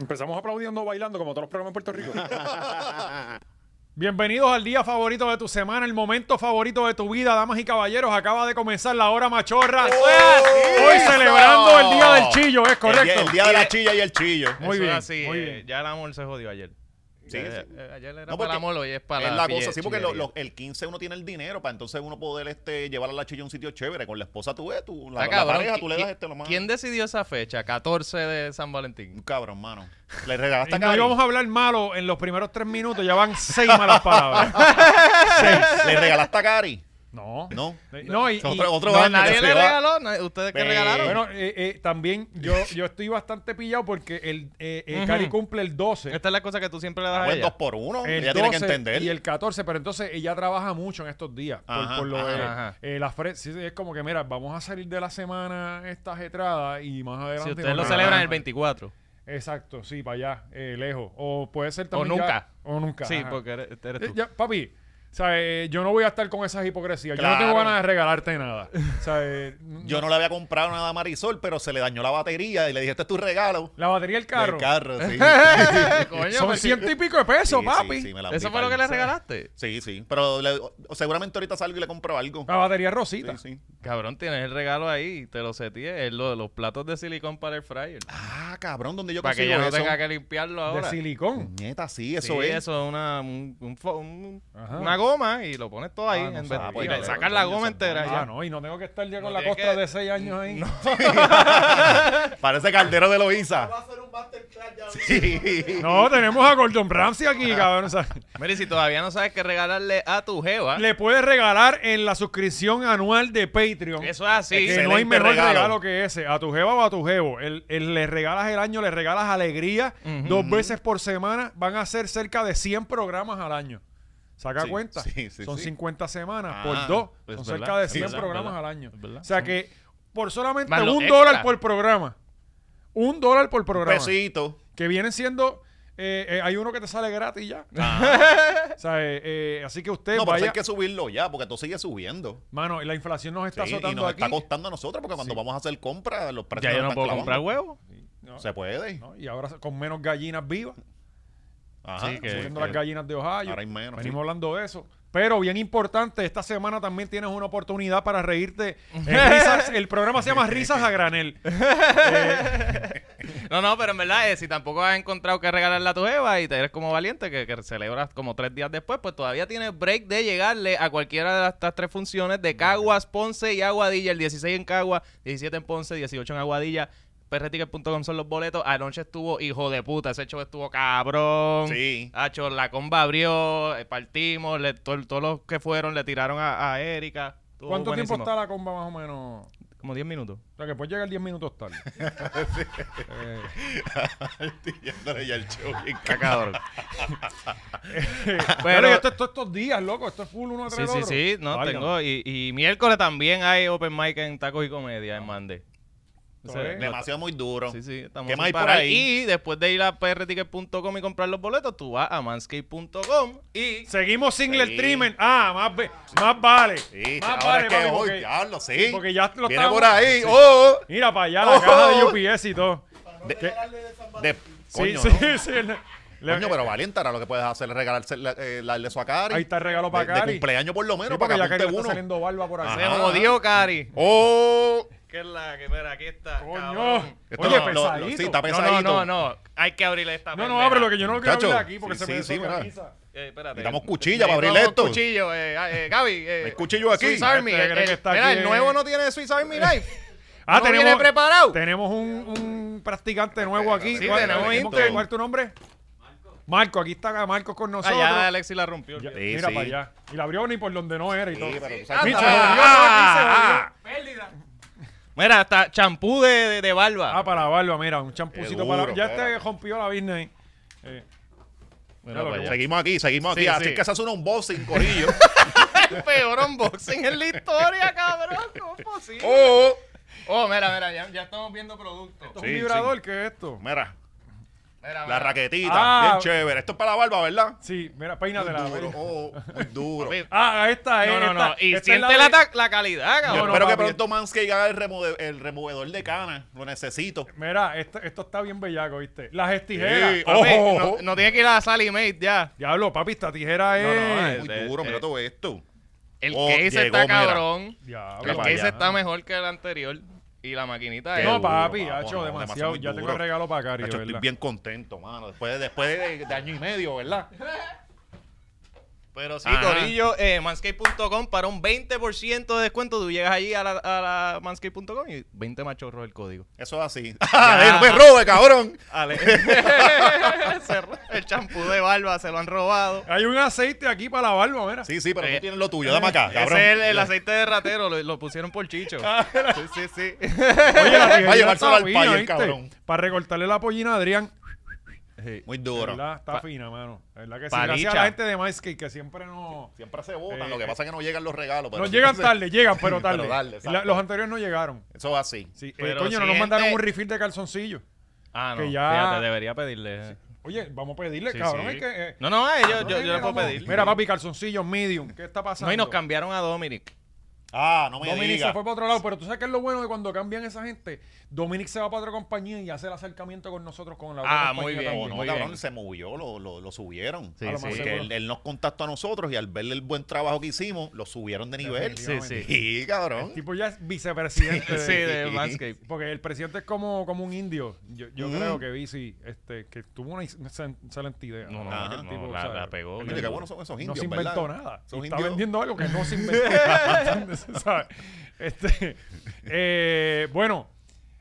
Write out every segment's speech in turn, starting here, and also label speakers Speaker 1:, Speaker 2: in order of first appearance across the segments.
Speaker 1: Empezamos aplaudiendo bailando como todos los programas en Puerto Rico. Bienvenidos al día favorito de tu semana, el momento favorito de tu vida, damas y caballeros. Acaba de comenzar la hora machorra. Hoy
Speaker 2: ¡Eso!
Speaker 1: celebrando el día del chillo, es
Speaker 2: El día,
Speaker 1: correcto.
Speaker 2: el día de la chilla y el chillo.
Speaker 1: Muy
Speaker 3: Eso
Speaker 1: bien,
Speaker 3: es así,
Speaker 1: muy
Speaker 3: eh,
Speaker 1: bien.
Speaker 3: Ya el amor se jodió ayer.
Speaker 2: Sí,
Speaker 3: Eh,
Speaker 2: sí.
Speaker 3: eh, Ayer era
Speaker 2: No,
Speaker 3: para
Speaker 2: porque
Speaker 3: el amor, hoy es para
Speaker 2: es la cosa,
Speaker 3: pille-
Speaker 2: sí, porque lo-
Speaker 3: chillería.
Speaker 2: lo- el 15 uno tiene el dinero para entonces uno poder este, llevar a la chilla a un sitio chévere. Con la esposa tú ves, tú, la,
Speaker 3: Está
Speaker 2: la
Speaker 3: cabrón,
Speaker 2: pareja tú le das
Speaker 3: ¿quién-
Speaker 2: este lo más.
Speaker 3: ¿Quién decidió esa fecha? 14 de San Valentín.
Speaker 2: Un cabrón, mano. Le regalaste a
Speaker 1: Y no
Speaker 2: Karin.
Speaker 1: íbamos a hablar malo en los primeros tres minutos, ya van seis malas palabras.
Speaker 2: Le regalaste a Cari.
Speaker 1: No.
Speaker 2: No.
Speaker 1: Eh, No, y,
Speaker 2: Otro-
Speaker 1: y-
Speaker 2: otro
Speaker 1: no,
Speaker 2: año
Speaker 1: nadie-
Speaker 2: que
Speaker 3: ¿Nadie
Speaker 2: se
Speaker 3: le
Speaker 2: va.
Speaker 3: regaló? Na- ¿Ustedes qué
Speaker 2: Eh,
Speaker 3: regalaron?
Speaker 1: Bueno, eh, eh, también yo, yo estoy bastante pillado porque el eh, eh,
Speaker 3: Ujú.
Speaker 1: Cari cumple el 12.
Speaker 3: Esta es la cosa que tú siempre le das a
Speaker 2: Buen
Speaker 3: ella.
Speaker 2: dos por uno.
Speaker 1: el
Speaker 2: Ella tiene que
Speaker 1: 12
Speaker 2: entender.
Speaker 1: Y el 14, pero entonces ella trabaja mucho en estos días. por-
Speaker 2: Ajá,
Speaker 1: por, lo de
Speaker 3: ajá, ajá.
Speaker 1: eh, la fre- sí, sí, es como que, mira, vamos a salir de la semana esta jetrada y más adelante.
Speaker 3: Si ustedes lo
Speaker 1: nos
Speaker 3: celebran
Speaker 1: reunimos.
Speaker 3: el 24.
Speaker 1: Exacto, sí, para allá, eh, lejos. O puede ser también.
Speaker 3: nunca.
Speaker 1: ya- o nunca.
Speaker 3: Sí,
Speaker 1: ajá.
Speaker 3: porque eres, eres
Speaker 1: Eh,
Speaker 3: tú.
Speaker 1: ya, papi, o sea, eh, yo no voy a estar con esas hipocresías. Yo no tengo
Speaker 2: Claro.
Speaker 1: ganas de regalarte nada. O sea, eh, n-
Speaker 2: Yo no le había comprado nada a Marisol, pero se le dañó la batería y le dije, este es tu regalo.
Speaker 1: la batería del carro.
Speaker 2: Del carro, sí.
Speaker 3: Coño,
Speaker 1: Son
Speaker 3: porque-
Speaker 1: ciento y pico de pesos,
Speaker 2: Sí,
Speaker 1: papi.
Speaker 2: sí, sí, me la
Speaker 3: ¿Eso
Speaker 2: aplicaron.
Speaker 3: fue lo que le regalaste?
Speaker 2: Sí, sí. Pero le- seguramente ahorita salgo y le compro algo.
Speaker 1: La batería es
Speaker 2: Sí,
Speaker 1: rosita.
Speaker 2: sí.
Speaker 3: Cabrón, tienes el regalo ahí. Te lo seteé. Es lo de los platos de silicón para el fryer.
Speaker 2: Ah, cabrón, donde yo
Speaker 3: para que
Speaker 2: consigo
Speaker 3: ya no
Speaker 2: eso?
Speaker 3: tenga que limpiarlo
Speaker 1: De
Speaker 3: ahora.
Speaker 1: silicón.
Speaker 2: Neta, sí, eso
Speaker 3: Sí,
Speaker 2: es.
Speaker 3: Eso es una, un- un fo- un-
Speaker 1: Ajá.
Speaker 3: una goma y lo pones todo ahí.
Speaker 1: Ah, no
Speaker 3: en vez-
Speaker 1: sabía,
Speaker 3: y
Speaker 1: cabrón,
Speaker 3: le sacas la
Speaker 2: coño,
Speaker 3: goma
Speaker 2: eso-
Speaker 3: entera. y
Speaker 1: Ah,
Speaker 3: ya.
Speaker 1: no, y no tengo que estar ya con la
Speaker 3: No tiene
Speaker 1: costra
Speaker 3: que-
Speaker 1: de 6 años ahí.
Speaker 2: Parece caldero de Loiza.
Speaker 4: Va a ser un masterclass ya.
Speaker 2: Sí.
Speaker 1: No, tenemos a Gordon Ramsay aquí,
Speaker 3: Ah.
Speaker 1: cabrón. o sea,
Speaker 3: Mira, y si todavía no sabes qué regalarle a tu jeva,
Speaker 1: le puedes regalar en la suscripción anual de Patreon.
Speaker 3: eso es así.
Speaker 1: que no hay
Speaker 2: excelente
Speaker 1: mejor regalo.
Speaker 2: regalo.
Speaker 1: que ese. A tu jeva o a tu jevo. El, el- le regalas el año, le regalas alegría. Dos veces por semana van a ser cerca de 100 programas al año. Saca
Speaker 2: Sí,
Speaker 1: cuenta.
Speaker 2: sí, sí,
Speaker 1: son
Speaker 2: sí.
Speaker 1: 50 semanas
Speaker 2: Ah,
Speaker 1: por dos.
Speaker 3: pues,
Speaker 1: son
Speaker 3: ¿verdad?
Speaker 1: cerca de
Speaker 3: Sí,
Speaker 1: 100
Speaker 3: ¿verdad?
Speaker 1: programas
Speaker 3: ¿verdad?
Speaker 1: al año.
Speaker 3: ¿verdad?
Speaker 1: O sea que por solamente
Speaker 3: Más lo
Speaker 1: un
Speaker 3: extra. Pues
Speaker 1: dólar por programa. Un dólar por programa.
Speaker 2: Besito.
Speaker 1: que vienen siendo eh, eh, hay uno que te sale gratis ya O sea, eh, eh, así que usted
Speaker 2: No, pero
Speaker 1: vaya
Speaker 2: hay que subirlo ya, porque tú sigues subiendo.
Speaker 1: mano la inflación nos está
Speaker 2: Sí, y
Speaker 1: azotando
Speaker 2: nos
Speaker 1: aquí
Speaker 2: está costando a nosotros, porque cuando vamos a hacer compras, los precios
Speaker 3: ya yo
Speaker 2: nos
Speaker 3: no
Speaker 2: están clavando.
Speaker 3: puedo comprar huevos.
Speaker 1: No,
Speaker 2: Se puede.
Speaker 1: no, y ahora con menos gallinas vivas
Speaker 2: Ajá.
Speaker 3: Sí, que-
Speaker 1: subiendo las gallinas de Ohio
Speaker 2: Ahora hay menos,
Speaker 1: venimos
Speaker 2: sí.
Speaker 1: hablando de eso pero bien importante esta semana también tienes una oportunidad para reírte en risas, el programa se llama risas a granel
Speaker 3: No, no, pero en verdad, eh, si tampoco has encontrado qué regalarle a tu jeva y te eres como valiente, que, que celebras como tres días después, pues todavía tienes break de llegarle a cualquiera de las- estas tres funciones de Caguas, Ponce y Aguadilla. El 16 en Caguas, 17 en Ponce, 18 en Aguadilla. Perreticket.com son los boletos. Anoche estuvo hijo de puta. Ese show estuvo cabrón.
Speaker 2: Sí.
Speaker 3: Hacho, la comba abrió, eh, partimos, le- to- todos los que fueron le tiraron a, a Erika. Estuvo
Speaker 1: ¿cuánto
Speaker 3: buenísimo.
Speaker 1: tiempo está la comba más o menos?
Speaker 3: Como 10 minutos.
Speaker 1: o sea que puedes llegar 10 minutos tarde Eh,
Speaker 2: Dándole ya el show.
Speaker 3: Está cabrón.
Speaker 1: Pero esto es todos estos días, loco. Esto es full uno
Speaker 3: Sí,
Speaker 1: tras
Speaker 3: sí,
Speaker 1: otro.
Speaker 3: sí, no,
Speaker 1: Válgame.
Speaker 3: tengo. Y, y miércoles también hay open mic en Tacos y Comedia en
Speaker 1: Ah.
Speaker 3: Mande.
Speaker 1: Todavía.
Speaker 2: Demasiado muy duro.
Speaker 3: Sí, sí, estamos
Speaker 2: ¿Qué
Speaker 3: sin
Speaker 2: más hay por
Speaker 3: parar.
Speaker 2: ahí?
Speaker 3: Y después de ir a prticket.com y comprar los boletos, tú vas a manscape.com y
Speaker 1: Seguimos single
Speaker 2: Sí.
Speaker 1: streamer. Ah, más, ve- más vale.
Speaker 2: Sí,
Speaker 1: más
Speaker 2: ahora es que
Speaker 1: papi,
Speaker 2: hoy,
Speaker 1: porque-
Speaker 2: diablo, sí.
Speaker 1: porque ya lo
Speaker 2: Viene
Speaker 1: estábamos-
Speaker 2: por ahí. Oh, oh.
Speaker 1: Mira para allá la
Speaker 2: Oh.
Speaker 1: caja de UPS y todo. ¿Qué?
Speaker 2: De-
Speaker 1: Sí,
Speaker 2: Coño,
Speaker 1: sí,
Speaker 2: ¿no?
Speaker 1: sí. le- le-
Speaker 2: Coño, pero valiente, ahora lo que puedes hacer es regalarse la- eh, darle eso a Cari.
Speaker 1: Ahí está el regalo para
Speaker 2: De- de
Speaker 1: Cari.
Speaker 2: cumpleaños por lo menos,
Speaker 1: sí, porque
Speaker 2: para que
Speaker 1: ya que
Speaker 2: apunte
Speaker 1: le está
Speaker 2: uno.
Speaker 1: saliendo barba por
Speaker 3: se
Speaker 1: aquí.
Speaker 2: Ajá.
Speaker 3: jodió, Cari.
Speaker 2: ¡Oh!
Speaker 3: Que es la que, mira, aquí está.
Speaker 1: Coño.
Speaker 3: cabrón.
Speaker 2: Esto
Speaker 1: Oye,
Speaker 2: lo- lo- lo-
Speaker 1: pesadito.
Speaker 2: sí, está
Speaker 3: No, no,
Speaker 2: pesadito.
Speaker 3: no, no. Hay que abrirle esta.
Speaker 1: no, no,
Speaker 3: pendeja.
Speaker 1: ábrelo que yo no lo quiero
Speaker 2: Muchacho,
Speaker 1: abrir aquí porque
Speaker 2: sí,
Speaker 1: se me
Speaker 2: sí, sí, mira.
Speaker 1: desorganiza.
Speaker 3: Eh, espérate.
Speaker 2: Necesitamos cuchilla para
Speaker 3: Necesitamos
Speaker 2: abrir esto.
Speaker 3: Cuchillo, eh, ah, eh, Gaby. eh,
Speaker 2: Hay cuchillo aquí.
Speaker 3: Swiss Army.
Speaker 1: Este
Speaker 3: el-
Speaker 1: cree que
Speaker 3: el-
Speaker 1: está
Speaker 3: mira,
Speaker 1: aquí,
Speaker 3: el
Speaker 1: eh.
Speaker 3: nuevo no tiene Swiss Army Knife.
Speaker 1: Ah,
Speaker 3: No viene preparado.
Speaker 1: Tenemos un, un practicante nuevo aquí.
Speaker 3: Sí,
Speaker 1: ¿Cuál-
Speaker 3: tenemos
Speaker 1: ¿cómo
Speaker 3: intro.
Speaker 1: que- ¿Cuál es tu nombre? Marco, aquí está Marco con
Speaker 3: Ah,
Speaker 1: nosotros.
Speaker 3: ya Alexi la rompió.
Speaker 1: Ya,
Speaker 3: olvídate.
Speaker 2: Sí,
Speaker 1: mira
Speaker 2: sí.
Speaker 1: para allá. Y la abrió ni por donde no era y
Speaker 2: Sí,
Speaker 1: todo.
Speaker 2: pero tú sabes
Speaker 1: Micho,
Speaker 2: cómo-
Speaker 1: jodió,
Speaker 3: ah,
Speaker 1: aquí se jodió.
Speaker 3: Mira, hasta champú de, de, de barba.
Speaker 1: Ah, para la barba, mira, un champucito
Speaker 2: Qué
Speaker 1: para.
Speaker 2: duro,
Speaker 1: Ya
Speaker 2: espérate.
Speaker 1: te rompió la business ahí. Eh,
Speaker 3: Mira
Speaker 1: para allá.
Speaker 2: Seguimos aquí, seguimos aquí.
Speaker 3: Sí,
Speaker 2: Así
Speaker 3: sí.
Speaker 2: es que se hace un unboxing, corillo.
Speaker 3: El peor unboxing en la historia, cabrón. ¿Cómo es posible? Oh,
Speaker 2: ¡Oh!
Speaker 3: mira, mira, ya, ya estamos viendo productos.
Speaker 1: un vibrador, ¿qué es esto?
Speaker 2: Mira. La raquetita,
Speaker 1: Ah.
Speaker 2: bien chévere. Esto es para la barba, ¿verdad?
Speaker 1: Sí, mira, peínatela.
Speaker 2: Muy duro,
Speaker 1: ven.
Speaker 2: oh, muy duro.
Speaker 3: Papi,
Speaker 1: Ah, esta es.
Speaker 3: No, no, no.
Speaker 1: esta-
Speaker 3: Y
Speaker 1: esta es
Speaker 3: siente la,
Speaker 1: de-
Speaker 3: ta- la calidad,
Speaker 2: Yo
Speaker 3: cabrón.
Speaker 1: no,
Speaker 2: espero que
Speaker 1: papi.
Speaker 2: pronto Manscaped haga el, remode- el removedor de canas. Lo necesito.
Speaker 1: Mira, esto, esto está bien bellaco, ¿viste? Las tijeras.
Speaker 2: Sí. Oh.
Speaker 3: Papi,
Speaker 2: Ojo,
Speaker 3: no,
Speaker 2: ojo.
Speaker 3: no tiene que ir a Sally Mate ya.
Speaker 1: Diablo, papi, esta tijera
Speaker 3: No, no,
Speaker 1: es.
Speaker 2: Muy
Speaker 3: eh,
Speaker 2: duro,
Speaker 3: eh.
Speaker 2: mira todo esto.
Speaker 3: El
Speaker 2: Oh,
Speaker 3: case
Speaker 2: llegó,
Speaker 3: está
Speaker 2: mira.
Speaker 3: cabrón.
Speaker 1: Diablo.
Speaker 3: El
Speaker 2: Mira pa'
Speaker 3: case
Speaker 2: allá.
Speaker 3: está mejor que el anterior. Y la maquinita
Speaker 2: Qué
Speaker 3: es.
Speaker 1: No,
Speaker 2: duro,
Speaker 1: papi,
Speaker 2: papo,
Speaker 1: hacho,
Speaker 2: no,
Speaker 1: demasiado.
Speaker 2: muy
Speaker 1: Ya tengo
Speaker 2: duro.
Speaker 1: regalo para Cari,
Speaker 2: Nacho,
Speaker 1: de
Speaker 2: estoy
Speaker 1: verdad.
Speaker 2: bien contento, mano. Después, después de, de año y medio, ¿verdad?
Speaker 3: Pero sí,
Speaker 2: Ajá.
Speaker 3: Corillo, eh, manscape.com para un 20% de descuento. Tú llegas allí a la, a la manscape.com y 20 machorros el código.
Speaker 2: Eso es así. ¡Ay, Ah, no me robe, cabrón!
Speaker 3: Ale. Se ro- el champú de barba se lo han robado.
Speaker 1: Hay un aceite aquí para la barba, mira.
Speaker 2: Sí, sí, pero
Speaker 3: Eh,
Speaker 2: tú tienes lo tuyo. Dame acá, cabrón.
Speaker 3: Ese es el, el aceite de ratero, lo, lo pusieron por chicho. Sí, sí, sí.
Speaker 1: Oye, la tijerita
Speaker 2: llevárselo
Speaker 1: está
Speaker 2: al
Speaker 1: fina,
Speaker 2: payo, el
Speaker 1: ¿viste?
Speaker 2: cabrón.
Speaker 1: Para recortarle la pollina a Adrián.
Speaker 2: Muy
Speaker 1: De
Speaker 2: duro.
Speaker 1: verdad, está
Speaker 3: Pa-
Speaker 1: fina, mano. De verdad que sí.
Speaker 3: Palicha.
Speaker 1: Gracias a la gente de MyScape que siempre nos.
Speaker 2: Siempre se botan.
Speaker 1: Eh,
Speaker 2: lo que pasa es que no llegan los regalos. pero
Speaker 1: Nos llegan
Speaker 2: entonces-
Speaker 1: tarde, llegan, pero tarde.
Speaker 2: tarde, exacto.
Speaker 1: La- los anteriores no llegaron.
Speaker 2: Eso es así.
Speaker 1: Sí, eh,
Speaker 3: Pero
Speaker 1: coño, no
Speaker 3: si
Speaker 1: nos
Speaker 3: es
Speaker 1: mandaron
Speaker 3: de-
Speaker 1: un refill de calzoncillo.
Speaker 3: Ah, no.
Speaker 1: Que ya-
Speaker 3: Fíjate, debería pedirle.
Speaker 1: Oye, vamos a pedirle,
Speaker 3: Sí,
Speaker 1: cabrón.
Speaker 3: sí.
Speaker 1: es que, eh,
Speaker 3: no, no, a ellos, yo,
Speaker 1: cabrón,
Speaker 3: yo
Speaker 1: es
Speaker 3: le
Speaker 1: que
Speaker 3: puedo
Speaker 1: como-
Speaker 3: pedir.
Speaker 1: Mira, papi, calzoncillos medium. ¿Qué está pasando?
Speaker 3: No, y nos cambiaron a Dominic.
Speaker 2: Ah, no me
Speaker 1: Dominic se
Speaker 2: digas.
Speaker 1: fue para otro lado, pero tú sabes que es lo bueno de cuando cambian esa gente. Dominic se va para otra compañía y hace el acercamiento con nosotros con la otra
Speaker 3: Ah, muy
Speaker 1: compañía
Speaker 3: bien,
Speaker 1: también.
Speaker 2: No, no,
Speaker 3: Muy
Speaker 2: cabrón,
Speaker 3: bien.
Speaker 2: se movió, lo, lo, lo subieron.
Speaker 3: Sí,
Speaker 1: A lo
Speaker 3: sí.
Speaker 1: más
Speaker 2: Porque
Speaker 1: seguro.
Speaker 2: él, él nos contactó a nosotros y al ver el buen trabajo que hicimos, lo subieron de nivel.
Speaker 1: Definitivamente.
Speaker 3: Sí, sí.
Speaker 2: Sí, cabrón.
Speaker 1: El tipo ya es vicepresidente.
Speaker 3: Sí,
Speaker 1: de-
Speaker 3: de Manscape.
Speaker 1: Porque el presidente es como, como un indio. Yo, yo
Speaker 2: Mm.
Speaker 1: creo que Vici, este, que tuvo una ex- excel- excelente idea.
Speaker 3: No, no,
Speaker 1: Ajá.
Speaker 2: no,
Speaker 1: El tipo,
Speaker 3: la-
Speaker 1: o sea,
Speaker 3: la pegó.
Speaker 1: el
Speaker 2: Mira, qué
Speaker 1: tipo
Speaker 2: buenos son esos
Speaker 1: No
Speaker 2: indios,
Speaker 1: se inventó
Speaker 2: ¿verdad?
Speaker 1: nada.
Speaker 2: Son
Speaker 1: está
Speaker 2: indios.
Speaker 1: vendiendo algo que no se inventó. ¿Entiendes? ¿Sabes? Este, eh, bueno,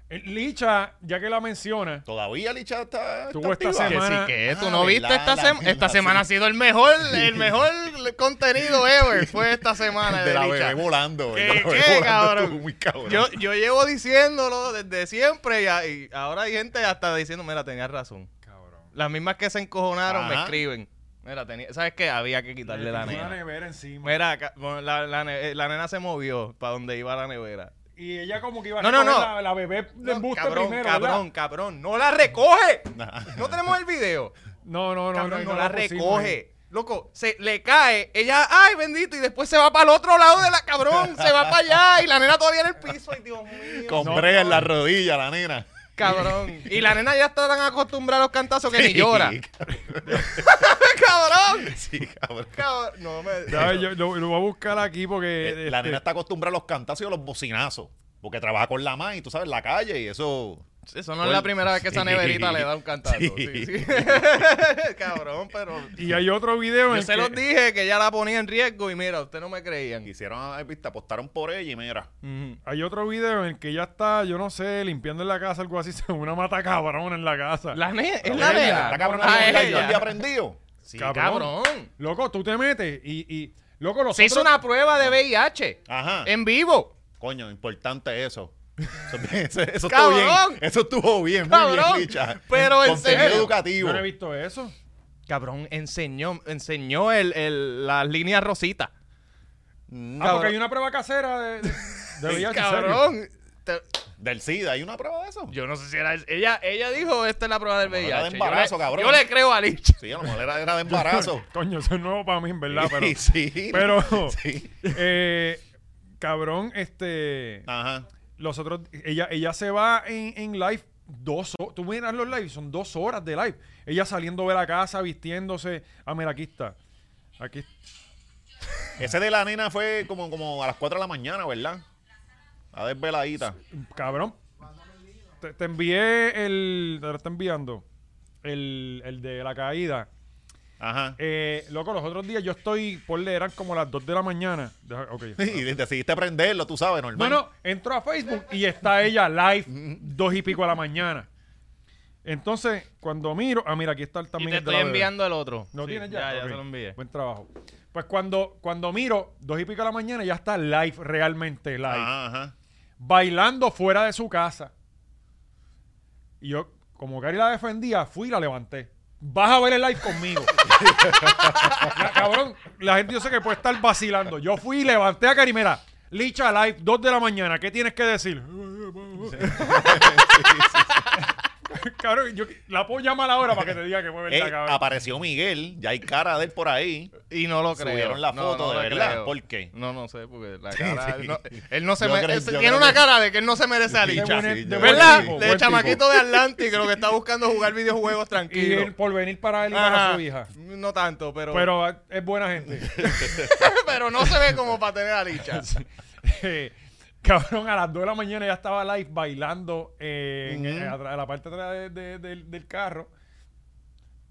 Speaker 1: el Licha, ya que la menciona,
Speaker 2: Todavía Licha está.
Speaker 1: Tuvo
Speaker 2: está
Speaker 1: esta
Speaker 2: activa.
Speaker 3: Que sí,
Speaker 1: semana-
Speaker 3: que tú
Speaker 2: Ah,
Speaker 3: no viste
Speaker 2: verdad,
Speaker 3: esta
Speaker 2: la
Speaker 3: semana.
Speaker 2: verdad,
Speaker 3: Esta
Speaker 2: sí.
Speaker 3: semana ha sido el mejor, el mejor contenido ever. Fue esta semana de,
Speaker 2: Te la
Speaker 3: Licha.
Speaker 2: bebé volando.
Speaker 3: ¿Qué,
Speaker 2: te la bebé
Speaker 3: qué,
Speaker 2: volando,
Speaker 3: cabrón?
Speaker 2: tú, Muy cabrón.
Speaker 3: Yo, yo llevo diciéndolo desde siempre y, a- y ahora hay gente hasta diciendo, mira, tenías razón.
Speaker 1: cabrón.
Speaker 3: Las mismas que se encojonaron me
Speaker 2: Ajá.
Speaker 3: escriben. Mira, tenía, ¿sabes qué? Había que quitarle la
Speaker 1: le puso una
Speaker 3: nena.
Speaker 1: nevera encima.
Speaker 3: Mira, ca- bueno, la, la ne- eh, la nena se movió para donde iba la nevera.
Speaker 1: Y ella como que iba a
Speaker 3: No, no,
Speaker 1: recoger
Speaker 3: no.
Speaker 1: La, la bebé de
Speaker 3: No,
Speaker 1: embuste
Speaker 3: cabrón,
Speaker 1: primero, ¿verdad?
Speaker 3: cabrón, cabrón. ¡No la recoge! No tenemos el video.
Speaker 1: No, no, no.
Speaker 3: Cabrón, no,
Speaker 1: no
Speaker 3: la
Speaker 1: lo pusimos ahí.
Speaker 3: recoge. Loco, se le cae, ella, ay, bendito, y después se va para el otro lado de la cabrón, se va para allá y la nena todavía en el piso, y Dios mío.
Speaker 2: Con
Speaker 1: No,
Speaker 2: brea en la rodilla, la nena.
Speaker 3: Cabrón. Y la nena ya está tan acostumbrada a los cantazos que ni
Speaker 2: Sí,
Speaker 3: llora. cabrón.
Speaker 2: Sí, cabrón.
Speaker 3: Cabrón. No me.
Speaker 1: Ya, yo lo, lo voy a buscar aquí porque...
Speaker 2: Eh, La
Speaker 1: este,
Speaker 2: nena está acostumbrada a los cantazos y a los bocinazos. Porque trabaja con la mano y tú sabes, la calle y eso.
Speaker 3: Eso no es la primera vez que esa neverita le da un cantazo. Pues, Sí,
Speaker 2: Sí.
Speaker 3: sí. cabrón, pero.
Speaker 1: Y hay otro video en
Speaker 3: Yo se
Speaker 1: que-
Speaker 3: los dije que ya la ponía en riesgo y mira, ustedes no me creían.
Speaker 2: Hicieron, ah, viste, apostaron por ella y mira.
Speaker 3: Ujú.
Speaker 1: Hay otro video en el que ella está, yo no sé, limpiando en la casa, algo así, según una mata cabrón en la casa.
Speaker 3: La nena. Es
Speaker 2: Pero
Speaker 3: la
Speaker 2: ella,
Speaker 3: nena.
Speaker 2: Está cabrón,
Speaker 3: Ah, es
Speaker 2: está todo el día
Speaker 3: ella.
Speaker 2: prendido.
Speaker 3: Sí,
Speaker 1: Cabrón.
Speaker 3: cabrón.
Speaker 1: Loco, tú te metes y... y loco, los
Speaker 3: Se hizo
Speaker 1: otros-
Speaker 3: una prueba de VIH.
Speaker 2: Ajá.
Speaker 3: En vivo.
Speaker 2: Coño, importante eso. Eso, eso- eso estuvo
Speaker 3: Cabrón.
Speaker 2: bien. Eso estuvo bien, muy
Speaker 3: Cabrón.
Speaker 2: bien, Licha.
Speaker 3: Pero en
Speaker 2: Contenido
Speaker 3: serio.
Speaker 2: educativo.
Speaker 1: Yo no he visto eso. Ah,
Speaker 3: Cabrón, enseñó, enseñó el, el, las líneas rositas.
Speaker 2: Mm,
Speaker 1: Ah,
Speaker 3: Cabrón.
Speaker 1: porque hay una prueba casera de... de, de VIH, ¿en serio?
Speaker 3: cabrón. te-
Speaker 2: Del SIDA, ¿hay una prueba de eso?
Speaker 3: Yo no sé si era. Ella, ella dijo: Esta es la prueba del
Speaker 2: Como
Speaker 3: VIH.
Speaker 2: era de
Speaker 3: Yo le-
Speaker 2: embarazo, cabrón.
Speaker 3: Yo le creo a Licha.
Speaker 2: Sí, a lo mejor era, era de embarazo.
Speaker 1: Coño, eso es nuevo para mí, en verdad, pero...
Speaker 2: Sí, sí.
Speaker 1: Pero...
Speaker 2: Sí.
Speaker 1: eh, cabrón, este...
Speaker 2: Ajá.
Speaker 1: los otros, ella, ella se va en, en live dos ho- Tú miras los live, son dos horas de live. Ella saliendo de la casa, vistiéndose. Ah, mira, aquí está. Aquí
Speaker 2: Ese de la nena fue como, como a las 4 de la mañana, ¿verdad? A desveladita.
Speaker 1: Cabrón. Te, te envié el. Te lo está enviando. El, el de la caída.
Speaker 2: Ajá.
Speaker 1: Eh, loco, los otros días yo estoy. Ponle, eran como las 2 de la mañana. Deja- ok.
Speaker 2: Y decidiste prenderlo, tú sabes, normal.
Speaker 1: No, no, entro a Facebook y está ella live dos y pico a la mañana. Entonces, cuando miro. Ah, mira, aquí está el
Speaker 3: Y
Speaker 1: también.
Speaker 3: te
Speaker 1: el de
Speaker 3: estoy
Speaker 1: la bebé.
Speaker 3: enviando el otro.
Speaker 1: ¿No
Speaker 3: Sí,
Speaker 1: tienes ya?
Speaker 3: Ya, ya
Speaker 1: Ok.
Speaker 3: se lo envié.
Speaker 1: Buen trabajo. Pues cuando, cuando miro, dos y pico de la mañana, ya está live, realmente live.
Speaker 2: Ajá, ajá.
Speaker 1: Bailando fuera de su casa. Y yo, como Gary la defendía, fui y la levanté. Vas a ver el live conmigo. La- cabrón, la gente yo sé que puede estar vacilando. Yo fui y levanté a Gary, mira, Licha Live, 2 de la mañana, ¿qué tienes que decir? cabrón, yo, la puedo llamar ahora para que te diga que fue verdad,
Speaker 2: Eh,
Speaker 1: cabrón.
Speaker 2: apareció Miguel, ya hay cara de él por ahí.
Speaker 3: Y no lo creo.
Speaker 2: Subieron la
Speaker 3: No,
Speaker 2: foto,
Speaker 3: no
Speaker 2: de
Speaker 3: lo
Speaker 2: verdad.
Speaker 3: creo.
Speaker 2: ¿Por qué?
Speaker 3: No, no sé, porque la cara.
Speaker 2: sí.
Speaker 3: no, él no se
Speaker 2: Yo
Speaker 3: merece.
Speaker 2: creo- yo
Speaker 3: Tiene
Speaker 2: creo
Speaker 3: una
Speaker 2: que-
Speaker 3: cara de que él no se merece a
Speaker 1: De
Speaker 3: Licha.
Speaker 1: buen- de
Speaker 2: sí, yo-
Speaker 1: buen
Speaker 3: ¿Verdad?
Speaker 1: tipo,
Speaker 3: De
Speaker 1: buen
Speaker 3: chamaquito de Atlantic, lo que está buscando jugar videojuegos
Speaker 1: tipo. Y
Speaker 3: tranquilo.
Speaker 1: él por venir para él y
Speaker 3: Ajá.
Speaker 1: para su hija.
Speaker 3: No tanto, pero.
Speaker 1: Pero eh, es buena gente.
Speaker 3: pero no se ve como para tener a Licha.
Speaker 1: Eh, Cabrón, a las 2 de la mañana ya estaba live bailando en,
Speaker 2: Ujú.
Speaker 1: eh, atrás- a la parte de atrás de- de- del- del carro.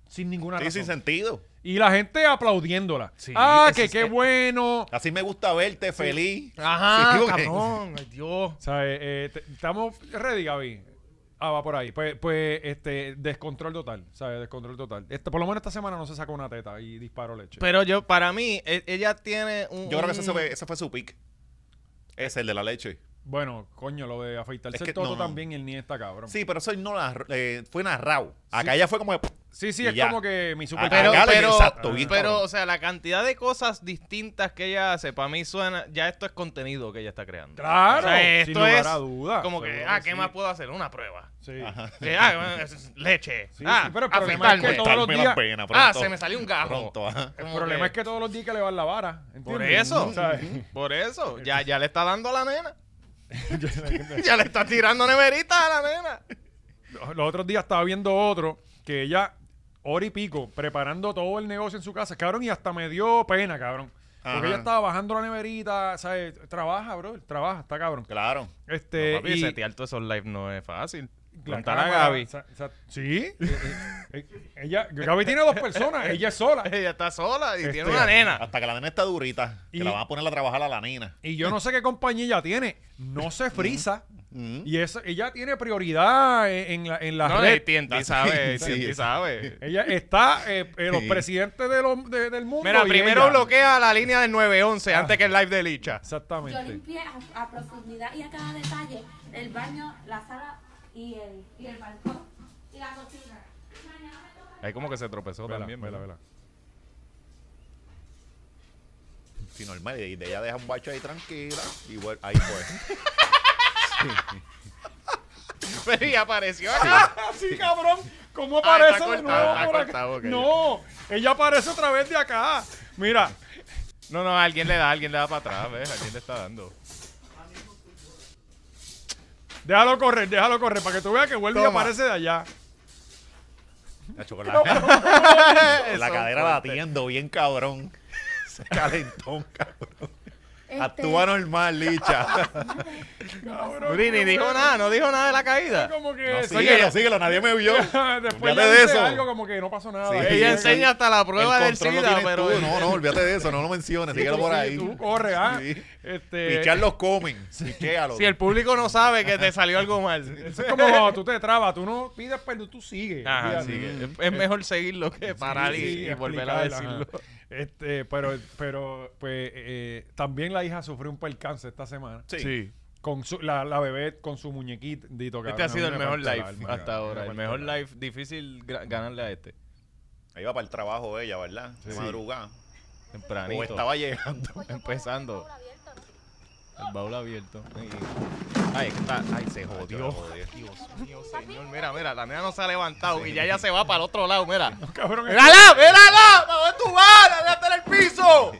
Speaker 1: Sin ninguna
Speaker 2: Sí,
Speaker 1: razón.
Speaker 2: sin sentido.
Speaker 1: Y la gente aplaudiéndola.
Speaker 3: Sí,
Speaker 1: ah,
Speaker 3: ese
Speaker 1: que
Speaker 3: es-
Speaker 1: qué bueno.
Speaker 2: Así me gusta verte feliz. Sí,
Speaker 3: Ajá,
Speaker 2: porque-
Speaker 3: cabrón. Ay, Dios.
Speaker 1: O sea, eh, eh, te- estamos ready, Gaby. Ah, va por ahí. Pues, pues este, descontrol total. ¿Sabes? Descontrol total. Este, por lo menos esta semana no se sacó una teta y disparó leche.
Speaker 3: Pero yo, para mí, e- ella tiene un.
Speaker 2: Yo creo que ese
Speaker 3: un-
Speaker 1: Mm.
Speaker 2: fue, ese fue su pick. Es el de la leche.
Speaker 1: bueno, coño, lo de afeitarse
Speaker 2: Es que
Speaker 1: el toto
Speaker 2: no, no.
Speaker 1: también y el ni está cabrón. Sí,
Speaker 2: Sí, pero eso él no la, eh, fue narrado. Acá ya fue como que-
Speaker 1: sí,
Speaker 2: y
Speaker 1: es
Speaker 2: ya.
Speaker 1: como que mi super.
Speaker 3: Pero,
Speaker 2: Acá le-
Speaker 3: pero,
Speaker 2: exacto, bien
Speaker 3: pero,
Speaker 2: cabrón.
Speaker 3: o sea, la cantidad de cosas distintas que ella hace, para mí suena, ya esto es contenido que ella está creando.
Speaker 1: Claro,
Speaker 3: O sea,
Speaker 1: sin
Speaker 3: esto
Speaker 1: lugar
Speaker 3: es
Speaker 1: a duda,
Speaker 3: como que,
Speaker 1: seguro
Speaker 3: ah,
Speaker 1: que
Speaker 3: ¿qué
Speaker 1: sí.
Speaker 3: más puedo hacer? Una prueba.
Speaker 1: Sí.
Speaker 2: Ajá.
Speaker 3: Eh, ah, bueno, es- es leche.
Speaker 1: Sí,
Speaker 3: ah,
Speaker 1: sí, pero el problema es que
Speaker 3: afeitarme.
Speaker 1: todo- todos los
Speaker 2: Darme la
Speaker 1: días-
Speaker 2: pena
Speaker 3: Ah,
Speaker 2: pronto.
Speaker 3: se me salió un gajo.
Speaker 2: Pronto, ajá.
Speaker 1: ah. El
Speaker 3: Como
Speaker 1: problema
Speaker 3: que-
Speaker 1: es que todos los días que le van la vara. ¿entiendes?
Speaker 3: Por eso,
Speaker 1: ¿Sabes?
Speaker 3: por eso, ya, ya le está dando a la nena. ya le está tirando neveritas a la nena.
Speaker 1: Los otros días estaba viendo otro que ella, hora y pico, preparando todo el negocio en su casa, cabrón, y hasta me dio pena, cabrón. Porque
Speaker 2: Ajá.
Speaker 1: ella estaba bajando la neverita, ¿sabes? Trabaja, bro, trabaja, está cabrón.
Speaker 2: Claro.
Speaker 1: Este,
Speaker 3: papi,
Speaker 1: y-
Speaker 3: setear todos esos live no es fácil.
Speaker 1: la
Speaker 3: Contar a
Speaker 1: cámara,
Speaker 3: Gaby.
Speaker 1: o sea, o sea, sí. Eh, ella, Gaby tiene dos personas, ella es sola.
Speaker 3: Ella está sola y
Speaker 1: Este,
Speaker 3: tiene una nena.
Speaker 2: Hasta que la nena está durita.
Speaker 1: Y-
Speaker 2: Que la van a poner a trabajar a la nena.
Speaker 1: Y yo no sé qué compañía ella tiene. No se frisa.
Speaker 2: Mm.
Speaker 1: Y eso, ella tiene prioridad en, en la, en la
Speaker 3: No,
Speaker 1: red.
Speaker 3: y Tienti
Speaker 2: Sí,
Speaker 3: sabe,
Speaker 2: sí.
Speaker 3: Tienti sabe.
Speaker 1: Ella está, eh, eh, los
Speaker 2: Sí.
Speaker 1: presidentes de los- de- del mundo.
Speaker 3: Mira,
Speaker 1: y
Speaker 3: primero
Speaker 1: ella. Ah.
Speaker 3: bloquea la línea del 911 antes que el live de Licha.
Speaker 1: Exactamente.
Speaker 4: Yo limpié a, a profundidad y a cada detalle el baño, la sala y el, y el balcón y la cocina. Mañana me toca-
Speaker 3: Ahí como que se tropezó
Speaker 1: Vela,
Speaker 3: también.
Speaker 1: vela,
Speaker 3: ¿verdad?
Speaker 2: Sí, normal. Y de- ella deja un bacho ahí tranquila. Y vuel- ahí pues. fue.
Speaker 3: Pero y apareció acá.
Speaker 1: Sí, cabrón. ¿Cómo
Speaker 3: Ah,
Speaker 1: aparece
Speaker 3: está
Speaker 1: de nuevo
Speaker 3: cortado, está
Speaker 1: por acá?
Speaker 3: cortado, ok.
Speaker 1: No, ella aparece otra vez de acá. Mira,
Speaker 3: No, no, alguien le da, alguien le da para atrás, ¿ves? Alguien le está dando.
Speaker 1: déjalo correr, déjalo correr para que tú veas que vuelve y
Speaker 3: Toma.
Speaker 1: aparece de allá.
Speaker 2: La chocolate. la cadera latiendo bien cabrón. Se calentó, cabrón. Actúa normal, Licha.
Speaker 1: Cabrón,
Speaker 3: Ni ni
Speaker 1: qué
Speaker 3: dijo
Speaker 1: bueno.
Speaker 3: nada, no dijo nada de la caída.
Speaker 1: Como que
Speaker 2: No,
Speaker 1: sí,
Speaker 2: síguelo, síguelo, nadie me vio.
Speaker 1: después
Speaker 2: Olvídate
Speaker 1: le
Speaker 2: de
Speaker 1: dice
Speaker 2: eso.
Speaker 1: algo como que no pasó nada.
Speaker 2: Sí.
Speaker 1: Ahí
Speaker 3: Ella
Speaker 1: llega
Speaker 3: enseña hasta la
Speaker 2: El
Speaker 3: prueba del
Speaker 2: control lo
Speaker 3: SIDA,
Speaker 2: tienes
Speaker 3: pero.
Speaker 2: tú. No, no, olvídate de eso, no lo menciones,
Speaker 1: y tú-
Speaker 2: síguelo por
Speaker 1: sí,
Speaker 2: ahí.
Speaker 1: Tú corre, ah.
Speaker 2: Sí.
Speaker 1: Este,
Speaker 2: Pichar los comen, pichéalo.
Speaker 3: Si el público no sabe que te salió algo mal.
Speaker 1: eso es como cuando tú te trabas, tú no pides perdón, tú sigues.
Speaker 3: Ajá,
Speaker 1: Olvídate.
Speaker 3: sí, es, es mejor seguirlo que parar y-
Speaker 1: Sí,
Speaker 3: y, volver a
Speaker 1: explicarla,
Speaker 3: decirlo.
Speaker 1: ajá. Este, pero, pero pues, eh, también la hija sufrió un percance esta semana.
Speaker 2: Sí.
Speaker 1: Con su- la, la bebé con su muñequito.
Speaker 3: Este ha sido el mejor live hasta ahora. El mejor live difícil gra- ganarle a este.
Speaker 2: Ahí va para el trabajo ella, ¿verdad? De
Speaker 1: Sí.
Speaker 2: madrugada.
Speaker 3: Tempranito.
Speaker 2: O estaba llegando.
Speaker 3: empezando. El baúl abierto. Ay, está. Ay, se jodió. Dios mío, señor. Mira, mira, la nena no se ha levantado y ya ya se va para el otro lado, mira.
Speaker 1: Cabrón, es-
Speaker 3: ¡Mírala! ¡Mírala! ¿Para dónde tú vas? ¡La nena está en el piso!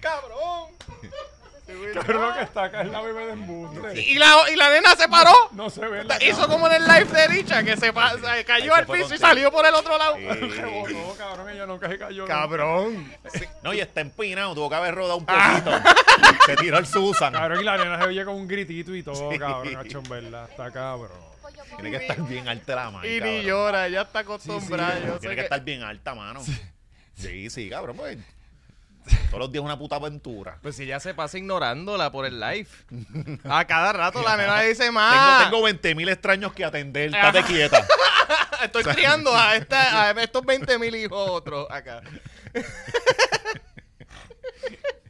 Speaker 3: ¡Cabrón!
Speaker 1: cabrón, lo que está acá es la bebé de embuste.
Speaker 3: Y la, y la nena se paró.
Speaker 1: No se ve la
Speaker 3: Hizo como en el live de Richa, que se, pa- se
Speaker 2: Ahí se
Speaker 3: cayó al
Speaker 2: fue
Speaker 3: piso y
Speaker 2: contigo.
Speaker 3: salió por el otro lado.
Speaker 2: Sí.
Speaker 1: Rebotó, cabrón, ella nunca se cayó.
Speaker 3: Cabrón.
Speaker 2: Sí. No, y está empinado, tuvo que haber rodado un
Speaker 1: Ah.
Speaker 2: poquito. Se tiró el Susan.
Speaker 1: Cabrón, y la nena se oye con un gritito y todo, cabrón, hecho en verdad. Está cabrón.
Speaker 2: Tiene que estar bien alta la mano.
Speaker 3: Y ni llora, ya está acostumbrada. yo sé
Speaker 2: Tiene que
Speaker 3: que-
Speaker 2: estar bien alta, mano. Sí, sí, cabrón. Pues. Todos los días una puta aventura.
Speaker 3: Pues si ya se pasa ignorándola por el live. A cada rato la nena le dice
Speaker 2: Tengo,
Speaker 3: más.
Speaker 2: tengo 20 mil extraños que atender.
Speaker 3: Ah.
Speaker 2: Estate quieta.
Speaker 3: Estoy criando a, esta, a estos 20 mil hijos otros acá.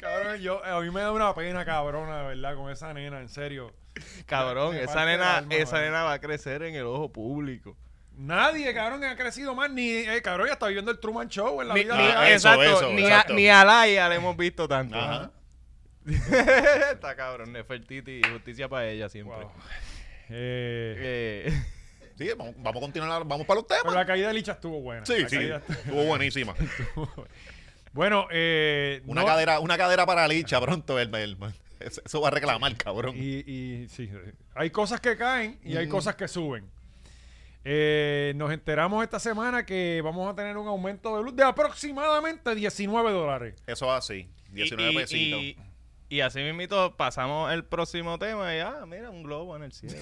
Speaker 1: Cabrón, yo, a mí me da una pena, cabrona, de verdad, con esa nena, en serio.
Speaker 3: Cabrón,
Speaker 1: Me
Speaker 3: esa
Speaker 1: parte el
Speaker 3: nena,
Speaker 1: alma,
Speaker 3: esa
Speaker 1: mano.
Speaker 3: nena va a crecer en el ojo público.
Speaker 1: Nadie, cabrón, ha crecido más. Ni, eh, cabrón, ya está viviendo el Truman Show en la
Speaker 3: Ni,
Speaker 1: vida
Speaker 3: ni-
Speaker 1: real.
Speaker 2: eh,
Speaker 3: exacto,
Speaker 2: eso,
Speaker 3: ni,
Speaker 2: exacto.
Speaker 3: A, ni a Laia le hemos visto tanto.
Speaker 2: Ajá.
Speaker 3: Está cabrón, Nefertiti, justicia para ella siempre.
Speaker 1: Wow. Eh,
Speaker 3: Eh,
Speaker 2: Sí, vamos, vamos a continuar, la- vamos para los temas.
Speaker 1: Pero la caída de Licha estuvo buena.
Speaker 2: sí,
Speaker 1: La
Speaker 2: sí,
Speaker 1: caída-
Speaker 2: estuvo buenísima.
Speaker 1: Bueno, eh,
Speaker 2: Una
Speaker 1: no-
Speaker 2: cadera, una cadera para Licha pronto, el, el- eso eso va a reclamar, cabrón.
Speaker 1: Y, y sí, hay cosas que caen y hay cosas que suben. Eh, nos enteramos esta semana que vamos a tener un aumento de luz de aproximadamente 19 dólares.
Speaker 2: Eso así, 19
Speaker 3: y,
Speaker 2: pesitos.
Speaker 3: y- y así mismito pasamos el próximo tema y ah, mira, un globo en el cielo.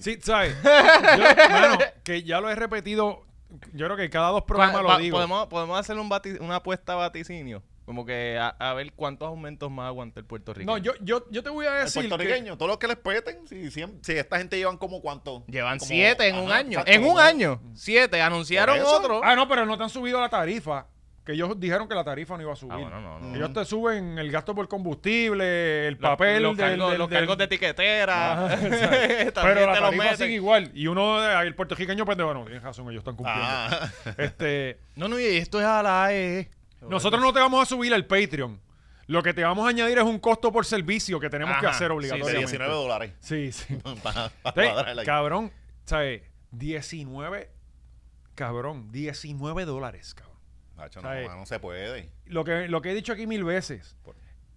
Speaker 1: Sí, ¿sabes? Yo, mano, que ya lo he repetido, yo creo que cada dos
Speaker 3: Pa-
Speaker 1: programas
Speaker 3: pa-
Speaker 1: lo digo.
Speaker 3: Podemos, podemos hacer un vati- una apuesta vaticinio. Como que a, a ver cuántos aumentos más aguanta el Puerto Rico.
Speaker 1: No, yo, yo, yo te voy a
Speaker 2: El
Speaker 1: decir que-
Speaker 2: puertorriqueño, todos los que les peten, si, siem- si esta gente llevan como cuánto.
Speaker 3: Llevan
Speaker 2: Como-
Speaker 3: siete en un
Speaker 2: ajá,
Speaker 3: año.
Speaker 2: exacto,
Speaker 3: En un
Speaker 2: como-
Speaker 3: año. Siete. Anunciaron
Speaker 2: Por eso.
Speaker 3: otro.
Speaker 1: Ah, no, pero no te han subido la tarifa. Que ellos dijeron que la tarifa no iba a subir.
Speaker 3: Ah, bueno, no, no.
Speaker 1: Ellos te suben el gasto por combustible, el
Speaker 3: Los-
Speaker 1: papel,
Speaker 3: los,
Speaker 1: del-
Speaker 3: cargos,
Speaker 1: del-
Speaker 3: los
Speaker 1: del-
Speaker 3: cargos de etiquetera.
Speaker 1: Ajá,
Speaker 3: También
Speaker 1: Pero la
Speaker 3: te los
Speaker 1: tarifa
Speaker 3: meten.
Speaker 1: sigue igual. Y uno, de- el puertorriqueño, pendejo, no, tienes razón, ellos están cumpliendo.
Speaker 2: Ah,
Speaker 1: Este,
Speaker 3: No, no, y esto es a E. la AE.
Speaker 1: nosotros no te vamos a subir al Patreon. Lo que te vamos a añadir es un costo por servicio que tenemos que
Speaker 3: Ajá,
Speaker 1: hacer
Speaker 3: sí,
Speaker 2: de
Speaker 1: obligatoriamente.
Speaker 2: 19 dólares.
Speaker 1: Sí, sí.
Speaker 2: Para- para
Speaker 1: Te-
Speaker 2: cuadrarla ahí.
Speaker 1: cabrón, ¿sabes? 19, cabrón, 19 dólares, cabrón.
Speaker 2: Nacho, no,
Speaker 1: ¿sabes?
Speaker 2: mano, no se puede.
Speaker 1: Lo que, lo que he dicho aquí mil veces.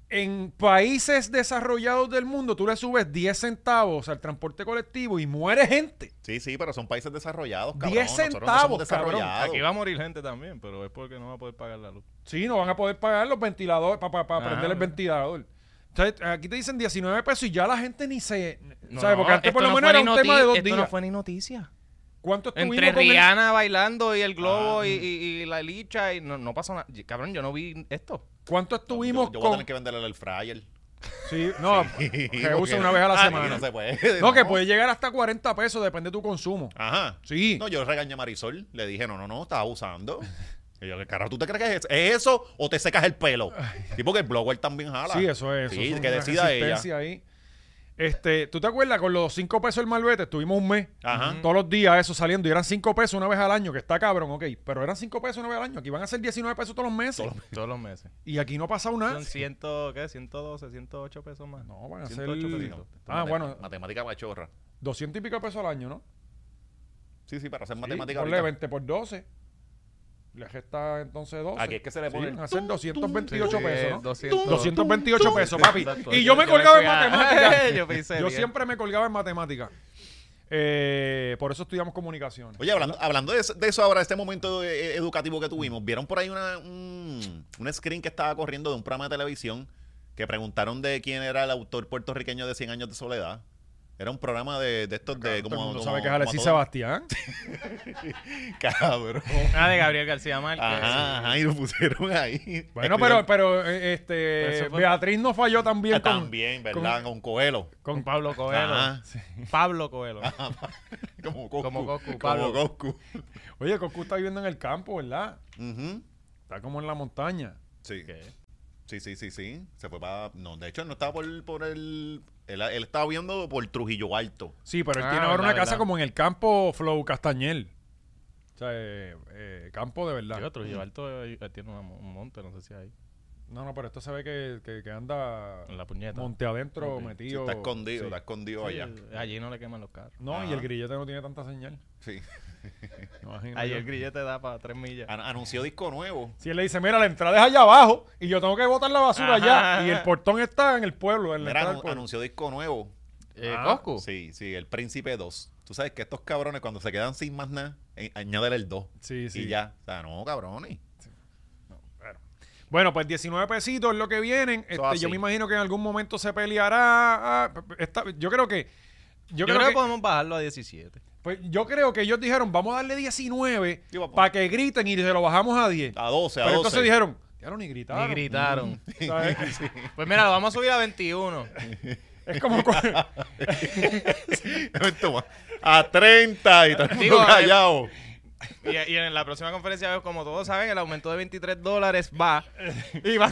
Speaker 1: En países desarrollados del mundo, tú le subes 10 centavos al transporte colectivo y muere gente.
Speaker 2: Sí, sí, pero son países desarrollados, cabrón.
Speaker 1: Diez
Speaker 2: Nosotros no
Speaker 1: centavos,
Speaker 2: somos
Speaker 1: cabrón.
Speaker 2: desarrollados.
Speaker 3: Aquí va a morir gente también, pero es porque no va a poder pagar la luz.
Speaker 1: Sí, no van a poder pagar los ventiladores para
Speaker 3: Ajá.
Speaker 1: prender el ventilador. Entonces, aquí te dicen 19 pesos y ya la gente ni se...
Speaker 3: No,
Speaker 1: ¿Sabes? Porque
Speaker 3: no,
Speaker 1: antes por
Speaker 3: esto
Speaker 1: lo
Speaker 3: no
Speaker 1: menos
Speaker 3: fue
Speaker 1: era
Speaker 3: ni
Speaker 1: un tema de
Speaker 3: noti-
Speaker 1: dos
Speaker 3: esto
Speaker 1: días.
Speaker 3: no fue ni noticia.
Speaker 1: ¿cuánto estuvimos
Speaker 3: Entre
Speaker 1: con el-
Speaker 3: Rihanna bailando y el globo
Speaker 2: Ah.
Speaker 3: y, y- y la licha y no, no pasó nada. Y- Cabrón, yo no vi esto.
Speaker 1: ¿Cuánto estuvimos
Speaker 2: yo, yo voy a
Speaker 1: con...?
Speaker 2: tener que venderle el fryer.
Speaker 1: Sí, no, se usa una vez a la
Speaker 2: Ah,
Speaker 1: semana.
Speaker 2: No se puede.
Speaker 1: No, que puede llegar hasta 40 pesos, depende de tu consumo.
Speaker 2: Ajá.
Speaker 1: Sí.
Speaker 2: No, yo regañé a Marisol. Le dije, no, no, no, estás abusando. Y yo, ¿qué carajo tú te crees que es eso? ¿Es eso o te secas el pelo? Sí, porque el blogger también jala.
Speaker 1: Sí, eso es.
Speaker 2: Sí,
Speaker 1: eso es
Speaker 2: que
Speaker 1: una
Speaker 2: decida ella.
Speaker 1: resistencia ahí. Este, ¿Tú te acuerdas con los 5 pesos el malvete? Estuvimos un mes.
Speaker 2: Ajá.
Speaker 1: Todos los días eso saliendo. Y eran 5 pesos una vez al año, que está cabrón, ok. Pero eran 5 pesos una vez al año. Aquí van a ser 19 pesos todos los meses.
Speaker 3: Todos los meses.
Speaker 1: Y aquí no ha pasado nada.
Speaker 3: Son 100, ¿qué? 112, 108 pesos más.
Speaker 1: No, van a ser...
Speaker 3: 108
Speaker 2: pesitos.
Speaker 1: Ah, bueno,
Speaker 2: Matemática machorra.
Speaker 1: 200 y pico pesos al año, ¿no?
Speaker 2: Sí, sí, para hacer
Speaker 1: Sí,
Speaker 2: matemática
Speaker 1: ponle
Speaker 2: ahorita.
Speaker 1: 20 por 12. Le resta entonces 12.
Speaker 2: Aquí es Ah, que se le
Speaker 1: Sí,
Speaker 2: pone el
Speaker 1: van a ser 228
Speaker 3: Sí,
Speaker 1: pesos, ¿no?
Speaker 3: 200.
Speaker 1: 228 pesos, papi.
Speaker 3: Exacto.
Speaker 1: Y
Speaker 3: Yo-
Speaker 1: yo me
Speaker 3: yo
Speaker 1: colgaba en
Speaker 3: fui a-
Speaker 1: matemáticas.
Speaker 3: Yo pensé
Speaker 1: Yo
Speaker 3: bien.
Speaker 1: siempre me colgaba en matemáticas. Eh, por eso estudiamos comunicaciones.
Speaker 2: Oye, hablando, hablando de, eso- de eso ahora, este momento eh, educativo que tuvimos, ¿vieron por ahí una, un, un screen que estaba corriendo de un programa de televisión que preguntaron de quién era el autor puertorriqueño de 100 años de soledad? Era un programa de, de estos de...
Speaker 1: Todo el mundo
Speaker 2: Este, como-
Speaker 1: sabe que es
Speaker 2: como-
Speaker 1: Alexis
Speaker 2: como a
Speaker 1: Sebastián.
Speaker 2: todo- Cabrón.
Speaker 3: Ah, de Gabriel García Márquez.
Speaker 2: Ajá, ajá, y lo pusieron ahí.
Speaker 1: Bueno,
Speaker 2: Escribieron-
Speaker 1: pero, pero eh, este
Speaker 3: Eso fue-
Speaker 1: Beatriz no falló también
Speaker 2: Ah,
Speaker 1: con,
Speaker 2: también, ¿verdad? Con, Coelho.
Speaker 1: con-
Speaker 3: Con Pablo Coelho.
Speaker 2: Ajá.
Speaker 3: Pablo Coelho.
Speaker 2: Como Coscu.
Speaker 3: Como Coscu,
Speaker 2: Como
Speaker 3: Pablo.
Speaker 2: Coscu.
Speaker 1: Oye, Coscu está viviendo en el campo, ¿verdad?
Speaker 2: Ujú.
Speaker 1: Está como en la montaña.
Speaker 2: Sí. Sí, sí, sí, sí. Se fue para. No, de hecho, él no estaba por, por el. Él, él estaba viendo por Trujillo Alto.
Speaker 1: Sí, pero él
Speaker 3: Ah,
Speaker 1: tiene ahora
Speaker 3: verdad,
Speaker 1: una casa
Speaker 3: verdad.
Speaker 1: como en el campo Flow Castañel. O sea, eh, eh, campo de verdad.
Speaker 3: Yo otro, yo alto eh, tiene una mo- un monte, no sé si hay.
Speaker 1: No, no, pero esto se ve que, que- que anda
Speaker 3: En la puñeta.
Speaker 1: monte adentro
Speaker 3: Ok.
Speaker 2: Sí,
Speaker 1: metido.
Speaker 2: está escondido,
Speaker 1: Sí.
Speaker 2: está escondido
Speaker 3: Sí,
Speaker 2: allá.
Speaker 3: Allí no le queman los carros.
Speaker 1: No, y
Speaker 2: Ajá.
Speaker 1: el grillete no tiene tanta señal.
Speaker 2: Sí.
Speaker 1: Imagino
Speaker 3: Allí
Speaker 1: yo.
Speaker 3: el grillete da para tres millas.
Speaker 1: Ah,
Speaker 2: An- anunció disco nuevo.
Speaker 1: Si él le dice, mira, la entrada es allá abajo y yo tengo que botar la basura
Speaker 3: Ajá,
Speaker 1: allá y el
Speaker 3: ajá.
Speaker 1: portón está en el pueblo, en la
Speaker 2: Mira,
Speaker 1: entrada del
Speaker 2: anu-
Speaker 1: pueblo.
Speaker 2: anunció disco nuevo.
Speaker 3: Eh,
Speaker 1: Ah,
Speaker 3: Coscu.
Speaker 2: Sí, sí, el Príncipe 2. Tú sabes que estos cabrones, cuando se quedan sin más nada, eh, añádele el 2.
Speaker 1: Sí, sí.
Speaker 2: Y ya. O sea, no, cabrones.
Speaker 1: Bueno, pues 19 pesitos es lo que vienen. Este,
Speaker 2: así.
Speaker 1: yo me imagino que en algún momento se peleará. Ah, esta- yo creo que. Yo,
Speaker 3: Yo,
Speaker 1: creo,
Speaker 3: creo que
Speaker 1: que,
Speaker 3: podemos bajarlo a 17.
Speaker 1: pues, yo creo que ellos dijeron, vamos a darle 19
Speaker 2: Sí, papá.
Speaker 1: para que griten y se lo bajamos a 10.
Speaker 2: A 12, a
Speaker 1: Pero
Speaker 2: 12.
Speaker 1: entonces dijeron, ya no ni gritaron.
Speaker 3: Ni gritaron.
Speaker 1: ¿Sabes?
Speaker 3: Pues mira, lo vamos a subir a 21.
Speaker 1: Es como. cu-
Speaker 2: Toma, a 30 y todo el mundo
Speaker 3: Digo, eh,
Speaker 2: callado.
Speaker 3: Y, y en la próxima conferencia, como todos saben, el aumento de 23 dólares va y va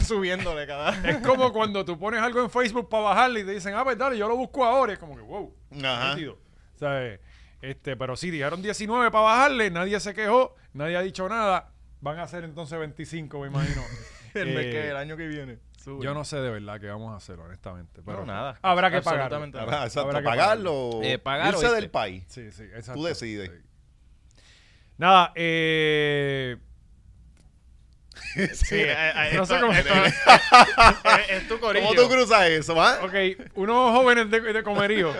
Speaker 3: subiéndole cada
Speaker 1: Es como cuando tú pones algo en Facebook para bajarle y te dicen, ah, pues dale, yo lo busco ahora. Y es como que, wow.
Speaker 2: Ajá.
Speaker 1: nítido. ¿Sabes? Este, pero sí, dijeron 19 para bajarle, nadie se quejó, nadie ha dicho nada. Van a ser entonces 25, me imagino.
Speaker 3: El mes
Speaker 1: Eh,
Speaker 3: que el año que viene. Sube.
Speaker 1: Yo no sé de verdad qué vamos a hacer, honestamente. Pero
Speaker 3: No, nada.
Speaker 1: Habrá que pagar.
Speaker 3: Absolutamente nada.
Speaker 2: Habrá- exacto,
Speaker 1: Habrá que
Speaker 2: pagarlo.
Speaker 3: Eh, pagar o
Speaker 2: irse
Speaker 3: irse.
Speaker 2: del país.
Speaker 1: Sí, sí, exacto.
Speaker 2: Tú decides.
Speaker 1: Sí. Nada, eh.
Speaker 3: Sí, eh, eh,
Speaker 1: No sé
Speaker 3: esto-
Speaker 1: cómo-
Speaker 3: esto- es- es tu corillo.
Speaker 2: ¿Cómo tú cruzas eso, ah? va?
Speaker 1: Ok, unos jóvenes de, de comerío.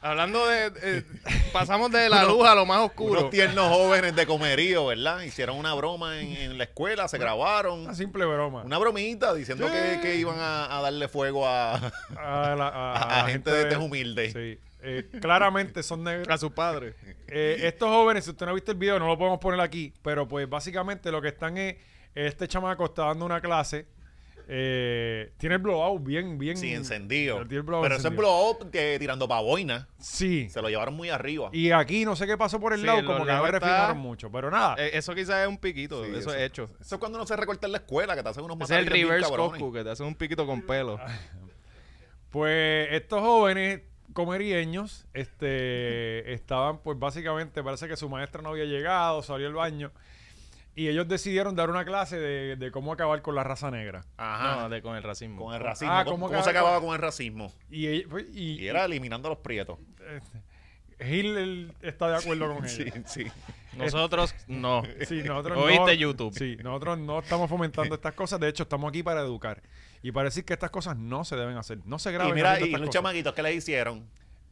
Speaker 3: Hablando de. eh, pasamos de la luz a lo más oscuro.
Speaker 2: Unos tiernos jóvenes de comerío, ¿verdad? Hicieron una broma en, en la escuela, se grabaron.
Speaker 1: Una simple broma.
Speaker 2: Una bromita diciendo que, que iban a, a darle fuego a,
Speaker 1: A, la, a- a
Speaker 2: a
Speaker 1: la
Speaker 2: gente de este humilde.
Speaker 1: Sí. Eh, claramente son negros.
Speaker 3: A sus padres.
Speaker 1: Eh, estos jóvenes, si usted no ha visto el video, no lo podemos poner aquí, pero pues básicamente lo que están es, este chamaco está dando una clase, eh, tiene el blowout bien, bien...
Speaker 2: Sí, encendido.
Speaker 1: Tiene Mm, el blowout
Speaker 2: Pero ese
Speaker 1: encendido.
Speaker 2: blow up que tirando pa' boina.
Speaker 1: Sí.
Speaker 2: Se lo llevaron muy arriba.
Speaker 1: Y aquí no sé qué pasó por el
Speaker 3: Sí,
Speaker 1: lado,
Speaker 3: los
Speaker 1: como que no
Speaker 3: lados
Speaker 1: me
Speaker 3: está-
Speaker 1: refinaron mucho, pero nada.
Speaker 3: Eh, eso quizás es un piquito.
Speaker 2: Sí,
Speaker 3: eso,
Speaker 2: eso-
Speaker 3: es hecho.
Speaker 2: Eso es cuando no se recorta en la escuela, que te hacen unos
Speaker 3: Ese es el
Speaker 2: matadillos bien
Speaker 3: reverse
Speaker 2: cabrones.
Speaker 3: Goku, que te hace un piquito con pelo.
Speaker 1: Pues estos jóvenes comerieños este, estaban, pues básicamente, parece que su maestra no había llegado, salió al baño, y ellos decidieron dar una clase de, de cómo acabar con la raza negra.
Speaker 2: Ajá.
Speaker 3: No, de, con el racismo.
Speaker 2: Con el racismo.
Speaker 1: Ah,
Speaker 2: ¿Cómo,
Speaker 1: ¿cómo
Speaker 2: cómo se
Speaker 1: acaba-
Speaker 2: acababa con el racismo?
Speaker 1: Y, ell- pues, y-
Speaker 2: Y era eliminando a los prietos.
Speaker 1: Gil él, está de acuerdo con
Speaker 2: Sí,
Speaker 1: ella.
Speaker 2: sí.
Speaker 3: Nosotros no.
Speaker 1: Sí, nosotros no,
Speaker 3: Oíste YouTube.
Speaker 1: Sí, nosotros no estamos fomentando estas cosas. De hecho, estamos aquí para educar y para decir que estas cosas no se deben hacer. No se graben.
Speaker 2: Y mira,
Speaker 1: haciendo
Speaker 2: y
Speaker 1: estas
Speaker 2: los
Speaker 1: cosas.
Speaker 2: chamaguitos que le hicieron.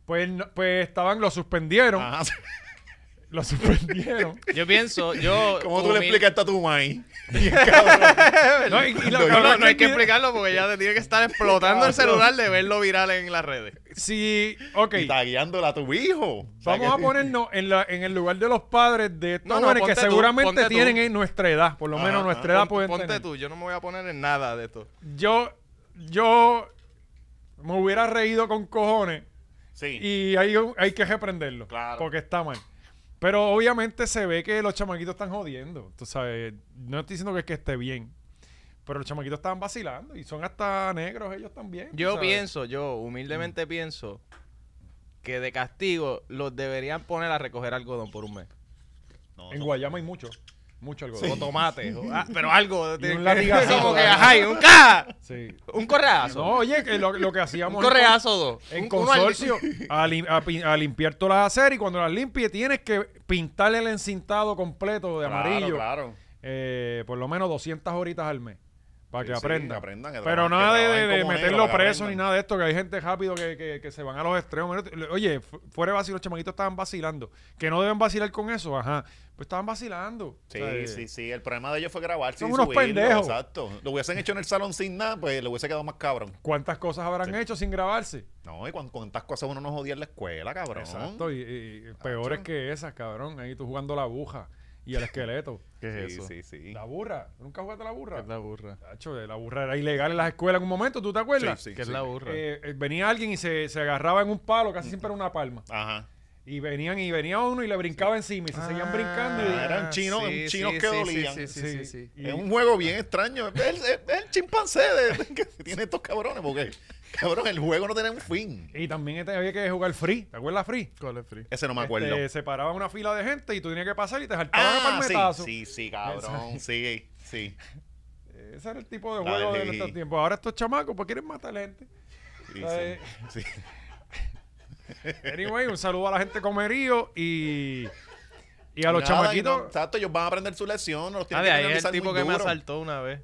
Speaker 1: Pues, no- pues estaban, lo suspendieron.
Speaker 2: Ajá.
Speaker 1: Lo suspendieron.
Speaker 3: Yo pienso, yo.
Speaker 2: ¿Cómo tú le
Speaker 3: humil-
Speaker 2: explicas esto a tu mãe?
Speaker 1: No, y- y lo
Speaker 2: No,
Speaker 1: cabrón
Speaker 3: No, no hay
Speaker 1: es
Speaker 3: que explicarlo porque ya te tiene que estar explotando el celular de verlo viral en las redes.
Speaker 1: Sí, ok.
Speaker 2: Y tagueándola a tu hijo. O sea,
Speaker 1: Vamos
Speaker 2: que-
Speaker 1: a ponernos en, la, en el lugar de los padres de estos
Speaker 3: No, no,
Speaker 1: jóvenes que
Speaker 3: ponte tú,
Speaker 1: seguramente
Speaker 3: ponte tú.
Speaker 1: tienen en nuestra edad. Por lo
Speaker 2: Ajá,
Speaker 1: menos
Speaker 2: ajá.
Speaker 1: nuestra edad
Speaker 3: Ponte-
Speaker 1: pueden
Speaker 3: ponte
Speaker 1: tener.
Speaker 3: tú, yo no me voy a poner en nada de esto.
Speaker 1: Yo, yo me hubiera reído con cojones
Speaker 2: Sí.
Speaker 1: y hay, un- hay que reprenderlo.
Speaker 2: Claro.
Speaker 1: Porque está mal. Pero obviamente se ve que los chamaquitos están jodiendo. Tú sabes, no estoy diciendo que, es que esté bien. Pero los chamaquitos estaban vacilando y son hasta negros ellos también. tú
Speaker 3: Yo
Speaker 1: sabes. Mm.
Speaker 3: pienso, yo humildemente pienso que de castigo los deberían poner a recoger algodón por un mes.
Speaker 2: No,
Speaker 1: En
Speaker 2: no.
Speaker 1: Guayama hay mucho. Mucho algodón.
Speaker 3: O tomates, o- ah, pero algo.
Speaker 1: Y un
Speaker 3: latigazo.
Speaker 1: latigazo.
Speaker 3: Como que, ajá, y un ca,
Speaker 1: Sí.
Speaker 3: un correazo.
Speaker 1: No, oye, que lo, lo que hacíamos.
Speaker 3: un
Speaker 1: en-
Speaker 3: correazo dos.
Speaker 1: En
Speaker 3: un- uno al-
Speaker 1: consorcio, a, lim- a pin- a limpiar todas las aceras y cuando las limpie tienes que pintarle el encintado completo de
Speaker 2: Claro,
Speaker 1: amarillo.
Speaker 2: Claro.
Speaker 1: eh, por lo menos 200 horitas al mes. Para
Speaker 2: Sí,
Speaker 1: que
Speaker 2: sí,
Speaker 1: aprendan.
Speaker 2: que aprendan, que
Speaker 1: Pero
Speaker 2: trabajen-
Speaker 1: nada
Speaker 2: que
Speaker 1: de,
Speaker 2: trabajen
Speaker 1: de- de
Speaker 2: como negros,
Speaker 1: meterlo
Speaker 2: para que
Speaker 1: preso ni
Speaker 2: aprendan.
Speaker 1: nada de esto, que hay gente rápido que, que- que se van a los extremos. Mira, Oye, fu- fuera de vacío, los chamaquitos estaban vacilando. Que no deben vacilar con eso, ajá. Pues estaban vacilando.
Speaker 2: Sí,
Speaker 1: O sea, eh,
Speaker 2: sí, sí. El problema de ellos fue grabarse
Speaker 1: Son
Speaker 2: y
Speaker 1: unos
Speaker 2: subirlo,
Speaker 1: pendejos.
Speaker 2: Exacto. Lo hubiesen hecho en el salón sin nada, pues le hubiese quedado más cabrón.
Speaker 1: ¿Cuántas cosas habrán hecho sin grabarse?
Speaker 2: No, y cuan- cuántas cosas uno no jodía en la escuela, cabrón.
Speaker 1: Exacto, y, y- y peores que esas, cabrón. Ahí tú jugando la aguja y el esqueleto.
Speaker 3: ¿Qué es
Speaker 2: sí,
Speaker 3: eso?
Speaker 2: sí, sí.
Speaker 1: La burra. ¿Nunca jugaste a la burra?
Speaker 3: Es la burra.
Speaker 1: Tacho, eh, la burra era ilegal en las escuelas en un momento, ¿tú te acuerdas?
Speaker 2: Sí, sí.
Speaker 3: ¿Qué es la burra?
Speaker 1: Eh, eh, venía alguien y se, se agarraba en un palo, casi siempre era una palma.
Speaker 2: Ajá.
Speaker 1: Y venían y venía uno y le brincaba encima y se seguían brincando. Y,
Speaker 2: Ah, eran chinos- chinos que dolían.
Speaker 3: Sí, sí, sí, sí, sí.
Speaker 1: y-
Speaker 2: Es un juego bien extraño. Es el, es el chimpancé de- que tiene estos cabrones, porque, cabrón, el juego no tiene un fin.
Speaker 1: y también este, había que jugar free. ¿Te acuerdas free?
Speaker 2: Ese no me acuerdo.
Speaker 1: Este, separaban una fila de gente y tú tenías que pasar y te saltaban a
Speaker 2: ah,
Speaker 1: palmetazo.
Speaker 2: sí, sí, sí, cabrón. Sí, sí.
Speaker 1: Ese era el tipo de
Speaker 2: Dale,
Speaker 1: juego de
Speaker 2: sí.
Speaker 1: nuestros tiempos. Ahora estos chamacos pues quieren matar gente.
Speaker 2: sí,
Speaker 1: Ay.
Speaker 2: sí, sí.
Speaker 1: Anyway, un saludo a la gente comerío y, y a los
Speaker 2: Nada, y
Speaker 1: chamaquitos.
Speaker 2: no- exacto, ellos van a aprender su lección. No los
Speaker 3: Ah,
Speaker 2: tienen
Speaker 3: de
Speaker 2: que
Speaker 3: ahí es
Speaker 2: analizar
Speaker 3: el tipo
Speaker 2: muy
Speaker 3: que me
Speaker 2: duro.
Speaker 3: asaltó una vez.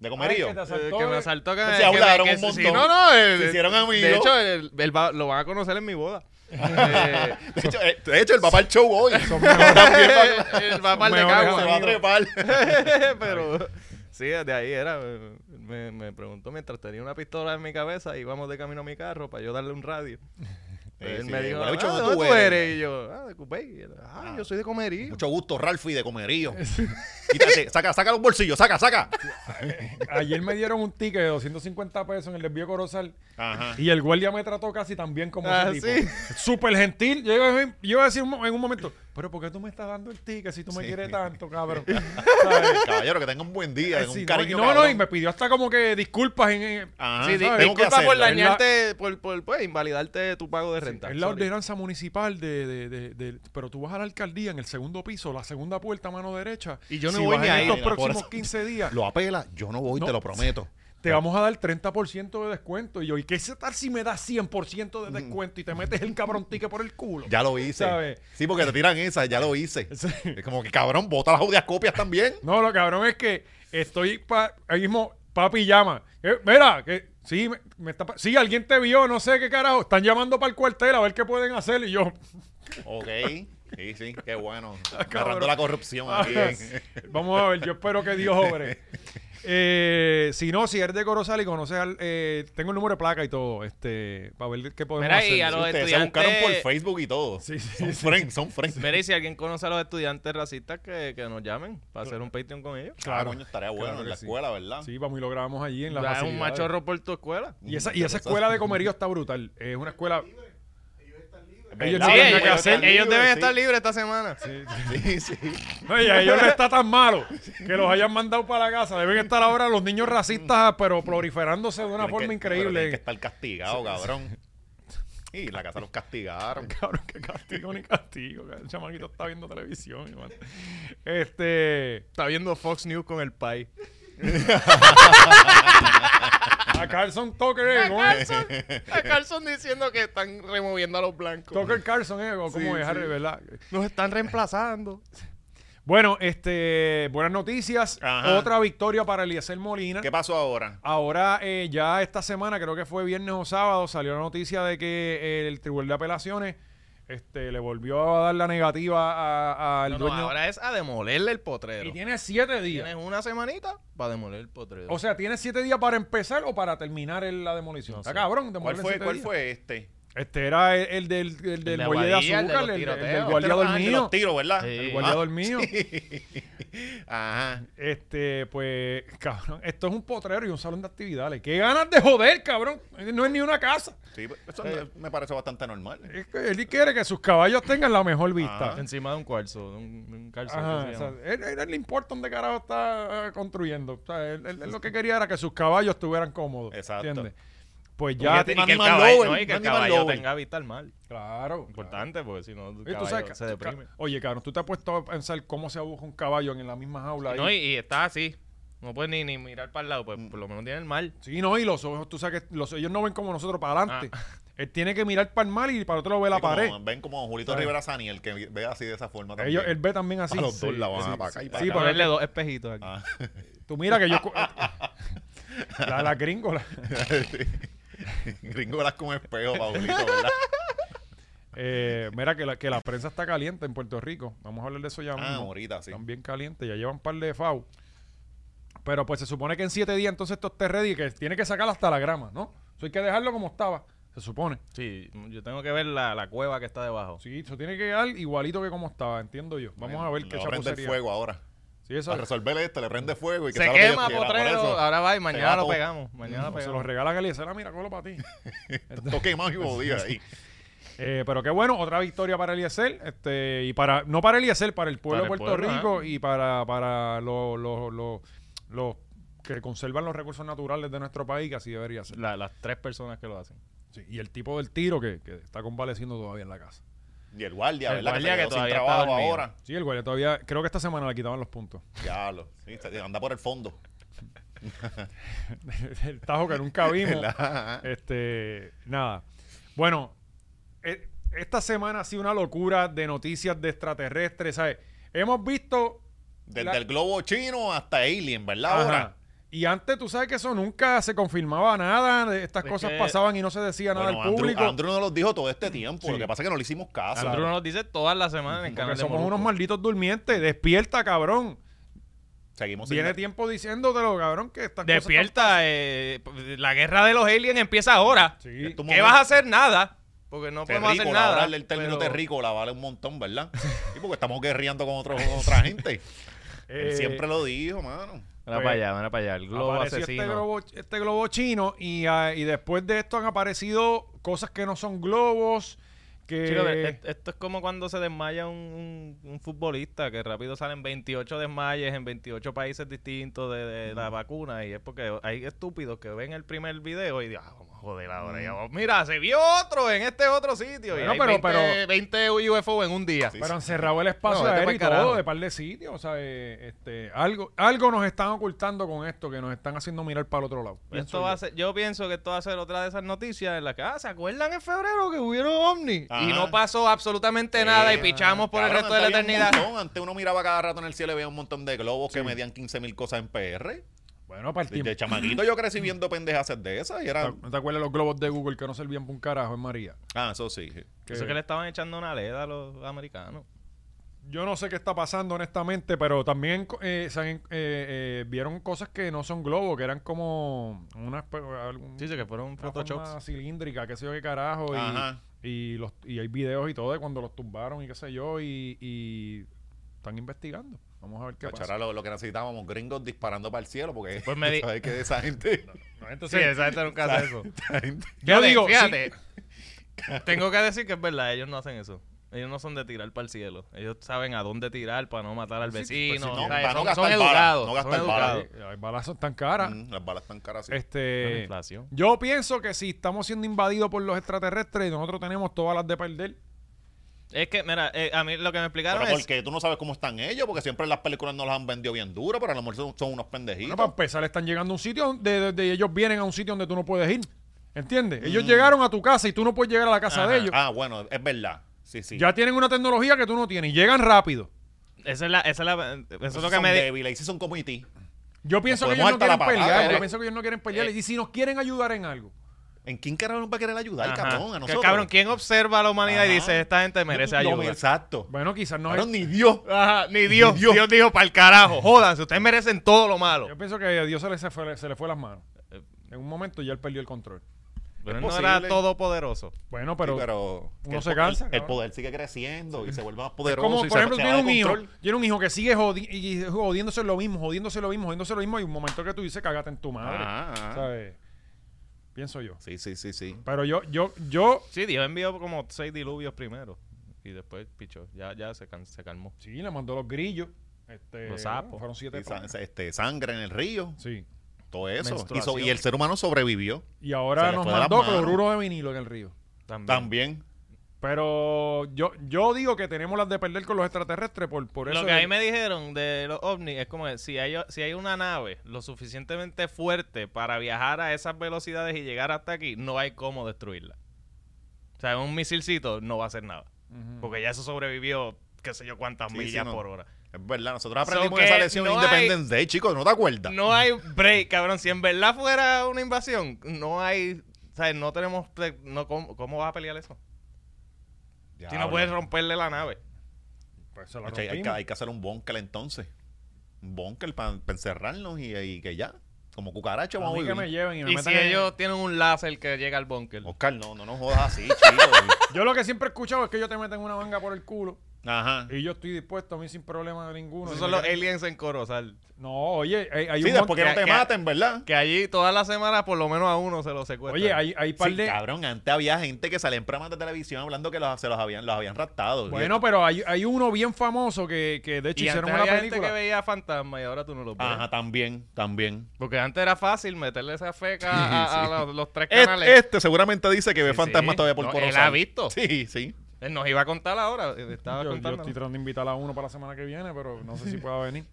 Speaker 2: ¿De
Speaker 1: Ay,
Speaker 2: comerío?
Speaker 1: que te
Speaker 3: Eh,
Speaker 1: asaltó,
Speaker 3: que me
Speaker 1: eh.
Speaker 3: asaltó que,
Speaker 2: Se
Speaker 3: que me-
Speaker 2: hablaron
Speaker 3: que
Speaker 2: un
Speaker 3: sí,
Speaker 2: montón.
Speaker 3: no, no, eh,
Speaker 2: Se hicieron amigos.
Speaker 3: De hecho, el- el va- lo van a conocer en mi boda. Eh,
Speaker 2: De hecho, eh, de hecho, el papá al show hoy.
Speaker 1: Son
Speaker 2: Se
Speaker 1: mejores.
Speaker 3: el papá de
Speaker 1: Mejor
Speaker 3: Cagua.
Speaker 2: va a trepar.
Speaker 3: Pero sí, de ahí era. Me, me preguntó mientras tenía una pistola en mi cabeza, íbamos de camino a mi carro para yo darle un radio. Él
Speaker 2: sí,
Speaker 3: me dijo,
Speaker 2: huele
Speaker 3: ah,
Speaker 2: bicho,
Speaker 3: ¿de
Speaker 2: ¿dónde
Speaker 3: dónde tú
Speaker 2: tú eres?
Speaker 3: eres? Y yo, ah, de Cupey. Y él, Ah, yo soy de Comerío.
Speaker 2: Mucho gusto, Ralphie de comerío. Quítate, saca, saca los bolsillos, saca, saca.
Speaker 1: Ayer me dieron un ticket de 250 pesos en el desvío Corozal
Speaker 2: Ajá.
Speaker 1: y el guardia me trató casi tan bien como
Speaker 3: Ah,
Speaker 1: ese tipo.
Speaker 3: ¿sí?
Speaker 1: Súper gentil. Yo iba, a decir- yo iba a decir un mo- en un momento, Pero ¿por qué tú me estás dando el ticket si tú me
Speaker 2: Sí.
Speaker 1: quieres tanto, cabrón? ¿Sabes?
Speaker 2: Caballero, que tenga un buen día,
Speaker 1: Sí,
Speaker 2: un
Speaker 1: no,
Speaker 2: cariño.
Speaker 1: no, no,
Speaker 2: cabrón.
Speaker 1: y me pidió hasta como que disculpas en... en-
Speaker 2: Ajá,
Speaker 3: sí, di-
Speaker 2: tengo que
Speaker 3: disculpa por
Speaker 2: hacerlo.
Speaker 1: dañar-
Speaker 3: dañarte, por, por pues, invalidarte tu pago de renta.
Speaker 1: es la
Speaker 3: Sorry.
Speaker 1: ordenanza municipal de, de- de- de- Pero tú vas a la alcaldía en el segundo piso, la segunda puerta, mano derecha.
Speaker 3: Y yo no
Speaker 1: si
Speaker 3: voy
Speaker 1: vas
Speaker 3: ni
Speaker 1: en
Speaker 3: ahí,
Speaker 1: estos
Speaker 2: mira, por
Speaker 1: próximos
Speaker 2: eso.
Speaker 1: 15 días,
Speaker 2: Lo apela, yo no voy,
Speaker 1: No.
Speaker 2: te lo prometo.
Speaker 1: te vamos a dar 30% de descuento. Y yo, ¿y qué se tal si me das 100% de descuento y te metes el cabrón ticket por el culo?
Speaker 2: Ya lo hice.
Speaker 1: ¿Sabes?
Speaker 2: Sí, porque te tiran esa, ya lo hice.
Speaker 1: Sí.
Speaker 2: Es como que cabrón, bota las audias copias también.
Speaker 1: No, lo cabrón es que estoy pa- ahí mismo, papi llama. Eh, mira, que sí, me, me está pa- sí, alguien te vio, no sé qué carajo. Están llamando para el cuartel a ver qué pueden hacer. Y yo,
Speaker 2: Ok. Sí, sí, qué bueno.
Speaker 1: Ah, cabrón. Ah,
Speaker 2: Agarrando la corrupción aquí.
Speaker 1: vamos a ver, yo espero que Dios obre. Eh, si no, si eres de Corozal y conoces al. eh, tengo el número de placa y todo, este, para ver qué podemos
Speaker 3: Mira, y
Speaker 1: hacer.
Speaker 3: a los
Speaker 2: Ustedes se
Speaker 3: estudiantes-
Speaker 2: buscaron por Facebook y todo.
Speaker 1: Sí, sí,
Speaker 2: son friends, son friends.
Speaker 3: Mira, y si alguien conoce a los estudiantes racistas, que, que nos llamen para hacer un Patreon con ellos.
Speaker 2: Ah, coño, estaría bueno
Speaker 1: claro
Speaker 2: en
Speaker 1: que
Speaker 2: la
Speaker 1: sí.
Speaker 2: escuela, ¿verdad?
Speaker 1: Sí, vamos y lo grabamos allí en la
Speaker 3: Da un
Speaker 1: facilidades.
Speaker 3: machorro por tu escuela.
Speaker 1: Y esa, y esa escuela de comerío está brutal. Es una escuela. Ellos
Speaker 2: ¿Verdad?
Speaker 1: no
Speaker 3: Sí,
Speaker 1: tienen
Speaker 3: ellos,
Speaker 1: nada que hacer.
Speaker 3: ellos deben
Speaker 2: sí.
Speaker 3: estar libres esta semana.
Speaker 2: Sí, sí.
Speaker 1: No, y a ellos les está tan malo que los hayan mandado para la casa. Deben estar ahora los niños racistas, pero proliferándose de una
Speaker 2: Tienen
Speaker 1: forma
Speaker 2: que- pero
Speaker 1: increíble.
Speaker 2: tienen que estar castigado, cabrón. Y la casa los castigaron.
Speaker 1: Cabrón, que castigo ni castigo. El chamaquito está viendo televisión, hermano. Este.
Speaker 3: Está viendo Fox News con el país.
Speaker 1: A Carlson Tucker, eh, ¿cómo es?
Speaker 3: a Carlson diciendo que están removiendo a los blancos.
Speaker 1: Tucker Carlson, eh, ¿cómo es, Harry, verdad?
Speaker 3: Nos están reemplazando.
Speaker 1: Bueno, este. Buenas noticias.
Speaker 2: Ajá.
Speaker 1: Otra victoria para Eliezer Molina.
Speaker 2: ¿Qué pasó ahora?
Speaker 1: Ahora, eh, ya esta semana, creo que fue viernes o sábado, salió la noticia de que eh, el Tribunal de Apelaciones este, le volvió a dar la negativa a- a- al
Speaker 3: No, no,
Speaker 1: dueño.
Speaker 3: ahora es a demolerle el
Speaker 1: y
Speaker 3: potrero.
Speaker 1: tiene siete
Speaker 3: Tienes
Speaker 1: días.
Speaker 3: una semanita para demoler el potrero.
Speaker 1: O sea, tiene siete días para empezar o para terminar el- la demolición.
Speaker 3: No
Speaker 1: Está
Speaker 3: sé.
Speaker 1: cabrón,
Speaker 2: ¿Cuál
Speaker 1: demoler en
Speaker 2: fue,
Speaker 1: siete
Speaker 2: cuál
Speaker 1: días.
Speaker 2: fue este?
Speaker 1: Este era el, el del, el del
Speaker 3: de
Speaker 1: muelle de
Speaker 3: Aguadilla, el de
Speaker 1: azúcar, el,
Speaker 3: los
Speaker 1: el del
Speaker 3: tiroteos.
Speaker 1: guardia
Speaker 2: Este era- ah, el de
Speaker 1: dormido.
Speaker 2: los tiros, ¿verdad?
Speaker 3: Sí.
Speaker 1: El guardia
Speaker 2: Ah,
Speaker 1: dormido.
Speaker 2: Ajá.
Speaker 1: Este, pues, cabrón, esto es un potrero y un salón de actividades. ¡Qué ganas de joder, cabrón! No es ni una casa.
Speaker 2: Sí, pues, eso
Speaker 1: Eh.
Speaker 2: me- me parece bastante normal.
Speaker 1: Es que él quiere que sus caballos tengan la mejor vista.
Speaker 2: Ajá.
Speaker 3: Encima de un cuarzo, de un, de un calzón.
Speaker 1: Ajá,
Speaker 3: que se
Speaker 1: o
Speaker 3: llama.
Speaker 1: sea, él, él- él le importa dónde carajo está eh, construyendo. O sea, él, él- él lo que quería era que sus caballos estuvieran cómodos.
Speaker 2: Exacto.
Speaker 1: ¿Entiendes? Pues
Speaker 3: Y
Speaker 1: ya.
Speaker 3: que-
Speaker 2: te-
Speaker 3: y que el
Speaker 2: Animal
Speaker 3: caballo,
Speaker 2: lover,
Speaker 3: no, y que el
Speaker 2: animal
Speaker 3: caballo
Speaker 2: lover.
Speaker 3: tenga vista al mal.
Speaker 1: Claro.
Speaker 3: Importante, porque si no, el
Speaker 1: Y tú
Speaker 3: caballo
Speaker 1: sabes que-
Speaker 3: se
Speaker 1: tú ca-
Speaker 3: deprime.
Speaker 1: Oye, cabrón, tú te has puesto a pensar cómo se abuja un caballo en la misma jaula. ahí?
Speaker 3: No, y, y está así. No puedes ni, ni mirar para el lado, pues por lo menos tiene el mal.
Speaker 1: Sí, no, y los ojos, tú sabes que los, ellos no ven como nosotros para adelante.
Speaker 3: Ah.
Speaker 1: Él tiene que mirar para el mar y para el otro lado ve la
Speaker 2: Sí, como-
Speaker 1: pared.
Speaker 2: ven como Julito
Speaker 1: ¿Sabes?
Speaker 2: Rivera Sani, el que ve así de esa forma también.
Speaker 1: Ellos, él ve también así.
Speaker 2: A los dos
Speaker 1: Sí,
Speaker 2: lados,
Speaker 1: sí,
Speaker 2: ajá, para
Speaker 1: sí,
Speaker 2: acá y
Speaker 1: sí,
Speaker 2: para
Speaker 1: sí,
Speaker 2: acá.
Speaker 1: pero él-
Speaker 3: Ponerle dos espejitos aquí.
Speaker 2: Ah.
Speaker 1: tú mira que yo. la, la gringola.
Speaker 2: Gringolas con espejo, Paulito, ¿verdad?
Speaker 1: Eh, mira que la, que la prensa está caliente en Puerto Rico. Vamos a hablar de eso ya
Speaker 2: Ah,
Speaker 1: mismo.
Speaker 2: ahorita sí.
Speaker 1: Están bien calientes, ya llevan un par de FAU. Pero pues se supone que en siete días entonces esto esté ready, que tiene que sacar hasta la grama, ¿no? Eso hay que dejarlo como estaba, se supone.
Speaker 3: Sí, yo tengo que ver la, la cueva que está debajo.
Speaker 1: Sí, eso tiene que quedar igualito que como estaba, entiendo yo. Vamos a ver
Speaker 2: Le
Speaker 1: qué
Speaker 2: va a prender
Speaker 1: chapucería.
Speaker 2: fuego ahora.
Speaker 1: Sí, eso
Speaker 2: Para resolver este, le prende fuego y que
Speaker 3: Se
Speaker 2: sea lo que Dios
Speaker 3: quema,
Speaker 2: quiera, por
Speaker 3: potrero.
Speaker 2: eso.
Speaker 3: Ahora va y
Speaker 2: va
Speaker 3: mañana lo
Speaker 2: todo. Mm,
Speaker 3: pegamos. Mañana
Speaker 1: no,
Speaker 3: lo
Speaker 1: se lo
Speaker 3: pegamos.
Speaker 1: regala que le dice, "Ah, mira, colo para ti.
Speaker 2: Toque más y bodía ahí.
Speaker 1: Eh, pero qué bueno, otra victoria para Eliezer, este, y para, no para Eliezer, para el pueblo
Speaker 3: Para
Speaker 1: de
Speaker 3: el
Speaker 1: Puerto
Speaker 3: pueblo,
Speaker 1: Rico
Speaker 3: ajá.
Speaker 1: y para, para los, los, los- los que conservan los recursos naturales de nuestro país, que así debería ser.
Speaker 3: La- las tres personas que lo hacen.
Speaker 1: Sí, y el tipo del tiro que, que está convaleciendo todavía en la casa.
Speaker 2: Y el guardia,
Speaker 3: El
Speaker 2: ¿verdad?
Speaker 3: guardia
Speaker 2: se
Speaker 3: que
Speaker 2: quedó sin
Speaker 3: todavía está
Speaker 2: trabajo
Speaker 3: dormido.
Speaker 2: ahora.
Speaker 1: Sí, el guardia todavía, creo que esta semana le quitaban los puntos.
Speaker 2: Diablo. Sí, se- anda por el fondo.
Speaker 1: el tajo que nunca vimos.
Speaker 2: Ajá.
Speaker 1: este, nada. Bueno, e- esta semana ha sido una locura de noticias de extraterrestres, ¿sabes? Hemos visto...
Speaker 2: Desde
Speaker 1: la-
Speaker 2: el globo chino hasta Alien, ¿verdad?
Speaker 1: Ajá.
Speaker 2: Ahora.
Speaker 1: Y antes tú sabes que eso nunca se confirmaba nada, de- estas
Speaker 3: Es
Speaker 1: cosas
Speaker 3: que-
Speaker 1: pasaban y no se decía nada
Speaker 2: Bueno,
Speaker 1: al
Speaker 2: Andrew,
Speaker 1: público.
Speaker 2: Andrew nos los dijo todo este tiempo. Lo
Speaker 1: Sí.
Speaker 2: que pasa es que no le hicimos caso.
Speaker 3: Andrew nos dice todas las semanas en el
Speaker 1: porque
Speaker 3: canal de
Speaker 1: somos
Speaker 3: Molusco.
Speaker 1: unos malditos durmientes, despierta cabrón.
Speaker 2: Seguimos sin-
Speaker 1: Viene tiempo diciéndotelo, cabrón, que estas cosas
Speaker 3: Despierta, eh, la guerra de los aliens empieza ahora.
Speaker 1: están- Sí.
Speaker 2: Es tu
Speaker 3: ¿Qué
Speaker 2: momento.
Speaker 3: vas a hacer? Nada. Porque no podemos hacer
Speaker 2: Terrícola,
Speaker 3: nada.
Speaker 2: ahora el término
Speaker 3: pero-
Speaker 2: terrícola vale un montón, ¿verdad? Sí, porque estamos guerreando con, otro- con otra gente. Él
Speaker 1: Eh,
Speaker 2: siempre lo dijo, mano.
Speaker 3: Mira
Speaker 1: Pues,
Speaker 3: para allá, mira para allá. El globo
Speaker 1: apareció
Speaker 3: asesino.
Speaker 1: Este globo, este globo chino y, ah, y después de esto han aparecido cosas que no son globos, que...
Speaker 3: Chico, e- esto es como cuando se desmaya un, un- un futbolista, que rápido salen 28 desmayes en 28 países distintos de, de la vacuna, y es porque hay estúpidos que ven el primer video y dicen, "Ah, vamos a joder ahora, ya vamos". mira, se vio otro en este otro sitio,
Speaker 1: Bueno,
Speaker 3: y hay
Speaker 1: pero-
Speaker 3: 20,
Speaker 1: pero-
Speaker 3: 20 UFO en un día.
Speaker 1: Pero han cerrado el espacio
Speaker 3: No, vete
Speaker 1: aéreo
Speaker 3: pa'l
Speaker 1: y todo,
Speaker 3: carajo.
Speaker 1: de par de sitios, o sea, eh, este, algo, algo nos están ocultando con esto, que nos están haciendo mirar para el otro lado.
Speaker 3: Pues
Speaker 1: Pienso
Speaker 3: Esto va a
Speaker 1: yo.
Speaker 3: ser- yo pienso que esto va a ser otra de esas noticias en las que, ah, ¿se acuerdan en febrero que hubieron ovnis?
Speaker 2: Ajá.
Speaker 3: Y no pasó absolutamente Este, nada y
Speaker 2: Eh,
Speaker 3: pichamos por
Speaker 2: cabrón,
Speaker 3: el resto de la
Speaker 2: antes había un
Speaker 3: eternidad.
Speaker 2: montón. Antes uno miraba cada rato en el cielo y veía un montón de globos que medían 15 mil cosas en PR.
Speaker 1: Bueno, para el
Speaker 2: De,
Speaker 1: tiempo.
Speaker 2: de chamaquito yo crecí viendo pendejas de esas y era...
Speaker 1: ¿No te acuerdas los globos de Google que no servían para un carajo en María?
Speaker 2: Ah, eso sí.
Speaker 3: Eso que le estaban echando una leda a los americanos.
Speaker 1: Yo no sé qué está pasando, honestamente, pero también eh, se han, eh, eh, vieron cosas que no son globos, que eran como unas pues, algún-
Speaker 3: Sí, sí, que fueron
Speaker 1: una forma
Speaker 3: photoshops.
Speaker 1: cilíndrica, qué sé yo qué carajo. y-
Speaker 2: Ajá.
Speaker 1: Y, los, y hay videos y todo de cuando los tumbaron y qué sé yo, y, y están investigando. Vamos a ver qué
Speaker 2: Cachara,
Speaker 1: pasa.
Speaker 2: Pues lo, lo que necesitábamos, gringos disparando para el cielo, porque
Speaker 3: Pues me di-
Speaker 2: sabes que esa gente...
Speaker 1: No,
Speaker 3: Sí,
Speaker 1: entonces,
Speaker 3: esa gente nunca hace eso.
Speaker 2: esa gente-
Speaker 1: yo
Speaker 3: Fíjate,
Speaker 1: digo,
Speaker 3: fíjate, tengo que decir que es verdad, ellos no hacen eso. Ellos no son de tirar para el cielo. Ellos saben a dónde tirar para no matar al
Speaker 1: Pues sí,
Speaker 3: vecino.
Speaker 1: pues sí,
Speaker 3: o
Speaker 1: no,
Speaker 3: sea,
Speaker 2: para no
Speaker 3: son,
Speaker 2: gastar
Speaker 3: son
Speaker 2: bala,
Speaker 3: educados.
Speaker 2: no
Speaker 3: son
Speaker 2: gastar bala.
Speaker 3: educados.
Speaker 1: sí, las balazos tan caras.
Speaker 2: Mm, las balas están caras. sí.
Speaker 3: La
Speaker 1: Este,
Speaker 3: inflación.
Speaker 1: yo pienso que si estamos siendo invadidos por los extraterrestres, nosotros tenemos todas las de perder.
Speaker 3: Es que, mira, eh, a mí lo que me explicaron
Speaker 2: pero
Speaker 3: es...
Speaker 2: porque tú no sabes cómo están ellos, porque siempre las películas nos las han vendido bien duro, pero a lo mejor son, son unos
Speaker 1: Bueno,
Speaker 2: pendejitos.
Speaker 3: pues,
Speaker 1: para empezar, están llegando a un sitio donde donde ellos vienen a un sitio donde tú no puedes ir. ¿Entiendes? Ellos llegaron a tu casa y tú no puedes llegar a la casa de ellos.
Speaker 2: Mm. ah, bueno, es verdad. Sí, sí.
Speaker 1: Ya tienen una tecnología que tú no tienes y llegan rápido.
Speaker 3: Esa es la, esa es la, eso es
Speaker 2: Esos
Speaker 3: lo que
Speaker 2: son
Speaker 3: me... di-
Speaker 2: débiles, y si son E community.
Speaker 1: Yo pienso que ellos
Speaker 2: podemos
Speaker 1: no
Speaker 2: hartar la
Speaker 1: quieren
Speaker 2: patada,
Speaker 1: pelear. Yo
Speaker 2: pero-
Speaker 1: pienso que ellos no quieren pelear.
Speaker 3: Eh.
Speaker 1: Y si nos quieren ayudar en algo.
Speaker 2: ¿En quién carajo va a querer ayudar,
Speaker 3: Ajá.
Speaker 2: cabrón? A
Speaker 3: Que,
Speaker 2: nosotros.
Speaker 3: cabrón, ¿quién observa a la humanidad y
Speaker 2: Ajá.
Speaker 3: dice, esta gente merece
Speaker 2: Yo-
Speaker 3: ayuda?
Speaker 2: no, Exacto.
Speaker 1: Bueno, quizás no.
Speaker 2: Cabrón,
Speaker 1: es-
Speaker 2: ni Dios.
Speaker 3: Ajá, ni Dios. Dios. dijo, para el carajo, jódanse, ustedes merecen todo lo malo.
Speaker 1: Yo pienso que a Dios se le se fue, se le fue las manos.
Speaker 2: Eh,
Speaker 1: En un momento ya él perdió el control.
Speaker 3: Pero
Speaker 2: Es
Speaker 3: no era
Speaker 2: posible.
Speaker 3: todopoderoso.
Speaker 1: Bueno,
Speaker 2: Sí,
Speaker 1: pero,
Speaker 2: Pero,
Speaker 1: uno
Speaker 2: que el
Speaker 1: se
Speaker 2: po- el-
Speaker 1: cansa,
Speaker 2: El,
Speaker 1: cabrón.
Speaker 2: poder sigue creciendo y se vuelve más poderoso.
Speaker 1: como
Speaker 2: y
Speaker 1: por
Speaker 2: se-
Speaker 1: ejemplo
Speaker 2: se
Speaker 1: tiene
Speaker 2: va
Speaker 1: un
Speaker 2: de
Speaker 1: hijo
Speaker 2: control.
Speaker 1: tiene un hijo que sigue jodi- y- y jodiéndose lo mismo jodiéndose lo mismo jodiéndose lo mismo y un momento que tú dices cágate en tu madre
Speaker 2: Ah, ah.
Speaker 1: ¿sabes? pienso yo
Speaker 2: Sí, sí, sí, sí.
Speaker 1: pero yo yo yo
Speaker 3: Sí, Dios envió como seis diluvios primero. Y después pichó. Ya, ya se, can- se calmó.
Speaker 1: sí le mandó los grillos este,
Speaker 3: Los sapos.
Speaker 1: bueno, fueron siete
Speaker 2: Y sa-
Speaker 1: panas.
Speaker 2: este, sangre en el río,
Speaker 1: sí
Speaker 2: todo eso. Y, so-
Speaker 3: Menstruación.
Speaker 2: y el ser humano sobrevivió
Speaker 1: y
Speaker 2: Se
Speaker 1: ahora
Speaker 2: le
Speaker 1: nos
Speaker 2: fue de las
Speaker 1: mandó
Speaker 2: manos.
Speaker 1: cloruro de vinilo en el río
Speaker 3: También.
Speaker 2: también.
Speaker 1: pero yo yo digo que tenemos las de perder con los extraterrestres por, por eso
Speaker 3: Lo que
Speaker 1: de-
Speaker 3: ahí me dijeron de los ovnis es como que si hay, si hay una nave lo suficientemente fuerte para viajar a esas velocidades y llegar hasta aquí, no hay cómo destruirla. O sea, un misilcito no va a hacer nada.
Speaker 1: Ujú.
Speaker 3: Porque ya eso sobrevivió, qué sé yo, cuántas
Speaker 2: Sí, sí,
Speaker 3: millas
Speaker 2: no.
Speaker 3: por hora.
Speaker 2: Es verdad, nosotros
Speaker 3: So
Speaker 2: aprendimos
Speaker 3: que
Speaker 2: esa lección
Speaker 3: no
Speaker 2: en Independence Day, chicos, ¿no te acuerdas?
Speaker 3: No hay break, cabrón. Si en verdad fuera una invasión, no hay... O sea, no tenemos... ple- No, ¿cómo, ¿Cómo vas a pelear eso? Si
Speaker 2: Diablo.
Speaker 3: no puedes romperle la nave.
Speaker 1: Pues se la
Speaker 2: Oye, hay, que,
Speaker 1: rompimos.
Speaker 2: hay que hacer un bunker entonces. Un bunker para encerrarnos y, y que ya. Como cucaracha
Speaker 1: a
Speaker 2: vamos a
Speaker 1: mí que
Speaker 2: vivir.
Speaker 1: me lleven y me
Speaker 3: Y
Speaker 1: metan
Speaker 3: si
Speaker 1: en-
Speaker 3: ellos tienen un láser que llega al búnker.
Speaker 2: Oscar, no, no nos jodas así, chicos.
Speaker 1: yo lo que siempre he escuchado es que ellos te meten una manga por el culo
Speaker 2: Ajá.
Speaker 1: y yo estoy dispuesto a mí sin problema ninguno
Speaker 3: Esos
Speaker 1: Y
Speaker 3: son
Speaker 1: me
Speaker 3: los
Speaker 1: caen-
Speaker 3: aliens en Corozal.
Speaker 1: No, oye, hay, hay
Speaker 2: Sí,
Speaker 1: un
Speaker 2: después
Speaker 1: montón-
Speaker 2: que no
Speaker 3: que-
Speaker 2: te
Speaker 3: que-
Speaker 2: maten, ¿verdad?
Speaker 3: Que allí todas las semanas por lo menos a uno se lo secuestran.
Speaker 1: Oye, hay, hay par
Speaker 2: Sí,
Speaker 1: de...
Speaker 2: cabrón, antes había gente que salía en programas de televisión hablando que los, se los habían, los habían raptado.
Speaker 1: Bueno, pero hay, hay uno bien famoso que, que de hecho
Speaker 3: y antes
Speaker 1: hicieron una
Speaker 3: había gente
Speaker 1: película.
Speaker 3: que veía fantasmas y ahora tú no los
Speaker 1: pues.
Speaker 3: ves.
Speaker 2: Ajá, también, también.
Speaker 3: Porque antes era fácil meterle esa feca a, a los, los tres
Speaker 2: Et-
Speaker 3: canales.
Speaker 2: Este seguramente dice que ve
Speaker 3: Sí,
Speaker 2: fantasmas
Speaker 3: sí.
Speaker 2: todavía por
Speaker 3: No,
Speaker 2: Corozal.
Speaker 3: él ha visto.
Speaker 2: Sí, sí.
Speaker 3: Él nos iba a contar ahora. eh, Estaba
Speaker 1: Yo, yo
Speaker 3: contando.
Speaker 1: estoy tratando de invitar a uno para la semana que viene, pero no sé si pueda venir.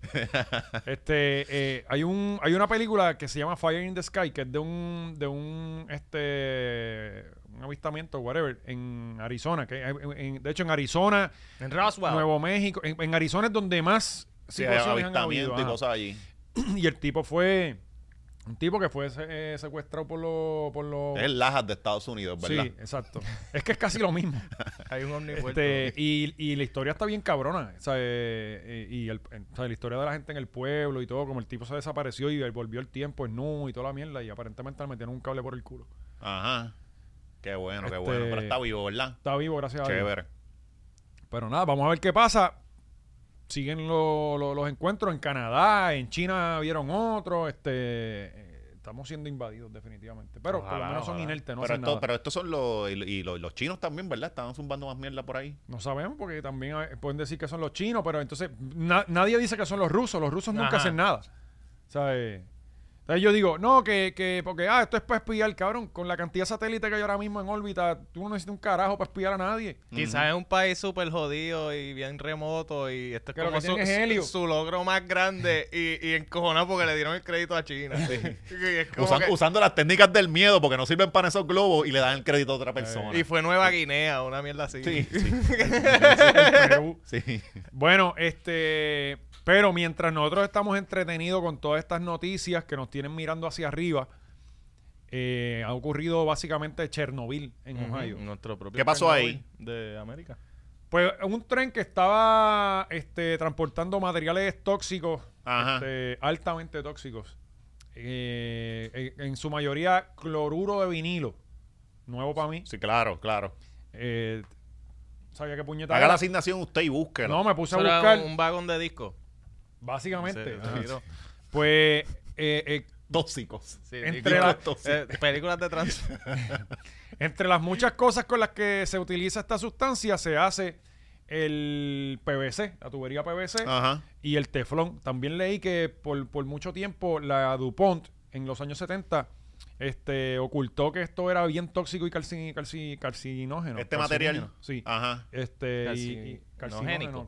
Speaker 1: Este, eh, hay un, hay una película que se llama Fire in the Sky, que es de un, de un, este, un avistamiento, whatever, en Arizona. Que, hay- en- de hecho, en Arizona,
Speaker 3: En Roswell.
Speaker 1: Nuevo México, en, en Arizona es donde más
Speaker 2: Sí,
Speaker 1: situaciones han
Speaker 2: avistamiento
Speaker 1: habido,
Speaker 2: y
Speaker 1: ajá.
Speaker 2: cosas allí.
Speaker 1: Y el tipo fue. Un tipo que fue eh, secuestrado por los. Por los
Speaker 2: Es el Lajas de Estados Unidos,
Speaker 1: sí,
Speaker 2: ¿verdad?
Speaker 1: exacto. Es que es casi lo mismo.
Speaker 3: Hay un omnipuerto.
Speaker 1: Este, y, y la historia está bien cabrona. o sea, eh, eh, y el- eh, o sea, la historia de la gente en el pueblo y todo, como el tipo se desapareció y volvió el tiempo en nu y toda la mierda. Y aparentemente le metieron un cable por el culo.
Speaker 2: Ajá. Qué bueno, qué
Speaker 1: Este-
Speaker 2: bueno. Pero está vivo, ¿verdad?
Speaker 1: Está vivo, Este gracias a Dios.
Speaker 2: Chévere.
Speaker 1: Pero nada, vamos a ver qué pasa. Siguen lo- lo- los encuentros en Canadá, en China vieron otro, este eh, estamos siendo invadidos definitivamente. Pero por lo
Speaker 3: Ojalá,
Speaker 1: menos son
Speaker 3: ojalá.
Speaker 1: inertes, no
Speaker 2: pero,
Speaker 1: hacen
Speaker 2: esto-
Speaker 1: nada.
Speaker 2: pero estos son los. Y, y los, los chinos también, ¿verdad? Estaban zumbando más mierda por ahí.
Speaker 1: No sabemos porque también eh, pueden decir que son los chinos, pero entonces na- nadie dice que son los rusos. Los rusos nunca
Speaker 3: Ajá.
Speaker 1: hacen nada. O sea, eh, entonces yo digo, no, que, que porque ah, esto es para espiar, cabrón. Con la cantidad de satélites que hay ahora mismo en órbita, tú no necesitas un carajo para espiar a nadie.
Speaker 3: Quizás es un país súper jodido y bien remoto y este es
Speaker 1: Que lo
Speaker 3: como
Speaker 1: que
Speaker 3: su,
Speaker 1: tienen es helio.
Speaker 3: su logro más grande y, y encojonado porque le dieron el crédito a China. Y, es como
Speaker 2: Usan-
Speaker 3: que-
Speaker 2: Usando las técnicas del miedo porque no sirven para esos globos y le dan el crédito a
Speaker 1: Eh,
Speaker 2: otra persona.
Speaker 3: y fue Nueva Guinea, una mierda así.
Speaker 2: Sí,
Speaker 1: El Perú.
Speaker 2: sí.
Speaker 1: Bueno, este, pero mientras nosotros estamos entretenidos con todas estas noticias que nos tienen mirando hacia arriba, eh, ha ocurrido básicamente Chernobyl en
Speaker 3: Ujú,
Speaker 1: Ohio.
Speaker 3: Nuestro propio
Speaker 2: ¿Qué pasó ahí?
Speaker 3: Chernobyl De América.
Speaker 1: Pues un tren que estaba este, transportando materiales tóxicos,
Speaker 2: Ajá.
Speaker 1: este, altamente tóxicos, eh, en- en su mayoría cloruro de vinilo, nuevo para mí.
Speaker 2: Sí, claro, claro.
Speaker 1: Eh, sabía qué puñeta.
Speaker 2: Haga
Speaker 1: era.
Speaker 2: la asignación usted y búsquelo.
Speaker 1: No, me puse a
Speaker 3: Eso era
Speaker 1: buscar,
Speaker 3: un vagón de disco. Ah,
Speaker 1: básicamente.
Speaker 3: Se- se
Speaker 1: Ajá.
Speaker 3: tiró.
Speaker 1: Pues eh, eh,
Speaker 2: Tóxicos.
Speaker 3: Sí,
Speaker 1: Entre
Speaker 3: discos
Speaker 1: las-
Speaker 3: tóxicos. Eh, películas de trans.
Speaker 1: Entre las muchas cosas con las que se utiliza esta sustancia, se hace el PVC, la tubería PVC
Speaker 2: Ajá.
Speaker 1: y el teflón. También leí que por, por mucho tiempo la DuPont en los años 70 este, ocultó que esto era bien tóxico y calci- calci- carcinógeno.
Speaker 2: Este
Speaker 1: Carcinógeno,
Speaker 2: material.
Speaker 1: pues Sí.
Speaker 2: Ajá.
Speaker 1: Este, y- y
Speaker 3: Carcinogénico.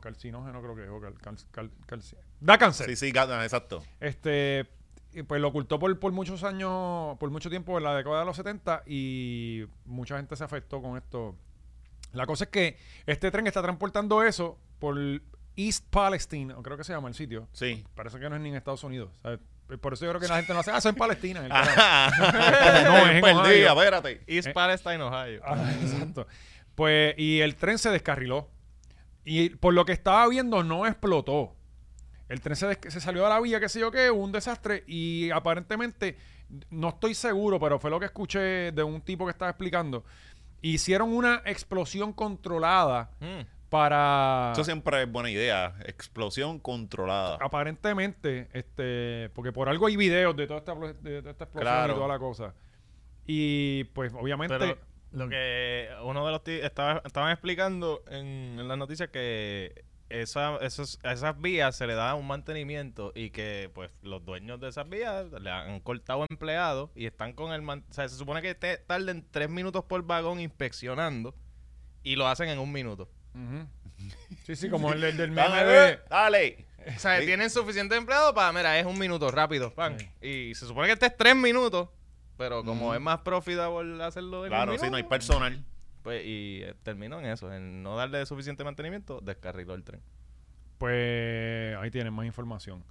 Speaker 1: carcinógeno, carcinógeno creo que es. o cal- cal- cal- calci- da cáncer.
Speaker 2: Sí, sí, gata, exacto.
Speaker 1: Este, y pues lo ocultó por, por muchos años, por mucho tiempo en la década de los 70 y mucha gente se afectó con esto. La cosa es que este tren está transportando eso por East Palestine, o creo que se llama el sitio.
Speaker 2: Sí.
Speaker 1: Parece que no es ni en Estados Unidos. ¿sabes? Por eso yo creo que la gente no hace, ah, eso es en Palestina. el carajo".
Speaker 2: Ajá.
Speaker 1: No, es en
Speaker 2: Perdida,
Speaker 1: Ohio.
Speaker 2: espérate.
Speaker 3: East
Speaker 1: Eh.
Speaker 3: Palestine, Ohio.
Speaker 1: Ah, exacto. Pues, y el tren se descarriló. Y por lo que estaba viendo, no explotó. El tren se, des- se salió de la vía, qué sé yo qué, hubo un desastre. Y aparentemente, no estoy seguro, pero fue lo que escuché de un tipo que estaba explicando. Hicieron una explosión controlada
Speaker 3: Mm.
Speaker 1: para.
Speaker 2: Eso siempre es buena idea. Explosión controlada.
Speaker 1: Ah, Aparentemente, este, porque por algo hay videos de toda esta, plo- de toda esta explosión
Speaker 2: Claro.
Speaker 1: y toda la cosa. Y pues, obviamente.
Speaker 3: Pero lo que uno de los ti- estaba, estaban explicando en, en las noticias que esa, esos- a esas vías se le da un mantenimiento y que pues los dueños de esas vías le han cortado empleados y están con el man- o sea, se supone que te tarden tres minutos por vagón inspeccionando y lo hacen en un minuto.
Speaker 1: Ujú. Sí, sí, como el, el del pues, meme de.
Speaker 2: Dale. Dale.
Speaker 3: O sea,
Speaker 2: Sí.
Speaker 3: tienen suficiente empleado para, mira, es un minuto rápido, pan. Y se supone que este es tres minutos, pero como es más profitable hacerlo en un
Speaker 2: Claro,
Speaker 3: minuto,
Speaker 2: sí, no hay personal.
Speaker 3: Pues, y eh, terminó en eso, en no darle suficiente mantenimiento, descarriló el tren.
Speaker 1: Pues ahí tienen más información.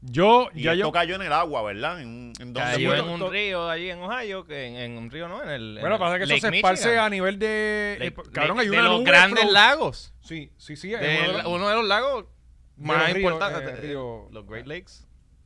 Speaker 1: Yo,
Speaker 2: Y
Speaker 1: ya
Speaker 2: esto
Speaker 1: yo.
Speaker 2: cayó en el agua, ¿verdad? En, un- en donde
Speaker 3: Cayó
Speaker 1: fue
Speaker 3: en
Speaker 1: to-
Speaker 3: un
Speaker 1: to-
Speaker 3: río allí en Ohio, que en, en un río no, en el. en
Speaker 1: Bueno,
Speaker 3: el
Speaker 1: pasa que eso
Speaker 3: Lake
Speaker 1: se esparce
Speaker 3: Michigan.
Speaker 1: a nivel de. eh,
Speaker 3: Lake-
Speaker 1: cabrón,
Speaker 3: Lake-
Speaker 1: hay
Speaker 3: de
Speaker 1: una
Speaker 3: los
Speaker 1: nube
Speaker 3: grandes
Speaker 1: pro-
Speaker 3: lagos.
Speaker 1: Sí, sí, sí. es
Speaker 3: De
Speaker 1: uno de
Speaker 3: la-
Speaker 1: los-
Speaker 3: uno de los lagos
Speaker 1: de
Speaker 3: más
Speaker 1: los ríos,
Speaker 3: importantes.
Speaker 1: eh, río-
Speaker 3: Los Great Lakes.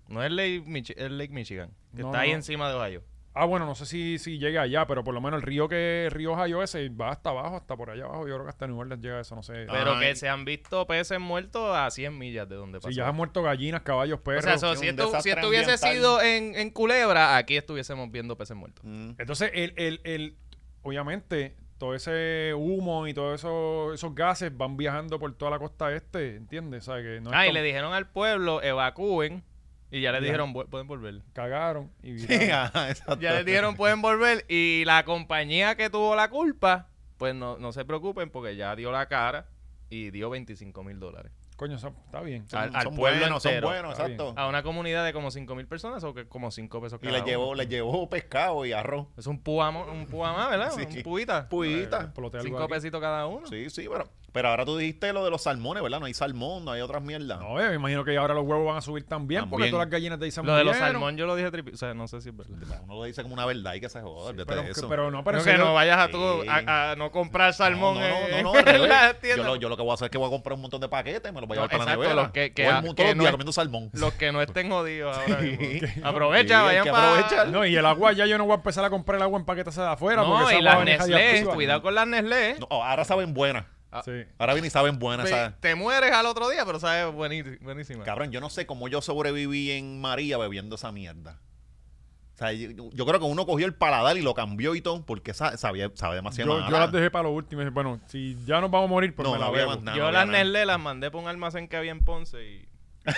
Speaker 3: No es el Lake, Michi- el Lake Michigan, que
Speaker 1: No,
Speaker 3: está ahí
Speaker 1: no.
Speaker 3: encima de Ohio.
Speaker 1: Ah, bueno, no sé si, si llega allá, pero por lo menos el río que el río Ohio ese va hasta abajo, hasta por allá abajo. Yo creo que hasta New Orleans llega eso, no sé.
Speaker 2: Ah,
Speaker 3: Pero que
Speaker 2: y-
Speaker 3: se han visto peces muertos a 100 millas de donde pasó.
Speaker 1: si ya han muerto gallinas, caballos,
Speaker 3: o
Speaker 1: perros.
Speaker 3: sea, eso,
Speaker 2: es
Speaker 3: si,
Speaker 2: un
Speaker 3: esto- si
Speaker 2: desastre
Speaker 3: esto hubiese
Speaker 2: ambiental.
Speaker 3: sido en, en Culebra, aquí estuviésemos viendo peces muertos.
Speaker 2: Mm.
Speaker 1: Entonces, el, el, el, obviamente, todo ese humo y todos esos, esos gases van viajando por toda la costa este, ¿entiendes? O sea, que no es
Speaker 3: ah, y
Speaker 1: como-
Speaker 3: le dijeron al pueblo, evacúen. Y ya le
Speaker 1: Ya.
Speaker 3: dijeron, "Vu- pueden volver.
Speaker 1: cagaron y viraron.
Speaker 2: Sí, ajá, exacto.
Speaker 3: Ya les dijeron, pueden volver. Y la compañía que tuvo la culpa, pues no, no se preocupen porque ya dio la cara y dio 25 mil dólares.
Speaker 1: Coño, eso está bien.
Speaker 2: Son,
Speaker 3: al- al
Speaker 2: son
Speaker 3: pueblo
Speaker 2: buenos, son
Speaker 3: entero.
Speaker 2: buenos,
Speaker 1: Está bien. Ah,
Speaker 2: exacto.
Speaker 3: A una comunidad de como 5 mil personas o que como 5 pesos
Speaker 2: Y
Speaker 3: cada
Speaker 2: les llevó,
Speaker 3: uno.
Speaker 2: les llevó pescado y arroz.
Speaker 3: Es un puama, un puama, ¿verdad?
Speaker 2: Sí.
Speaker 3: Un puita.
Speaker 2: Puidita.
Speaker 1: Exploté algo
Speaker 3: Cinco
Speaker 1: aquí.
Speaker 3: pesitos cada uno.
Speaker 2: Sí, sí, pero, pero ahora tú dijiste lo de los salmones, ¿verdad? No hay salmón, no hay otras mierdas.
Speaker 1: No, eh, me imagino que ahora los huevos van a subir también, porque
Speaker 2: También.
Speaker 1: todas las gallinas de ahí se
Speaker 3: Lo de los
Speaker 1: murieron.
Speaker 3: salmón yo lo dije tripi. O sea, no sé si es verdad.
Speaker 2: Uno lo dice como una verdad y que se joda, olvídate
Speaker 1: Pero,
Speaker 2: de eso.
Speaker 1: pero no, pero
Speaker 3: Pero
Speaker 1: eso
Speaker 3: que
Speaker 1: yo-
Speaker 3: no vayas a,
Speaker 2: Sí.
Speaker 3: tu- a, a no comprar
Speaker 2: No,
Speaker 3: salmón
Speaker 2: no, no,
Speaker 3: en,
Speaker 2: no, al revés.
Speaker 3: la
Speaker 2: yo,
Speaker 3: tienda.
Speaker 2: lo, yo lo que voy a hacer es que voy a comprar un montón de paquetes, me los voy a
Speaker 3: No,
Speaker 2: llevar para la
Speaker 3: exacto,
Speaker 2: nevera.
Speaker 3: los que- que-
Speaker 2: Todo el
Speaker 3: ah,
Speaker 2: mundo-
Speaker 3: que
Speaker 2: todos los
Speaker 3: no
Speaker 2: días
Speaker 3: es-
Speaker 2: comiendo salmón.
Speaker 3: Los que no estén jodidos ahora mismo.
Speaker 2: Sí.
Speaker 3: Aprovecha,
Speaker 2: Sí, hay
Speaker 3: vayan
Speaker 2: que
Speaker 3: pa-
Speaker 2: aprovechar.
Speaker 1: No, y el agua ya yo no voy a empezar a comprar el agua en paquetes de afuera.
Speaker 3: No,
Speaker 1: porque esa
Speaker 3: y
Speaker 1: agua
Speaker 3: las
Speaker 1: viene
Speaker 3: Nestlé,
Speaker 1: radioactiva.
Speaker 3: cuidado con las Nestlé.
Speaker 2: No, ahora saben buenas.
Speaker 3: Ah,
Speaker 1: Sí.
Speaker 2: Ahora vienen y saben buenas.
Speaker 3: Te-
Speaker 2: ¿sabes?
Speaker 3: Te mueres al otro día, pero sabes buenísima.
Speaker 2: Cabrón, yo no sé cómo yo sobreviví en María bebiendo esa mierda. sea, yo, yo creo que uno cogió el paladar y lo cambió y todo porque sa- sabía, sabe demasiado
Speaker 1: Yo,
Speaker 2: mala.
Speaker 1: yo las dejé para lo último. y dije, Bueno, si ya nos vamos a morir, pues
Speaker 2: No,
Speaker 1: me
Speaker 2: no
Speaker 1: la
Speaker 2: había
Speaker 1: bebo.
Speaker 2: más nada.
Speaker 3: Yo
Speaker 2: no,
Speaker 3: las
Speaker 2: obviamente.
Speaker 3: Nestlé las mandé por un almacén que había en Ponce y... me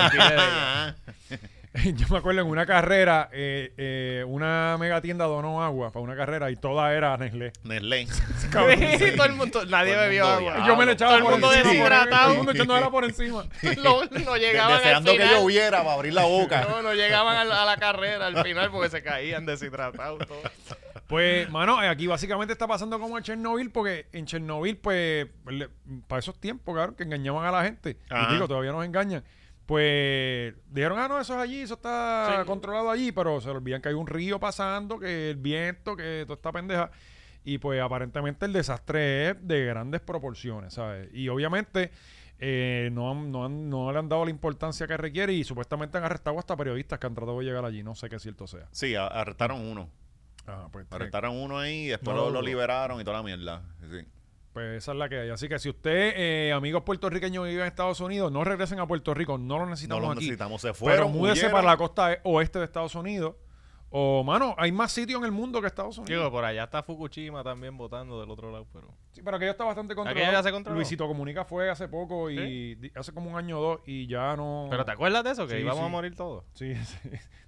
Speaker 3: olvidé de ellas.
Speaker 1: Yo me acuerdo en una carrera, eh, eh, una mega tienda donó agua para una carrera y toda era Nestlé.
Speaker 2: Nestlé.
Speaker 1: Cabrón.
Speaker 3: Sí, todo el mundo, nadie
Speaker 2: Todo el
Speaker 3: bebió
Speaker 2: mundo
Speaker 3: agua.
Speaker 2: odiaba.
Speaker 1: Y yo me la echaba
Speaker 3: Todo el
Speaker 1: por
Speaker 3: mundo
Speaker 1: encima,
Speaker 3: deshidratado.
Speaker 1: Todo el mundo echándomela por encima.
Speaker 3: No, no
Speaker 2: De-
Speaker 3: llegaban al
Speaker 2: deseando que
Speaker 3: final.
Speaker 2: lloviera para abrir la boca.
Speaker 3: No, no llegaban a la, a la carrera al final porque se caían deshidratados. todo.
Speaker 1: Pues, mano, eh, aquí básicamente está pasando como en Chernobyl, porque en Chernobyl, pues, le- para esos tiempos, cabrón, que engañaban a la gente,
Speaker 2: Ajá.
Speaker 1: y digo, todavía nos engañan, pues dijeron, ah, no, eso es allí, eso está
Speaker 3: Sí.
Speaker 1: controlado allí, pero se le olvidan que hay un río pasando, que el viento, que toda esta pendeja. Y pues aparentemente el desastre es de grandes proporciones, ¿sabes? Y obviamente eh, no, han- no, han- no le han dado la importancia que requiere y supuestamente han arrestado hasta periodistas que han tratado de llegar allí, no sé qué cierto sea.
Speaker 2: Sí, a- arrestaron uno.
Speaker 1: Ah, pues, tiene-
Speaker 2: Arrestaron uno ahí y después
Speaker 1: No lo
Speaker 2: lo, lo
Speaker 1: dudo.
Speaker 2: liberaron y toda la mierda. Sí.
Speaker 1: Pues esa es la que hay. Así que si usted, eh, amigos puertorriqueños que viven en Estados Unidos, no regresen a Puerto Rico, no lo
Speaker 2: No
Speaker 1: necesitamos
Speaker 2: lo
Speaker 1: aquí.
Speaker 2: necesitamos, se
Speaker 1: pero
Speaker 2: fueron.
Speaker 1: múdese
Speaker 2: huyeron.
Speaker 1: para la costa e- oeste de Estados Unidos. O, mano, hay más sitios en el mundo que Estados Unidos.
Speaker 3: Digo, por allá está Fukushima también votando del otro lado, pero...
Speaker 1: Sí, pero aquello está bastante controlado.
Speaker 3: Aquello ya se controló.
Speaker 1: Luisito Comunica fue hace poco y
Speaker 3: ¿Sí?
Speaker 1: di- hace como un año o dos y ya no.
Speaker 3: ¿Pero te acuerdas de eso? Que
Speaker 1: Sí,
Speaker 3: íbamos
Speaker 1: sí.
Speaker 3: a morir todos.
Speaker 1: Sí, sí.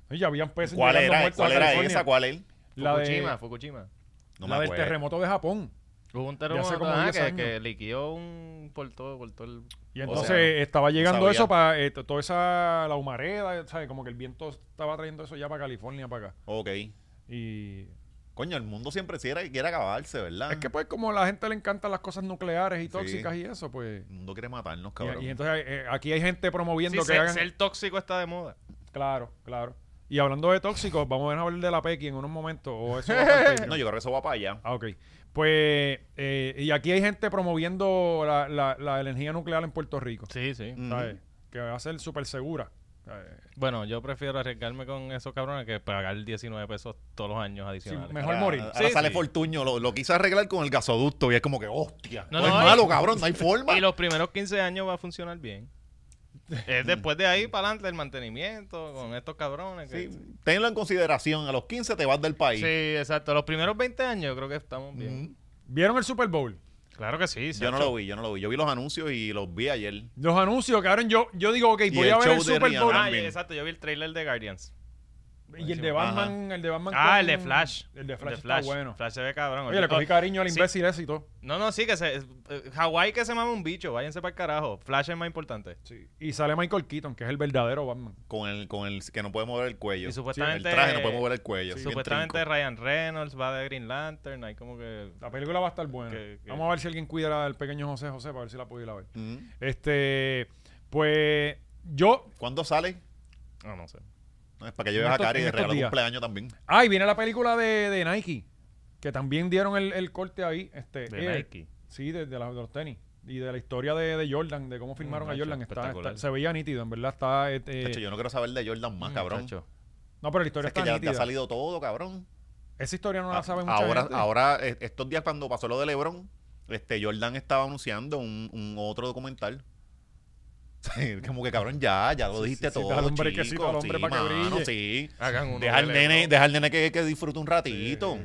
Speaker 1: No, Ya habían peces.
Speaker 2: ¿Cuál
Speaker 1: llegando
Speaker 2: era,
Speaker 1: muertos
Speaker 2: cuál
Speaker 1: a
Speaker 2: era
Speaker 1: California.
Speaker 2: esa? ¿Cuál él?
Speaker 1: La, de-
Speaker 3: Fukushima, Fukushima.
Speaker 2: No
Speaker 1: la
Speaker 2: me
Speaker 1: del
Speaker 2: acuerdo.
Speaker 1: terremoto de Japón.
Speaker 3: Hubo un terremoto
Speaker 1: como
Speaker 3: ajá,
Speaker 1: 10
Speaker 3: que,
Speaker 1: años.
Speaker 3: que liquidó un por todo, por todo el...
Speaker 1: Y
Speaker 2: O
Speaker 1: entonces
Speaker 2: sea,
Speaker 1: estaba llegando
Speaker 2: sabía.
Speaker 1: eso para eh, t- toda esa. La humareda, ¿sabes? Como que el viento estaba trayendo eso ya para California, para acá.
Speaker 2: Ok.
Speaker 1: Y
Speaker 2: Coño, el mundo siempre quiere, quiere acabarse, ¿verdad?
Speaker 1: es que pues como a la gente le encantan las cosas nucleares y
Speaker 2: Ah. Sí.
Speaker 1: tóxicas y eso, pues...
Speaker 2: El mundo quiere matarnos,
Speaker 1: Y,
Speaker 2: cabrón.
Speaker 1: y entonces eh, aquí hay gente
Speaker 3: Sí,
Speaker 1: promoviendo que
Speaker 3: ser,
Speaker 1: hagan...
Speaker 3: ser tóxico está de moda.
Speaker 1: Claro, claro. Y hablando de tóxicos, vamos a hablar de la PECI en unos momentos. O eso va para el Patreon.
Speaker 2: No, yo creo que eso va para allá.
Speaker 1: Ah, ok. Pues, eh, y aquí hay gente promoviendo la, la- la energía nuclear en Puerto Rico,
Speaker 3: Sí, sí.
Speaker 2: Mm.
Speaker 1: ¿sabes? Que va a ser súper segura.
Speaker 3: Bueno, yo prefiero arriesgarme con esos cabrones que pagar 19 pesos todos los años adicionales.
Speaker 1: Sí, Mejor morir.
Speaker 2: Ahora
Speaker 3: Sí,
Speaker 2: sale
Speaker 3: sí.
Speaker 2: Fortuño, lo, lo quise arreglar con el gasoducto y es como que, hostia,
Speaker 3: No,
Speaker 2: no, es
Speaker 3: no, y-
Speaker 2: malo, cabrón, no hay forma.
Speaker 3: Y los primeros 15 años va a funcionar bien. Es después de ahí para adelante el mantenimiento con estos cabrones.
Speaker 2: Sí,
Speaker 3: que-
Speaker 2: tenlo en consideración, a los 15 te vas del país.
Speaker 3: Sí, exacto. Los primeros 20 años yo creo que estamos bien.
Speaker 2: Mm.
Speaker 1: ¿Vieron el Super Bowl?
Speaker 3: Claro que sí.
Speaker 2: Yo no lo vi, yo no lo vi. Yo vi los anuncios y los vi ayer.
Speaker 1: Los anuncios, cabrón, yo, yo digo, ok,
Speaker 2: Y
Speaker 1: voy
Speaker 2: el
Speaker 1: a ver el
Speaker 2: show de
Speaker 1: Super
Speaker 2: Rihanna.
Speaker 1: Bowl. Ah,
Speaker 3: Ah,
Speaker 2: también.
Speaker 3: exacto. Yo vi el trailer de Guardians.
Speaker 1: Y el de
Speaker 3: Ajá.
Speaker 1: Batman, el de Batman.
Speaker 3: Ah,
Speaker 1: con-
Speaker 3: el de Flash.
Speaker 1: El de Flash,
Speaker 3: Flash.
Speaker 1: está bueno.
Speaker 3: Flash se ve cabrón.
Speaker 1: Oye, le cogí cariño al
Speaker 3: Sí.
Speaker 1: imbécil ese y todo.
Speaker 3: No, no, sí, que se... eh, Hawái que se mama un bicho. Váyanse para el carajo. Flash es más importante.
Speaker 1: Y sale Michael Keaton, que es el verdadero Batman.
Speaker 2: Con el, con el que no puede mover el cuello.
Speaker 3: Y supuestamente-
Speaker 2: El traje no puede mover el cuello. es bien
Speaker 3: Supuestamente
Speaker 2: trinco.
Speaker 3: Ryan Reynolds va de Green Lantern. Hay como que...
Speaker 1: La película va a estar buena.
Speaker 3: Que- que-
Speaker 1: Vamos a ver si alguien cuida al pequeño José José para ver si la puede ir a ver.
Speaker 2: Mm.
Speaker 1: Este, pues yo.
Speaker 2: ¿Cuándo sale?
Speaker 3: No, no sé.
Speaker 2: No, es para que
Speaker 1: En
Speaker 2: lleves a
Speaker 1: estos-
Speaker 2: Cari
Speaker 1: en
Speaker 2: de
Speaker 1: estos
Speaker 2: regalo de
Speaker 1: días.
Speaker 2: cumpleaños también.
Speaker 1: Ay, Ah, viene la película de, de Nike, que también dieron el, el corte ahí. Este, eh,
Speaker 3: De Nike.
Speaker 1: Sí, de, de la- de los tenis. Y de la historia de, de Jordan, de cómo firmaron a
Speaker 3: macho,
Speaker 1: Jordan. Está- está-
Speaker 3: espectacular.
Speaker 1: se veía nítido, en verdad. Está, este,
Speaker 2: Mm, De hecho, yo no quiero saber de Jordan más, cabrón.
Speaker 3: Muchacho.
Speaker 1: No, mm, pero la
Speaker 2: O sea,
Speaker 1: historia
Speaker 2: es que
Speaker 1: está
Speaker 2: ya te
Speaker 1: nítida.
Speaker 2: ha salido todo, cabrón.
Speaker 1: Esa historia no la
Speaker 2: A-
Speaker 1: sabe mucha
Speaker 2: ahora,
Speaker 1: gente.
Speaker 2: ahora, eh, estos días cuando pasó lo de LeBron, este, Jordan estaba anunciando un, un otro documental. Sí, Como que cabrón, ya, ya lo dijiste
Speaker 1: sí, sí,
Speaker 2: todo.
Speaker 1: dale un brequecito
Speaker 2: chico,
Speaker 1: al hombre
Speaker 2: sí,
Speaker 1: pa' que
Speaker 2: mano,
Speaker 1: brille.
Speaker 2: sí.
Speaker 3: Hagan uno
Speaker 2: Deja al
Speaker 3: de
Speaker 2: nene,
Speaker 3: LeBron.
Speaker 2: deja al nene que, que disfrute un ratito.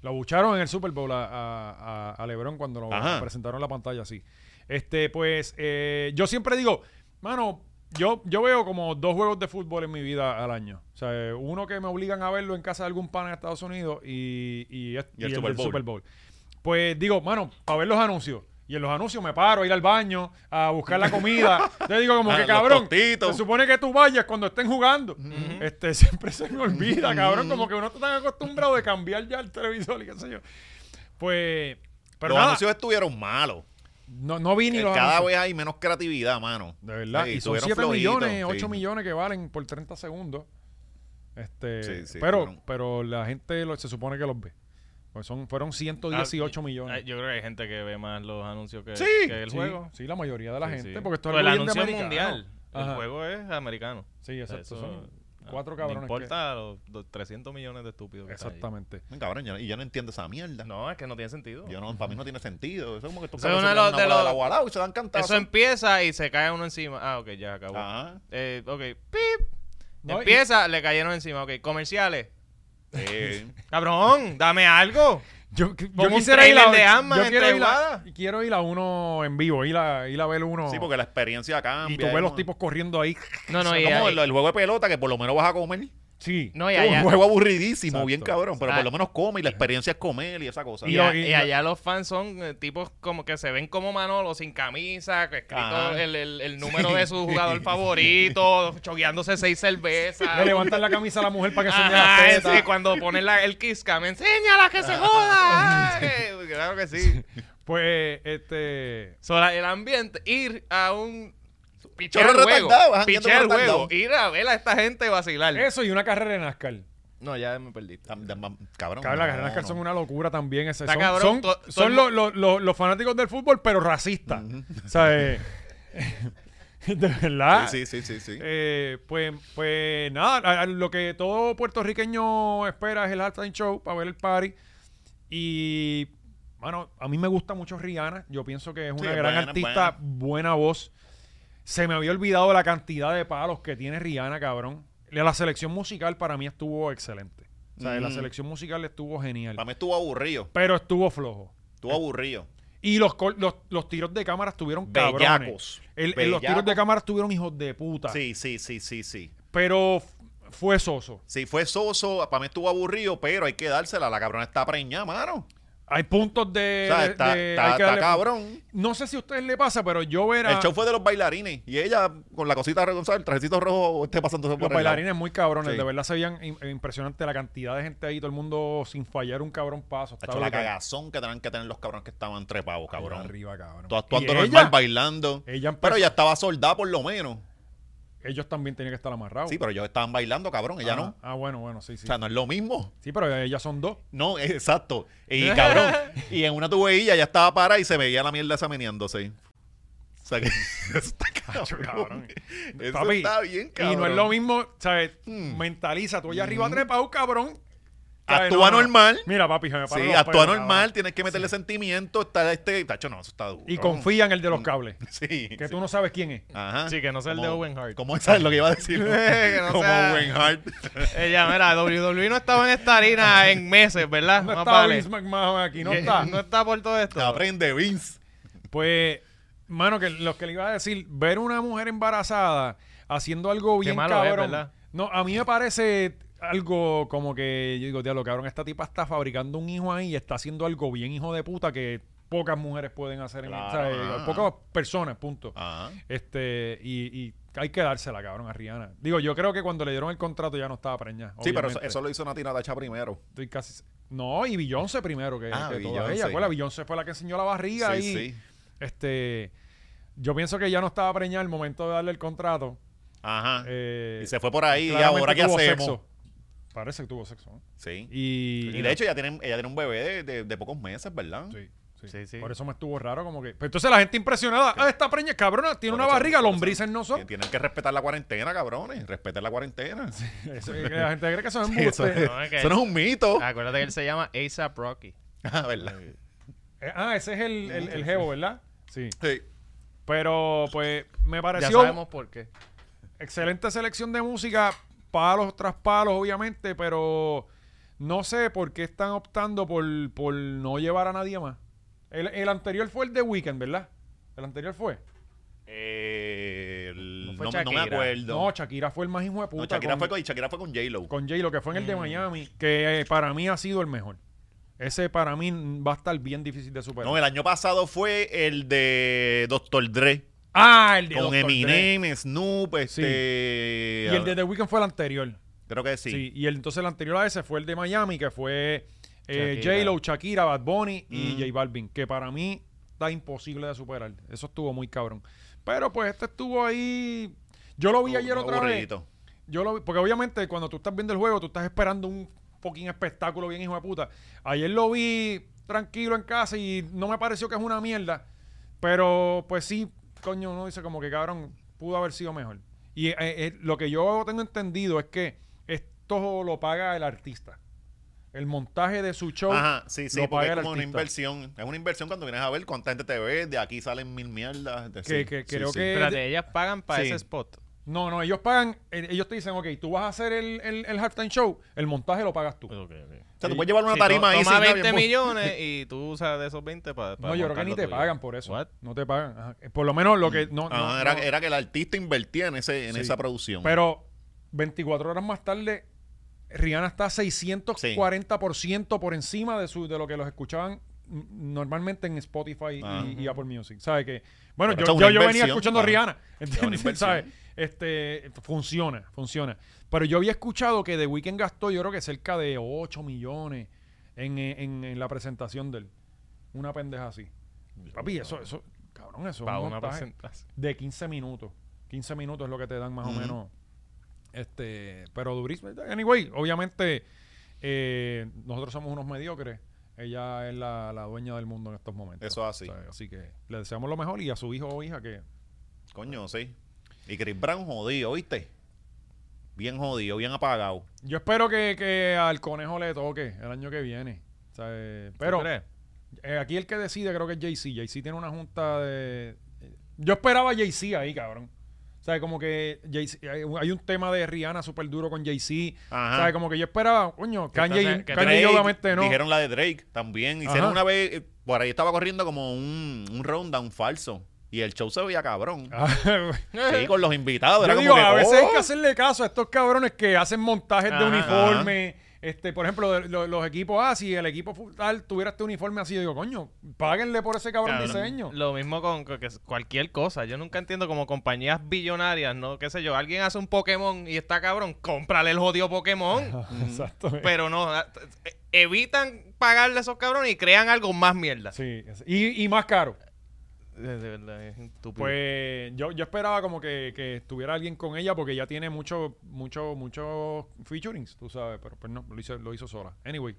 Speaker 1: Lo bucharon en el Super Bowl a, a, a- a LeBron cuando lo
Speaker 2: Ajá.
Speaker 1: presentaron en la pantalla, sí. Este, pues, eh, yo siempre digo, mano, yo, yo veo como dos juegos de fútbol en mi vida al año. O sea, eh, uno que me obligan a verlo en casa de algún pan en Estados Unidos y, y, es-
Speaker 2: Y el
Speaker 1: y
Speaker 2: Super
Speaker 1: del
Speaker 2: Bowl.
Speaker 1: Super Bowl. Pues digo, mano, para ver los anuncios. Y en los anuncios me paro a ir al baño, a buscar la comida. Te digo como
Speaker 2: Ah,
Speaker 1: que,
Speaker 2: los
Speaker 1: cabrón,
Speaker 2: tostitos.
Speaker 1: se supone que tú vayas cuando estén jugando. Este, siempre se me olvida, cabrón. Como que uno está tan acostumbrado de cambiar ya el televisor y qué sé yo. Pues, pero
Speaker 2: Los
Speaker 1: nada,
Speaker 2: anuncios estuvieron malos.
Speaker 1: no, no vi ni
Speaker 2: Eh,
Speaker 1: los
Speaker 2: Cada
Speaker 1: anuncios.
Speaker 2: vez hay menos creatividad, mano.
Speaker 1: De verdad.
Speaker 2: Sí,
Speaker 1: y son
Speaker 2: estuvieron
Speaker 1: 7
Speaker 2: flojitos,
Speaker 1: millones, 8
Speaker 2: sí.
Speaker 1: millones que valen por 30 segundos. Este,
Speaker 2: Sí, sí,
Speaker 1: pero,
Speaker 2: fueron.
Speaker 1: pero la gente lo- se supone que los ve. Pues son, fueron 118
Speaker 3: Ah,
Speaker 1: millones.
Speaker 2: eh,
Speaker 3: ah, Yo creo que hay gente que ve más los anuncios que,
Speaker 2: Sí,
Speaker 3: que el
Speaker 1: sí,
Speaker 3: juego.
Speaker 1: Sí, la mayoría de la
Speaker 3: Sí,
Speaker 1: gente.
Speaker 3: sí.
Speaker 1: Porque esto es
Speaker 3: Pues el
Speaker 1: algo bien
Speaker 3: anuncio
Speaker 1: de
Speaker 3: es
Speaker 1: americano.
Speaker 3: mundial.
Speaker 1: Ajá.
Speaker 3: El juego es americano.
Speaker 1: Sí, exacto.
Speaker 3: Eso-
Speaker 1: son
Speaker 3: ah,
Speaker 1: cuatro
Speaker 3: No
Speaker 1: cabrones. que-
Speaker 3: importa los dos- 300 millones de estúpidos que están ahí.
Speaker 1: exactamente.
Speaker 2: Ven, Cabrón, yo, y yo no entiendo esa mierda.
Speaker 3: No, es que no tiene sentido.
Speaker 2: Yo no, para mí no tiene sentido. Eso es como que estos
Speaker 3: Eso es
Speaker 2: cabrones
Speaker 3: uno de
Speaker 2: se tiran
Speaker 3: los-
Speaker 2: una bola de
Speaker 3: de los-
Speaker 2: agua al lado y se dan cantazos.
Speaker 3: Eso empieza y se cae uno encima. Ah, ok, ya acabó.
Speaker 2: Ajá.
Speaker 3: Eh, ok, pip.
Speaker 1: No, y-
Speaker 3: empieza, le cayeron encima. Ok, comerciales.
Speaker 2: Eh,
Speaker 3: Cabrón, dame algo.
Speaker 1: Yo,
Speaker 3: Pon
Speaker 1: yo
Speaker 3: un
Speaker 1: quisiera ir a,
Speaker 3: trailer de Ant-Man
Speaker 1: yo
Speaker 3: en
Speaker 1: quiero ir, a,
Speaker 3: Trevada.
Speaker 1: quiero ir a uno en vivo, ir a, ir a ver uno.
Speaker 2: Sí, porque la experiencia cambia.
Speaker 1: y tú ves
Speaker 2: ¿no?
Speaker 1: los tipos corriendo ahí.
Speaker 3: No, no,
Speaker 2: Es
Speaker 3: y,
Speaker 2: como
Speaker 3: y-
Speaker 2: el, el juego de pelota que por lo menos vas a comer.
Speaker 1: Sí.
Speaker 3: no, y
Speaker 2: Es
Speaker 3: allá,
Speaker 2: un juego aburridísimo,
Speaker 1: Exacto.
Speaker 2: bien cabrón, pero
Speaker 3: Ah.
Speaker 2: por lo menos come y la experiencia es comer y esa cosa.
Speaker 3: y
Speaker 1: lo-
Speaker 3: a- y allá los fans son eh, tipos como que se ven como Manolo, sin camisa, que escrito
Speaker 2: Ajá.
Speaker 3: el, el- el número de su jugador favorito, chogueándose seis cervezas.
Speaker 1: Le levantan la camisa a la mujer para que enseñe
Speaker 3: Ajá,
Speaker 1: las
Speaker 3: es
Speaker 1: tetas.
Speaker 3: que cuando ponen la, el kiss cam, enséñala que se joda. Ah, que- claro que sí.
Speaker 1: Pues, este...
Speaker 3: So, la- el ambiente, ir a un pichar
Speaker 2: Chorro
Speaker 3: juego,
Speaker 2: retardado, ajá,
Speaker 3: pichar
Speaker 2: yendo retardado.
Speaker 3: juego, ir a ver a esta gente vacilar.
Speaker 1: Eso y una carrera de NASCAR.
Speaker 3: No, ya me perdiste.
Speaker 2: Tam- tam- tam-
Speaker 1: Cabrón, las
Speaker 2: Cabrón. no,
Speaker 1: carreras de NASCAR
Speaker 2: no.
Speaker 1: son una locura también. Ese,
Speaker 3: Está
Speaker 1: son
Speaker 3: cabrón,
Speaker 1: son,
Speaker 3: to- todo
Speaker 1: son
Speaker 3: el
Speaker 1: los, los- los- los fanáticos del fútbol, pero racistas. O sea, eh, de verdad.
Speaker 2: Sí, sí, sí, sí. sí.
Speaker 1: Eh, pues, pues nada, a- a lo que todo puertorriqueño espera es el halftime show para ver el party. Y, bueno, a mí me gusta mucho Rihanna. Yo pienso que es
Speaker 2: Sí,
Speaker 1: una
Speaker 2: es
Speaker 1: gran
Speaker 2: buena, es
Speaker 1: artista, buena voz. Se me había olvidado la cantidad de palos que tiene Rihanna, cabrón. La la selección musical para mí estuvo excelente. O sea, la
Speaker 2: Mm.
Speaker 1: selección musical estuvo genial.
Speaker 2: Para mí estuvo aburrido.
Speaker 1: Pero estuvo flojo.
Speaker 2: Estuvo aburrido.
Speaker 1: Y los, col- los, los tiros de cámara estuvieron
Speaker 2: Bellacos.
Speaker 1: cabrones. El- el- los
Speaker 2: Bellacos.
Speaker 1: tiros de cámara estuvieron hijos de puta.
Speaker 2: Sí, sí, sí, sí, sí.
Speaker 1: Pero f- fue soso.
Speaker 2: Sí, fue soso, para mí estuvo aburrido, pero hay que dársela. La cabrona está preñada, mano.
Speaker 1: Hay puntos
Speaker 2: O
Speaker 1: de.
Speaker 2: sea,
Speaker 1: de-
Speaker 2: está,
Speaker 1: Eh, de-
Speaker 2: está-
Speaker 1: hay que
Speaker 2: está
Speaker 1: darle-
Speaker 2: cabrón.
Speaker 1: No sé si a ustedes le pasa, pero yo ver a
Speaker 2: El show fue de los bailarines y ella con la cosita, o sea, el trajecito rojo, este esté pasando
Speaker 1: los bailarines muy cabrones.
Speaker 2: Sí.
Speaker 1: De verdad se veían im- impresionante la cantidad de gente ahí, todo el mundo sin fallar un cabrón paso.
Speaker 2: Ha
Speaker 1: Estaba
Speaker 2: hecho la
Speaker 1: brutal.
Speaker 2: cagazón que tenían que tener los cabrones que estaban trepados, cabrón.
Speaker 1: Arriba, cabrón.
Speaker 2: Tú actuando
Speaker 1: Y
Speaker 2: normal,
Speaker 1: ella,
Speaker 2: bailando.
Speaker 1: ella empezó-
Speaker 2: pero ella estaba soldada por lo menos.
Speaker 1: Ellos también tenían que estar amarrados.
Speaker 2: Sí, pero ellos estaban bailando, cabrón. Ella
Speaker 1: ah,
Speaker 2: no.
Speaker 1: Ah, bueno, bueno, sí, sí.
Speaker 2: O sea, no es lo mismo.
Speaker 1: sí, pero ellas son dos.
Speaker 2: No, eh, exacto. Y cabrón. y en una tubería ya estaba parada y se veía la mierda esa meneándose. O sea que. eso está cabrón.
Speaker 1: cabrón.
Speaker 2: Eso
Speaker 1: Papi,
Speaker 2: está bien, cabrón.
Speaker 1: Y no es lo mismo, ¿sabes?
Speaker 2: Mm.
Speaker 1: Mentaliza, tú allá arriba trepado, cabrón. ¿Sabes?
Speaker 2: Actúa
Speaker 1: No, no.
Speaker 2: normal.
Speaker 1: Mira, papi, se me paran
Speaker 2: Sí,
Speaker 1: los
Speaker 2: actúa
Speaker 1: pelos,
Speaker 2: normal,
Speaker 1: cabrón.
Speaker 2: tienes que meterle sentimiento, está este, tacho, no, eso está duro.
Speaker 1: Y confía en el
Speaker 2: Hmm.
Speaker 1: de los cables,
Speaker 2: Sí.
Speaker 1: que
Speaker 2: sí.
Speaker 1: tú no sabes quién es.
Speaker 2: Ajá.
Speaker 3: Sí, que no sea el
Speaker 2: Como-
Speaker 3: de Owen Hart.
Speaker 2: Como esa es lo que iba a decir.
Speaker 3: Que no
Speaker 2: como
Speaker 3: sea-
Speaker 2: Owen Hart.
Speaker 3: Ella, eh, mira, WWE no estaba en esta harina en meses, ¿verdad?
Speaker 1: No
Speaker 3: Ah, Más
Speaker 1: está
Speaker 3: vale.
Speaker 1: Vince McMahon aquí, no
Speaker 3: Que-
Speaker 1: está.
Speaker 3: No está por todo esto.
Speaker 2: Aprende, Vince.
Speaker 1: Pues, mano, que lo que le iba a decir, ver una mujer embarazada haciendo algo bien
Speaker 3: malo es,
Speaker 1: cabrón.
Speaker 3: ¿verdad?
Speaker 1: No, a mí me parece algo como que yo digo, diablo, cabrón, esta tipa está fabricando un hijo ahí y está haciendo algo bien hijo de puta que pocas mujeres pueden hacer, en-
Speaker 2: Claro,
Speaker 1: o
Speaker 3: ah.
Speaker 1: sea,
Speaker 2: ajá.
Speaker 1: pocas personas, punto.
Speaker 2: Ajá.
Speaker 1: Este, y, y hay que dársela, cabrón, a Rihanna. Digo, yo creo que cuando le dieron el contrato ya no estaba preñada.
Speaker 2: Sí, pero eso,
Speaker 1: obviamente.
Speaker 2: eso lo hizo Natina Dacha primero.
Speaker 1: Estoy casi. No, y Beyoncé primero, que,
Speaker 2: Ah,
Speaker 1: que todas
Speaker 2: Beyoncé.
Speaker 1: ellas. Acuérdate, Beyoncé fue la que enseñó la barriga
Speaker 2: Sí,
Speaker 1: y
Speaker 2: sí.
Speaker 1: este yo pienso que ya no estaba preñada al momento de darle el contrato.
Speaker 2: Ajá.
Speaker 1: Eh,
Speaker 2: Ah. y se fue por ahí y
Speaker 1: claramente
Speaker 2: ahora qué
Speaker 1: tuvo
Speaker 2: hacemos.
Speaker 1: sexo. Parece que tuvo sexo. ¿no?
Speaker 2: Sí.
Speaker 1: Y,
Speaker 2: Y, de hecho, ella tiene, ella tiene un bebé de, de- de pocos meses, ¿verdad?
Speaker 1: Sí, sí.
Speaker 3: Sí, sí.
Speaker 1: Por eso me estuvo raro como que. Pero entonces la gente impresionada, ah, esta preña, cabrona, tiene
Speaker 2: Por
Speaker 1: una
Speaker 2: eso-
Speaker 1: barriga,
Speaker 2: por eso-
Speaker 1: lombrices no
Speaker 2: que
Speaker 1: son.
Speaker 2: Tienen que respetar la cuarentena, cabrones. Respeten la cuarentena.
Speaker 1: Eso es que la gente cree que Ah, son
Speaker 2: Sí, eso,
Speaker 1: embustes.
Speaker 2: es-
Speaker 3: No, es que-
Speaker 2: eso no es un mito.
Speaker 3: Acuérdate que él se llama ASAP Rocky.
Speaker 2: Ah, ¿verdad?
Speaker 1: Eh, Ah, ese es el, el, el jevo, ¿verdad? Sí.
Speaker 2: Sí.
Speaker 1: Pero pues me
Speaker 3: Ya
Speaker 1: pareció
Speaker 3: sabemos por
Speaker 1: Eh,
Speaker 3: qué.
Speaker 1: excelente selección de música, palos tras palos, obviamente, pero no sé por qué están optando por, por no llevar a nadie más. El, el anterior fue el de Weekend, ¿verdad? El anterior fue.
Speaker 2: Eh,
Speaker 3: No
Speaker 2: el-
Speaker 3: fue
Speaker 2: no, no me
Speaker 3: Shakira.
Speaker 2: acuerdo.
Speaker 1: No, Shakira fue el más hijo de
Speaker 2: No,
Speaker 1: puta.
Speaker 2: Shakira,
Speaker 1: con,
Speaker 2: fue con, y Shakira fue con J-Lo.
Speaker 1: con J-Lo, que fue en el de Miami, que eh, para mí ha sido el mejor. Ese para mí va a estar bien difícil de superar.
Speaker 2: No, el año pasado fue el de Dr. Dre.
Speaker 1: ah, el de
Speaker 2: Con
Speaker 1: Dr. Dre.
Speaker 2: Eminem, Snoop, este...
Speaker 1: Y el de The Weeknd fue el anterior.
Speaker 2: Creo que sí.
Speaker 1: Sí, y el, entonces el anterior a ese fue el de Miami, que fue eh,
Speaker 3: Shakira.
Speaker 1: J-Lo, Shakira, Bad Bunny y
Speaker 2: Mm.
Speaker 1: J Balvin, que para mí está imposible de superar. Eso estuvo muy cabrón. Pero pues este estuvo ahí. Yo lo vi ayer
Speaker 2: Estuvo
Speaker 1: otra
Speaker 2: aburridito.
Speaker 1: vez. Yo lo vi, porque obviamente cuando tú estás viendo el juego, tú estás esperando un fucking espectáculo bien hijo de puta. Ayer lo vi tranquilo en casa y no me pareció que es una mierda. Pero pues sí, coño, uno dice como que cabrón, pudo haber sido mejor. Y eh, eh, lo que yo tengo entendido es que esto lo paga el artista. El montaje de su show
Speaker 2: Ajá, sí, sí,
Speaker 1: lo paga
Speaker 2: porque es
Speaker 1: el
Speaker 2: como una
Speaker 1: artista.
Speaker 2: inversión. Es una inversión cuando vienes a ver cuánta gente te ve, de aquí salen mil mierdas. de-
Speaker 1: Que-
Speaker 2: sí,
Speaker 1: que
Speaker 2: sí,
Speaker 1: creo
Speaker 2: sí.
Speaker 1: que-
Speaker 3: Espérate, ellas pagan para
Speaker 2: Sí.
Speaker 3: ese spot.
Speaker 1: No, no, ellos pagan, eh, ellos te dicen, ok, tú vas a hacer el, el, el halftime show, el montaje lo pagas tú.
Speaker 3: Ok, ok.
Speaker 2: O sea, tú puedes llevar una
Speaker 3: Sí,
Speaker 2: tarima
Speaker 3: to-
Speaker 2: ahí.
Speaker 3: Toma
Speaker 2: sin nadie,
Speaker 3: 20
Speaker 2: pues.
Speaker 3: millones y tú usas de esos 20 para.
Speaker 1: no, yo creo que ni te pagan por eso. No te pagan. Ajá. Eh, Por lo menos lo que... No,
Speaker 2: Ah,
Speaker 1: no,
Speaker 2: era,
Speaker 1: no.
Speaker 2: era que el artista invertía en, ese, en
Speaker 1: Sí.
Speaker 2: esa producción.
Speaker 1: Pero 24 horas más tarde, Rihanna está 640% por encima de, su, de lo que los escuchaban mm, normalmente en Spotify y-
Speaker 2: Ah.
Speaker 1: y, Apple Music. ¿Sabes que Bueno,
Speaker 2: Pero
Speaker 1: yo,
Speaker 2: esto es
Speaker 1: yo-
Speaker 2: una
Speaker 1: yo venía
Speaker 2: inversión,
Speaker 1: escuchando a
Speaker 2: claro.
Speaker 1: Rihanna.
Speaker 2: Es una
Speaker 1: ¿Entiendes?
Speaker 2: inversión.
Speaker 1: ¿Sabes? Este, funciona, funciona. Pero yo había escuchado que The Weeknd gastó, yo creo que cerca de 8 millones en, eh, en- en la presentación de él. Una pendeja así. Papi, eso, eso, cabrón, eso. es
Speaker 3: Para
Speaker 1: un
Speaker 3: una
Speaker 1: montaje
Speaker 3: presentación.
Speaker 1: de 15 minutos. 15 minutos es lo que te dan más
Speaker 2: Ujú.
Speaker 1: o menos. Este, pero durísimo. Anyway, obviamente, eh, nosotros somos unos mediocres. Ella es la, la dueña del mundo en estos momentos.
Speaker 2: Eso es así.
Speaker 1: O sea, así que le deseamos lo mejor y a su hijo o hija que.
Speaker 2: Coño, sí. Y Chris Brown jodido, ¿viste? Bien jodido, bien apagado.
Speaker 1: Yo espero que, que al conejo le toque el año que viene. O sea, eh, pero
Speaker 3: ¿Tú crees?
Speaker 1: eh, aquí el que decide creo que es Jay-Z. Jay-Z tiene una junta de. eh, Yo esperaba a Jay-Z ahí, cabrón. O sea, como que Jay-Z- hay un- hay un tema de Rihanna súper duro con Jay-Z.
Speaker 2: Ajá.
Speaker 1: O sea, como que yo esperaba, coño, Kanye,
Speaker 3: entonces, que
Speaker 1: Kanye
Speaker 2: Drake,
Speaker 1: obviamente no.
Speaker 2: Dijeron la de Drake también. Hicieron
Speaker 1: Ajá.
Speaker 2: una vez, eh, por ahí estaba corriendo como un, un rundown falso. Y el show se veía cabrón.
Speaker 1: Ah,
Speaker 2: Sí, con los invitados. era
Speaker 1: yo digo,
Speaker 2: como que,
Speaker 1: a veces
Speaker 2: oh.
Speaker 1: hay que hacerle caso a estos cabrones que hacen montajes de
Speaker 3: Ajá.
Speaker 1: uniforme. Este, por ejemplo, de- lo- los equipos, ah, si el equipo fu- tal tuviera este uniforme así, yo digo, coño, páguenle por ese cabrón
Speaker 2: Cabrón.
Speaker 1: diseño.
Speaker 3: Lo mismo con con que- cualquier cosa. Yo nunca entiendo como compañías billonarias, ¿no? Qué sé yo, alguien hace un Pokémon y está cabrón, cómprale el jodido Pokémon.
Speaker 1: Exacto.
Speaker 3: pero no, eh, evitan pagarle a esos cabrones y crean algo más mierda.
Speaker 1: Sí, es- y, y más caro.
Speaker 3: De de verdad, es estúpido.
Speaker 1: Pues yo, yo esperaba como que, que estuviera alguien con ella porque ella tiene mucho, mucho, muchos featurings, tú sabes, pero pues no, lo hizo, lo hizo sola. Anyway,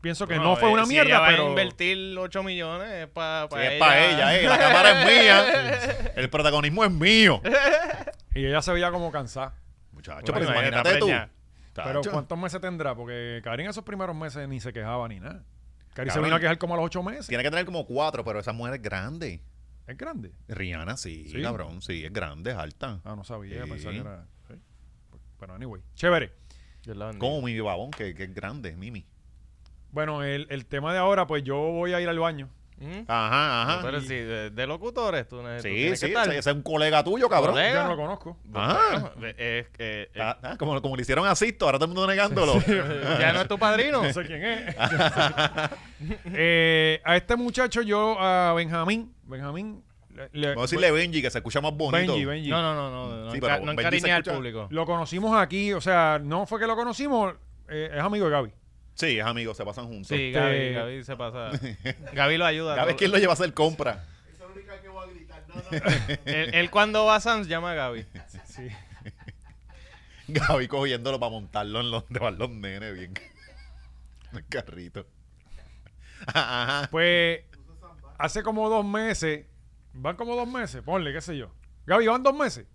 Speaker 1: pienso que no, fue
Speaker 3: eh,
Speaker 1: una
Speaker 3: si
Speaker 1: mierda,
Speaker 3: ella va a
Speaker 1: pero...
Speaker 3: invertir 8 millones es para
Speaker 2: Sí, es para ella, eh. La cámara es mía. El protagonismo es mío.
Speaker 1: Y ella se veía como cansada.
Speaker 2: Muchacho,
Speaker 3: Bueno,
Speaker 2: pero
Speaker 3: imagínate,
Speaker 2: imagínate tú.
Speaker 3: preña.
Speaker 1: Pero
Speaker 2: Tacho.
Speaker 1: ¿cuántos meses tendrá? Porque Karin en esos primeros meses ni se quejaba ni nada. Karin se
Speaker 2: Cabrón.
Speaker 1: vino a quejar como a los ocho meses.
Speaker 2: Tiene que tener como cuatro, pero esa mujer es grande.
Speaker 1: Es grande.
Speaker 2: Rihanna, sí,
Speaker 1: Sí.
Speaker 2: cabrón, sí, es grande, es alta.
Speaker 1: Ah, no sabía,
Speaker 2: Sí.
Speaker 1: pensaba que era... sí. Pero anyway, chévere.
Speaker 2: Como mi babón, que, que es grande, Mimi.
Speaker 1: Bueno, el, el tema de ahora, pues yo voy a ir al baño.
Speaker 3: ¿Mm?
Speaker 2: Ajá, ajá.
Speaker 3: pero si de, de locutores tú, ne- tú
Speaker 2: Ah, Sí,
Speaker 3: tienes
Speaker 2: sí,
Speaker 3: que estar.
Speaker 2: ese ese es un colega tuyo, cabrón.
Speaker 3: Colega.
Speaker 1: Yo no lo conozco.
Speaker 2: Ah.
Speaker 3: Bueno, es que, eh,
Speaker 2: Ah, ah, como, como le hicieron a Sisto, ahora todo el mundo negándolo.
Speaker 3: ya no es tu padrino.
Speaker 1: No sé quién es. Eh, a este muchacho yo, a Benjamín, Benjamín, le- le-
Speaker 2: Vamos a decirle Benji, que se escucha más bonito.
Speaker 1: Benji, Benji.
Speaker 3: No, no, no, no, no,
Speaker 2: Sí,
Speaker 3: enca-
Speaker 2: pero
Speaker 3: no
Speaker 2: Benji se
Speaker 3: encariñes al
Speaker 2: escucha-
Speaker 3: público.
Speaker 1: Lo conocimos aquí, o sea, no fue que lo conocimos, eh, es amigo de Gaby.
Speaker 2: Sí, es amigo, se pasan juntos.
Speaker 3: Sí, Gaby, Gaby se pasa. Gaby lo ayuda.
Speaker 2: Cada vez Este, que él lo lleva a hacer compra.
Speaker 3: él, él cuando va a Sans llama a Gaby.
Speaker 1: Sí.
Speaker 2: Gaby cogiéndolo para montarlo en los, llevar los nenes bien. En el carrito. Ah, Ajá. ajá.
Speaker 1: Pues hace como dos meses, van como dos meses, ponle, qué sé yo. Gaby, van dos meses.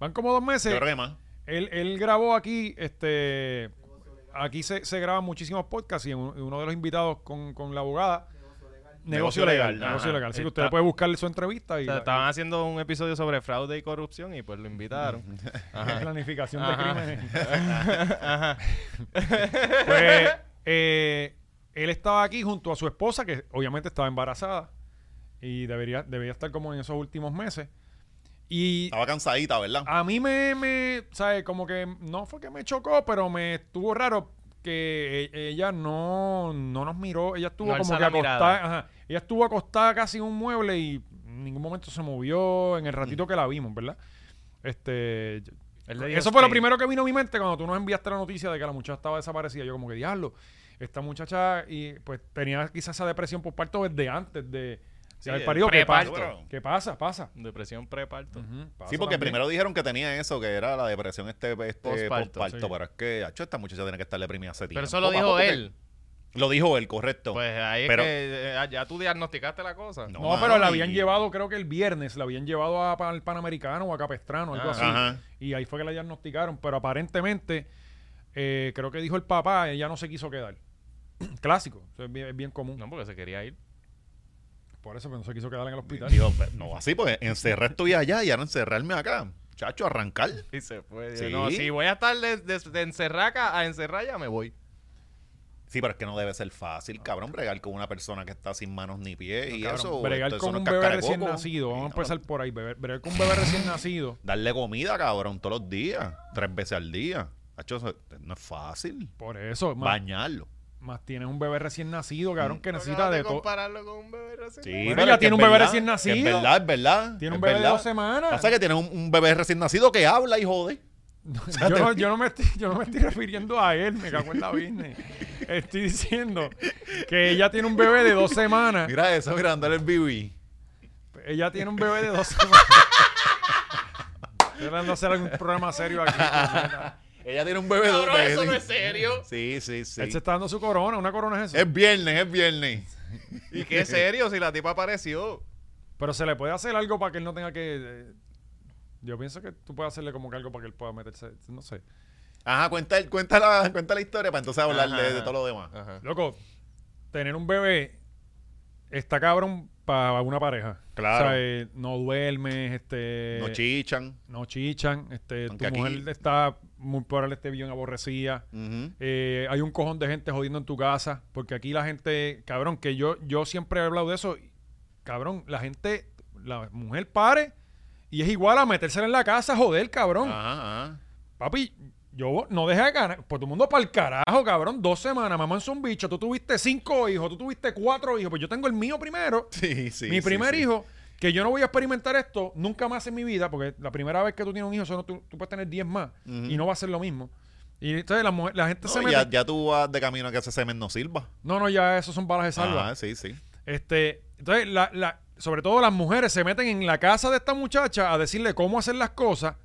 Speaker 1: Van como dos meses.
Speaker 2: Yo creo que más.
Speaker 1: Él, él grabó aquí, este, aquí se, se graban muchísimos podcasts y un- uno de los invitados con, con la abogada.
Speaker 2: Negocio
Speaker 1: Negocio
Speaker 2: legal,
Speaker 1: legal.
Speaker 2: ajá.
Speaker 1: Negocio legal. Así que usted
Speaker 3: Está-
Speaker 1: puede buscarle su entrevista y
Speaker 3: O sea,
Speaker 1: la-
Speaker 3: estaban haciendo un episodio sobre fraude y corrupción y pues lo invitaron.
Speaker 1: la planificación de
Speaker 3: Ajá.
Speaker 1: crímenes.
Speaker 3: Ajá.
Speaker 1: Pues, eh, él estaba aquí junto a su esposa, que obviamente estaba embarazada y debería, debería estar como en esos últimos meses. Y Ah,
Speaker 2: Estaba cansadita, ¿verdad?
Speaker 1: A mí me, me ¿sabes? Como que no fue que me chocó, pero me estuvo raro que e- ella no, no nos miró. Ella estuvo
Speaker 3: No
Speaker 1: como
Speaker 3: alzó
Speaker 1: que
Speaker 3: la mirada.
Speaker 1: acostada. ajá. Ella estuvo acostada casi en un mueble y en ningún momento se movió en el ratito que la vimos, ¿verdad? Este. yo-
Speaker 3: Él le dio
Speaker 1: Eso fue lo
Speaker 3: space.
Speaker 1: primero que vino a mi mente cuando tú nos enviaste la noticia de que la muchacha estaba desaparecida. Yo, como que diablo, esta muchacha y pues tenía quizás esa depresión por parto desde antes de,
Speaker 3: Sí,
Speaker 1: de haber
Speaker 3: el
Speaker 1: parido. Que, pa-
Speaker 2: preparto.
Speaker 1: que pasa, pasa.
Speaker 3: Depresión preparto.
Speaker 1: Ujú, pasa
Speaker 2: Sí, porque
Speaker 1: también.
Speaker 2: primero dijeron que tenía eso, que era la depresión este, este
Speaker 3: Postparto,
Speaker 2: postparto,
Speaker 3: sí.
Speaker 2: pero es que, hecho, esta muchacha tiene que estar deprimida hace tiempo.
Speaker 3: Pero eso lo
Speaker 2: papá,
Speaker 3: dijo
Speaker 2: porque-
Speaker 3: él.
Speaker 2: Lo dijo él, correcto.
Speaker 3: Pues ahí es
Speaker 2: Pero-
Speaker 3: que eh, ya tú diagnosticaste la cosa.
Speaker 2: No.
Speaker 1: No, pero la
Speaker 2: mano,
Speaker 1: habían
Speaker 2: y-
Speaker 1: llevado, creo que el viernes, la habían llevado a- pa- al Panamericano o a Capestrano, algo
Speaker 3: Ah.
Speaker 1: así.
Speaker 2: Ajá.
Speaker 1: Y ahí fue que la diagnosticaron, pero aparentemente, eh, creo que dijo el papá, ella no se quiso quedar. Clásico, eso es bien, es bien común.
Speaker 3: No, porque se quería ir.
Speaker 1: Por eso pero no se quiso quedar en el hospital.
Speaker 2: pues, Digo, no, así, porque encerré estoy allá y ahora encerrarme acá. Chacho, arrancar.
Speaker 3: Y se fue.
Speaker 2: Sí.
Speaker 3: No, si voy a estar de, de- de encerraca a encerralla, me voy.
Speaker 2: Sí, pero es que no debe ser fácil, cabrón, bregar con una persona que está sin manos ni pies y
Speaker 1: Cabrón,
Speaker 2: eso.
Speaker 1: bregar
Speaker 2: esto- eso
Speaker 1: con
Speaker 2: no
Speaker 1: un
Speaker 2: es
Speaker 1: bebé
Speaker 2: cascaraboco.
Speaker 1: recién nacido. Vamos a
Speaker 2: Sí, cabrón.
Speaker 1: empezar por ahí. Beber, bregar con un bebé recién nacido.
Speaker 2: Darle comida, cabrón, todos los días, tres veces al día. Chacho, eso no es fácil.
Speaker 1: Por eso, más,
Speaker 2: Bañarlo.
Speaker 1: más tienes un bebé recién nacido,
Speaker 2: Mm.
Speaker 1: cabrón, que necesita
Speaker 3: Acabas
Speaker 1: de todo.
Speaker 3: compararlo con un bebé recién.
Speaker 2: Sí,
Speaker 1: Bueno,
Speaker 2: pero
Speaker 1: ella
Speaker 2: es que
Speaker 1: tiene
Speaker 2: es
Speaker 1: un bebé
Speaker 2: verdad,
Speaker 1: recién
Speaker 2: que Es
Speaker 1: nacido.
Speaker 2: verdad, es verdad.
Speaker 1: Tiene
Speaker 2: es
Speaker 1: un bebé de
Speaker 2: verdad.
Speaker 1: dos semanas.
Speaker 2: Pasa que tiene un, un bebé recién nacido que habla y jode.
Speaker 1: Yo no, yo no me estoy, yo no me estoy refiriendo a él, me cago en la business. Estoy diciendo que ella tiene un bebé de dos semanas.
Speaker 2: Mira eso, mira, andale el BB.
Speaker 1: Ella tiene un bebé de dos semanas. Estoy tratando de hacer algún programa serio aquí.
Speaker 2: Ella tiene un bebé de
Speaker 3: Cabrón,
Speaker 2: dos
Speaker 3: eso no
Speaker 2: meses.
Speaker 3: es serio.
Speaker 2: Sí, sí, sí.
Speaker 1: Él se está dando su corona. Una corona es eso.
Speaker 2: Es viernes, es viernes.
Speaker 3: ¿Y qué serio si la tipa apareció?
Speaker 1: Pero se le puede hacer algo para que él no tenga que... eh, yo pienso que tú puedes hacerle como que algo para que él pueda meterse... No sé.
Speaker 2: Ajá, cuenta, el- cuenta, la, cuenta la historia para entonces hablar
Speaker 3: Ajá,
Speaker 2: de, de
Speaker 3: ajá.
Speaker 2: todo lo demás.
Speaker 3: Ajá.
Speaker 1: Loco, tener un bebé está cabrón para una pareja.
Speaker 2: Claro.
Speaker 1: O sea, eh, no duermes, este...
Speaker 2: no chichan.
Speaker 1: no chichan, este, tu
Speaker 2: Aunque aquí-
Speaker 1: mujer está muy probable esté bien aborrecida.
Speaker 2: Ujú.
Speaker 1: Eh, hay un cojón de gente jodiendo en tu casa, porque aquí la gente, cabrón, que yo, yo siempre he hablado de eso, cabrón, la gente, la mujer pare y es igual a metérsela en la casa, joder, cabrón.
Speaker 2: Ajá, ajá.
Speaker 1: Papi, yo no dejé de ganar, pues todo el mundo para el carajo, cabrón, dos semanas, mamá es un bicho, tú tuviste cinco hijos, tú tuviste cuatro hijos, pues yo tengo el mío primero
Speaker 2: Sí, sí.
Speaker 1: mi
Speaker 2: sí,
Speaker 1: primer
Speaker 2: sí.
Speaker 1: hijo, que yo no voy a experimentar esto nunca más en mi vida, porque la primera vez que tú tienes un hijo, eso no- tú, tú puedes tener 10 más
Speaker 2: Ujú.
Speaker 1: y no va a ser lo mismo. Y entonces la, mujer- la gente
Speaker 2: No,
Speaker 1: este se mete.
Speaker 2: ya, ya tú vas de camino a que ese semen no sirva.
Speaker 1: No, no, ya esos son balas de salva.
Speaker 2: Ajá, Ah, sí, sí.
Speaker 1: Este, entonces, la- la- sobre todo las mujeres se meten en la casa de esta muchacha a decirle cómo hacer las cosas,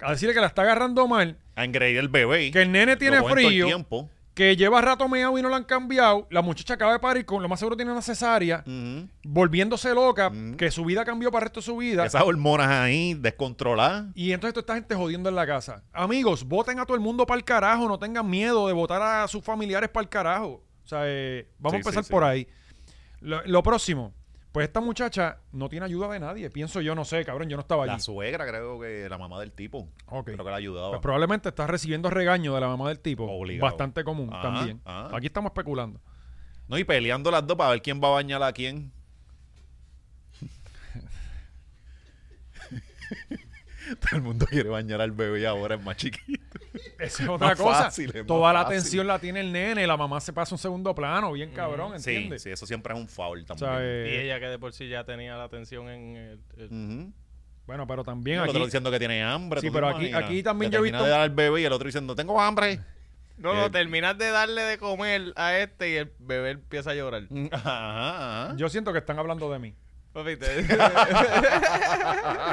Speaker 1: a decirle que la está agarrando mal,
Speaker 2: A engreír el bebé.
Speaker 1: que el nene tiene
Speaker 2: Lo ponen todo el
Speaker 1: frío,
Speaker 2: tiempo.
Speaker 1: que lleva rato meado y no la han cambiado, la muchacha acaba de parir con lo más seguro tiene una cesárea,
Speaker 2: Ujú.
Speaker 1: volviéndose loca,
Speaker 2: Ujú.
Speaker 1: que su vida cambió para el resto de su vida.
Speaker 2: Esas hormonas ahí, descontroladas.
Speaker 1: Y entonces toda esta gente jodiendo en la casa. Amigos, voten a todo el mundo para el carajo. No tengan miedo de votar a sus familiares para el carajo. O sea, eh, vamos
Speaker 2: Sí,
Speaker 1: a empezar
Speaker 2: sí, sí.
Speaker 1: por ahí. Lo, lo próximo. Pues esta muchacha no tiene ayuda de nadie. Pienso yo, no sé, cabrón, yo no estaba allí.
Speaker 2: La suegra, creo que la mamá del tipo.
Speaker 1: Ok.
Speaker 2: Creo que la ayudaba.
Speaker 1: Pues probablemente está recibiendo regaño de la mamá del tipo.
Speaker 2: Obligado. Ah,
Speaker 1: Bastante común
Speaker 2: Ajá,
Speaker 1: también.
Speaker 2: ajá.
Speaker 1: Aquí estamos especulando.
Speaker 2: No, y peleando las dos para ver quién va a bañar a quién. Todo el mundo quiere bañar al bebé ahora, es más chiquito.
Speaker 1: Esa es otra
Speaker 2: más
Speaker 1: cosa.
Speaker 2: fácil, es más
Speaker 1: Toda la
Speaker 2: fácil.
Speaker 1: atención la tiene el nene. La mamá se pasa un segundo plano, bien cabrón,
Speaker 2: Mm, Sí,
Speaker 1: ¿entiendes?
Speaker 2: sí, eso siempre es un foul
Speaker 1: O
Speaker 2: también.
Speaker 1: sea, eh,
Speaker 3: Y ella que de por sí ya tenía la atención en el... el-
Speaker 2: Ujú.
Speaker 1: bueno, pero también
Speaker 2: el
Speaker 1: aquí.
Speaker 2: otro diciendo que tiene hambre.
Speaker 1: Sí,
Speaker 2: ¿tú te
Speaker 1: pero aquí-
Speaker 2: imaginas?
Speaker 1: aquí también
Speaker 2: Le
Speaker 1: yo he
Speaker 2: termina
Speaker 1: visto-
Speaker 2: de dar al bebé y el otro diciendo, tengo hambre.
Speaker 3: No,
Speaker 2: Eh,
Speaker 3: no, terminas de darle de comer a este y el bebé empieza a llorar.
Speaker 2: Ajá, ajá.
Speaker 1: Yo siento que están hablando de mí.
Speaker 3: Papi, te-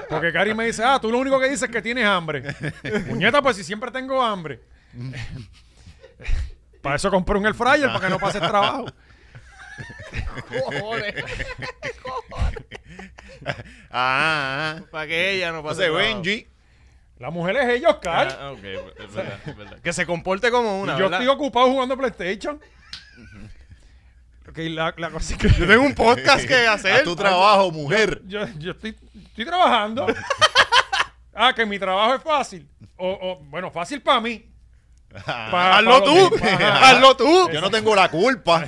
Speaker 1: Porque Cari me dice, ah, tú lo único que dices es que tienes hambre. Muñeta, pues si siempre tengo hambre. para eso compré un air fryer, para que no pases trabajo.
Speaker 3: cojones.
Speaker 2: Ajá, ajá.
Speaker 3: Para que ella no pase
Speaker 2: Entonces,
Speaker 3: trabajo.
Speaker 2: Benji.
Speaker 1: La mujer es ella, Oscar.
Speaker 3: Ah, ok, es verdad, es verdad. Que se comporte como
Speaker 1: Y
Speaker 3: una,
Speaker 1: yo
Speaker 3: ¿verdad?
Speaker 1: estoy ocupado jugando PlayStation. Ok, la, la cosa es que
Speaker 3: Yo tengo un podcast que hacer.
Speaker 2: A tu trabajo, mujer.
Speaker 1: yo, yo estoy, estoy trabajando. ah, que mi trabajo es fácil. O, o, bueno, fácil para mí.
Speaker 2: Ah,
Speaker 1: Pa-
Speaker 3: Hazlo
Speaker 1: pa-
Speaker 3: tú.
Speaker 1: Ajá.
Speaker 3: Hazlo tú.
Speaker 2: Yo no tengo la culpa.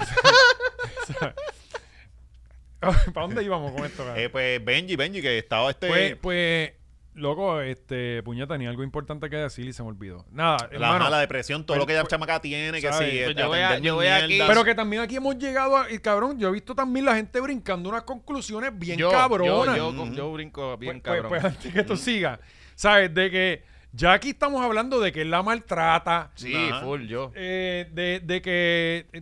Speaker 1: ¿Para dónde íbamos con esto, cara?
Speaker 3: Este-
Speaker 2: Eh, pues Benji, Benji, que estaba este.
Speaker 1: Pues, pues, loco, este, puñeta, tenía algo importante que decir y se me olvidó. Nada,
Speaker 2: la
Speaker 1: hermano.
Speaker 2: mala depresión, todo
Speaker 1: pero-
Speaker 2: lo que la chamaca tiene, que
Speaker 1: ¿sabes?
Speaker 2: sí.
Speaker 1: Pues
Speaker 2: este,
Speaker 3: yo voy a-
Speaker 2: atender
Speaker 3: yo voy
Speaker 2: mierdas.
Speaker 3: aquí-
Speaker 1: Pero que también aquí hemos llegado a, y cabrón, yo he visto también la gente brincando unas conclusiones bien Mm.
Speaker 3: Yo-
Speaker 1: cabronas.
Speaker 3: Yo, yo, yo brinco bien
Speaker 1: Pues-
Speaker 3: cabrón.
Speaker 1: Pues, antes que tú sigas, ¿sabes? De que ya aquí estamos hablando de que él la maltrata,
Speaker 3: sí,
Speaker 2: Ajá.
Speaker 3: full, yo.
Speaker 1: eh, de, de que eh,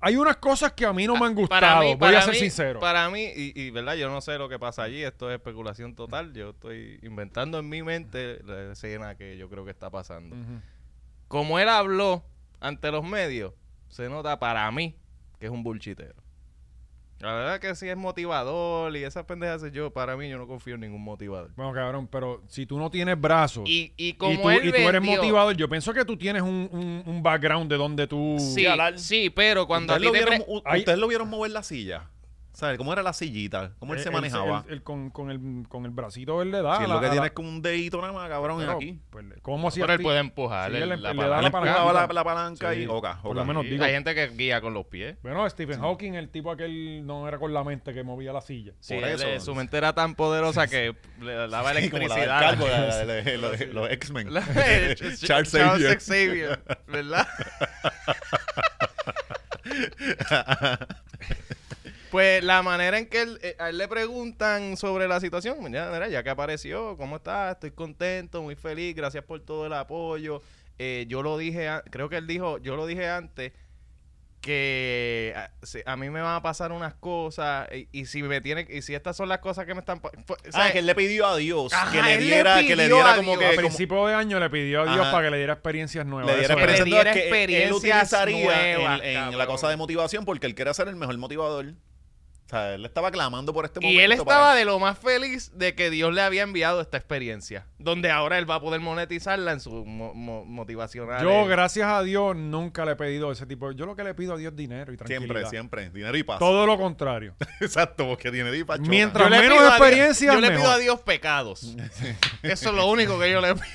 Speaker 1: hay unas cosas que a mí no me han gustado,
Speaker 3: Ah, Para mí-
Speaker 1: voy
Speaker 3: para
Speaker 1: a ser
Speaker 3: mí-
Speaker 1: sincero.
Speaker 3: Para mí, y, y, verdad, yo no sé lo que pasa allí, esto es especulación total. Yo estoy inventando en mi mente la escena que yo creo que está pasando.
Speaker 1: Ujú.
Speaker 3: Como él habló ante los medios, se nota para mí que es un bulchitero. La verdad que sí es motivador y esas pendejas yo, para mí, yo no confío en ningún motivador.
Speaker 1: Bueno, cabrón, pero si tú no tienes brazos...
Speaker 3: Y, y como
Speaker 1: Y tú,
Speaker 3: él
Speaker 1: y tú eres
Speaker 3: vendió-
Speaker 1: motivador. Yo pienso que tú tienes un, un- un background de donde tú.
Speaker 3: Sí,
Speaker 2: hablar.
Speaker 3: sí, pero cuando a
Speaker 2: ¿Ustedes,
Speaker 3: ti
Speaker 2: lo
Speaker 3: te
Speaker 2: vieron,
Speaker 3: pre-
Speaker 2: u-
Speaker 1: Ahí-
Speaker 2: ustedes lo vieron mover la silla? ¿Sabes? ¿Cómo era la sillita? ¿Cómo él se manejaba?
Speaker 1: Eh, el- el- con, con el, con el bracito él le da.
Speaker 2: si
Speaker 1: a
Speaker 2: es
Speaker 1: la-
Speaker 2: lo que
Speaker 1: a la-
Speaker 2: tiene es como un dedito nada más, cabrón,
Speaker 1: pero,
Speaker 2: aquí.
Speaker 1: pues, le- ¿Cómo hacía?
Speaker 3: Pero él
Speaker 1: el
Speaker 3: puede
Speaker 1: pi-
Speaker 3: empujar.
Speaker 1: sí,
Speaker 3: el-
Speaker 1: él
Speaker 3: la
Speaker 1: le- le da
Speaker 3: palanca.
Speaker 1: la
Speaker 2: Él empujaba la, la palanca
Speaker 1: Sí,
Speaker 2: y... Oca,
Speaker 1: por lo
Speaker 2: oca.
Speaker 1: menos
Speaker 3: Sí,
Speaker 1: digo.
Speaker 3: Hay gente que guía con los pies.
Speaker 1: Bueno, Stephen Hawking, el tipo aquel no era con la mente que movía la silla.
Speaker 3: Sí,
Speaker 2: Por
Speaker 3: él,
Speaker 2: eso.
Speaker 3: eh, su mente era tan poderosa que le daba
Speaker 2: Sí, como la del
Speaker 3: electricidad.
Speaker 2: calvo, la- la- la- la- los- los X-Men.
Speaker 3: La-
Speaker 2: Charles Xavier.
Speaker 3: Xavier, ¿verdad? pues la manera en que él, eh, a él le preguntan sobre la situación, mira, mira, ya que apareció, ¿cómo estás? Estoy contento, muy feliz, gracias por todo el apoyo. Eh, yo lo dije, a- creo que él dijo, yo lo dije antes que a, se- a mí me van a pasar unas cosas y, y si me tiene y si estas son las cosas que me están pa- fue- o sea,
Speaker 2: Ah, que él le pidió a Dios
Speaker 3: Ajá,
Speaker 2: que le
Speaker 3: él le
Speaker 2: diera, que le
Speaker 3: pidió
Speaker 2: diera
Speaker 3: a
Speaker 2: como
Speaker 3: Dios.
Speaker 2: que...
Speaker 1: a
Speaker 2: como-
Speaker 1: principio de año le pidió a Dios
Speaker 2: Ajá.
Speaker 1: para que le diera experiencias nuevas.
Speaker 2: le diera
Speaker 1: Eso era.
Speaker 2: experiencia,
Speaker 3: le
Speaker 2: no, es
Speaker 3: diera
Speaker 2: que él- él
Speaker 3: experiencias
Speaker 2: utilizaría en-
Speaker 3: nuevas,
Speaker 2: en, la
Speaker 3: cabrón.
Speaker 2: cosa de motivación porque él quería ser el mejor motivador. O sea, él estaba clamando por este momento.
Speaker 3: Y él estaba
Speaker 2: para-
Speaker 3: de lo más feliz de que Dios le había enviado esta experiencia, donde ahora él va a poder monetizarla en su mo- mo- motivacional.
Speaker 1: Yo, gracias a Dios, nunca le he pedido ese tipo. Yo lo que le pido a Dios es dinero y tranquilidad.
Speaker 2: Siempre, siempre. Dinero y paz.
Speaker 1: Todo lo contrario.
Speaker 2: Exacto, porque dinero y paz. choca.
Speaker 1: Mientras-
Speaker 3: Yo le
Speaker 1: menos
Speaker 3: pido a Dios-
Speaker 1: experiencia,
Speaker 3: Yo le pido
Speaker 1: mejor.
Speaker 3: a Dios pecados. Eso es lo único que yo le pido.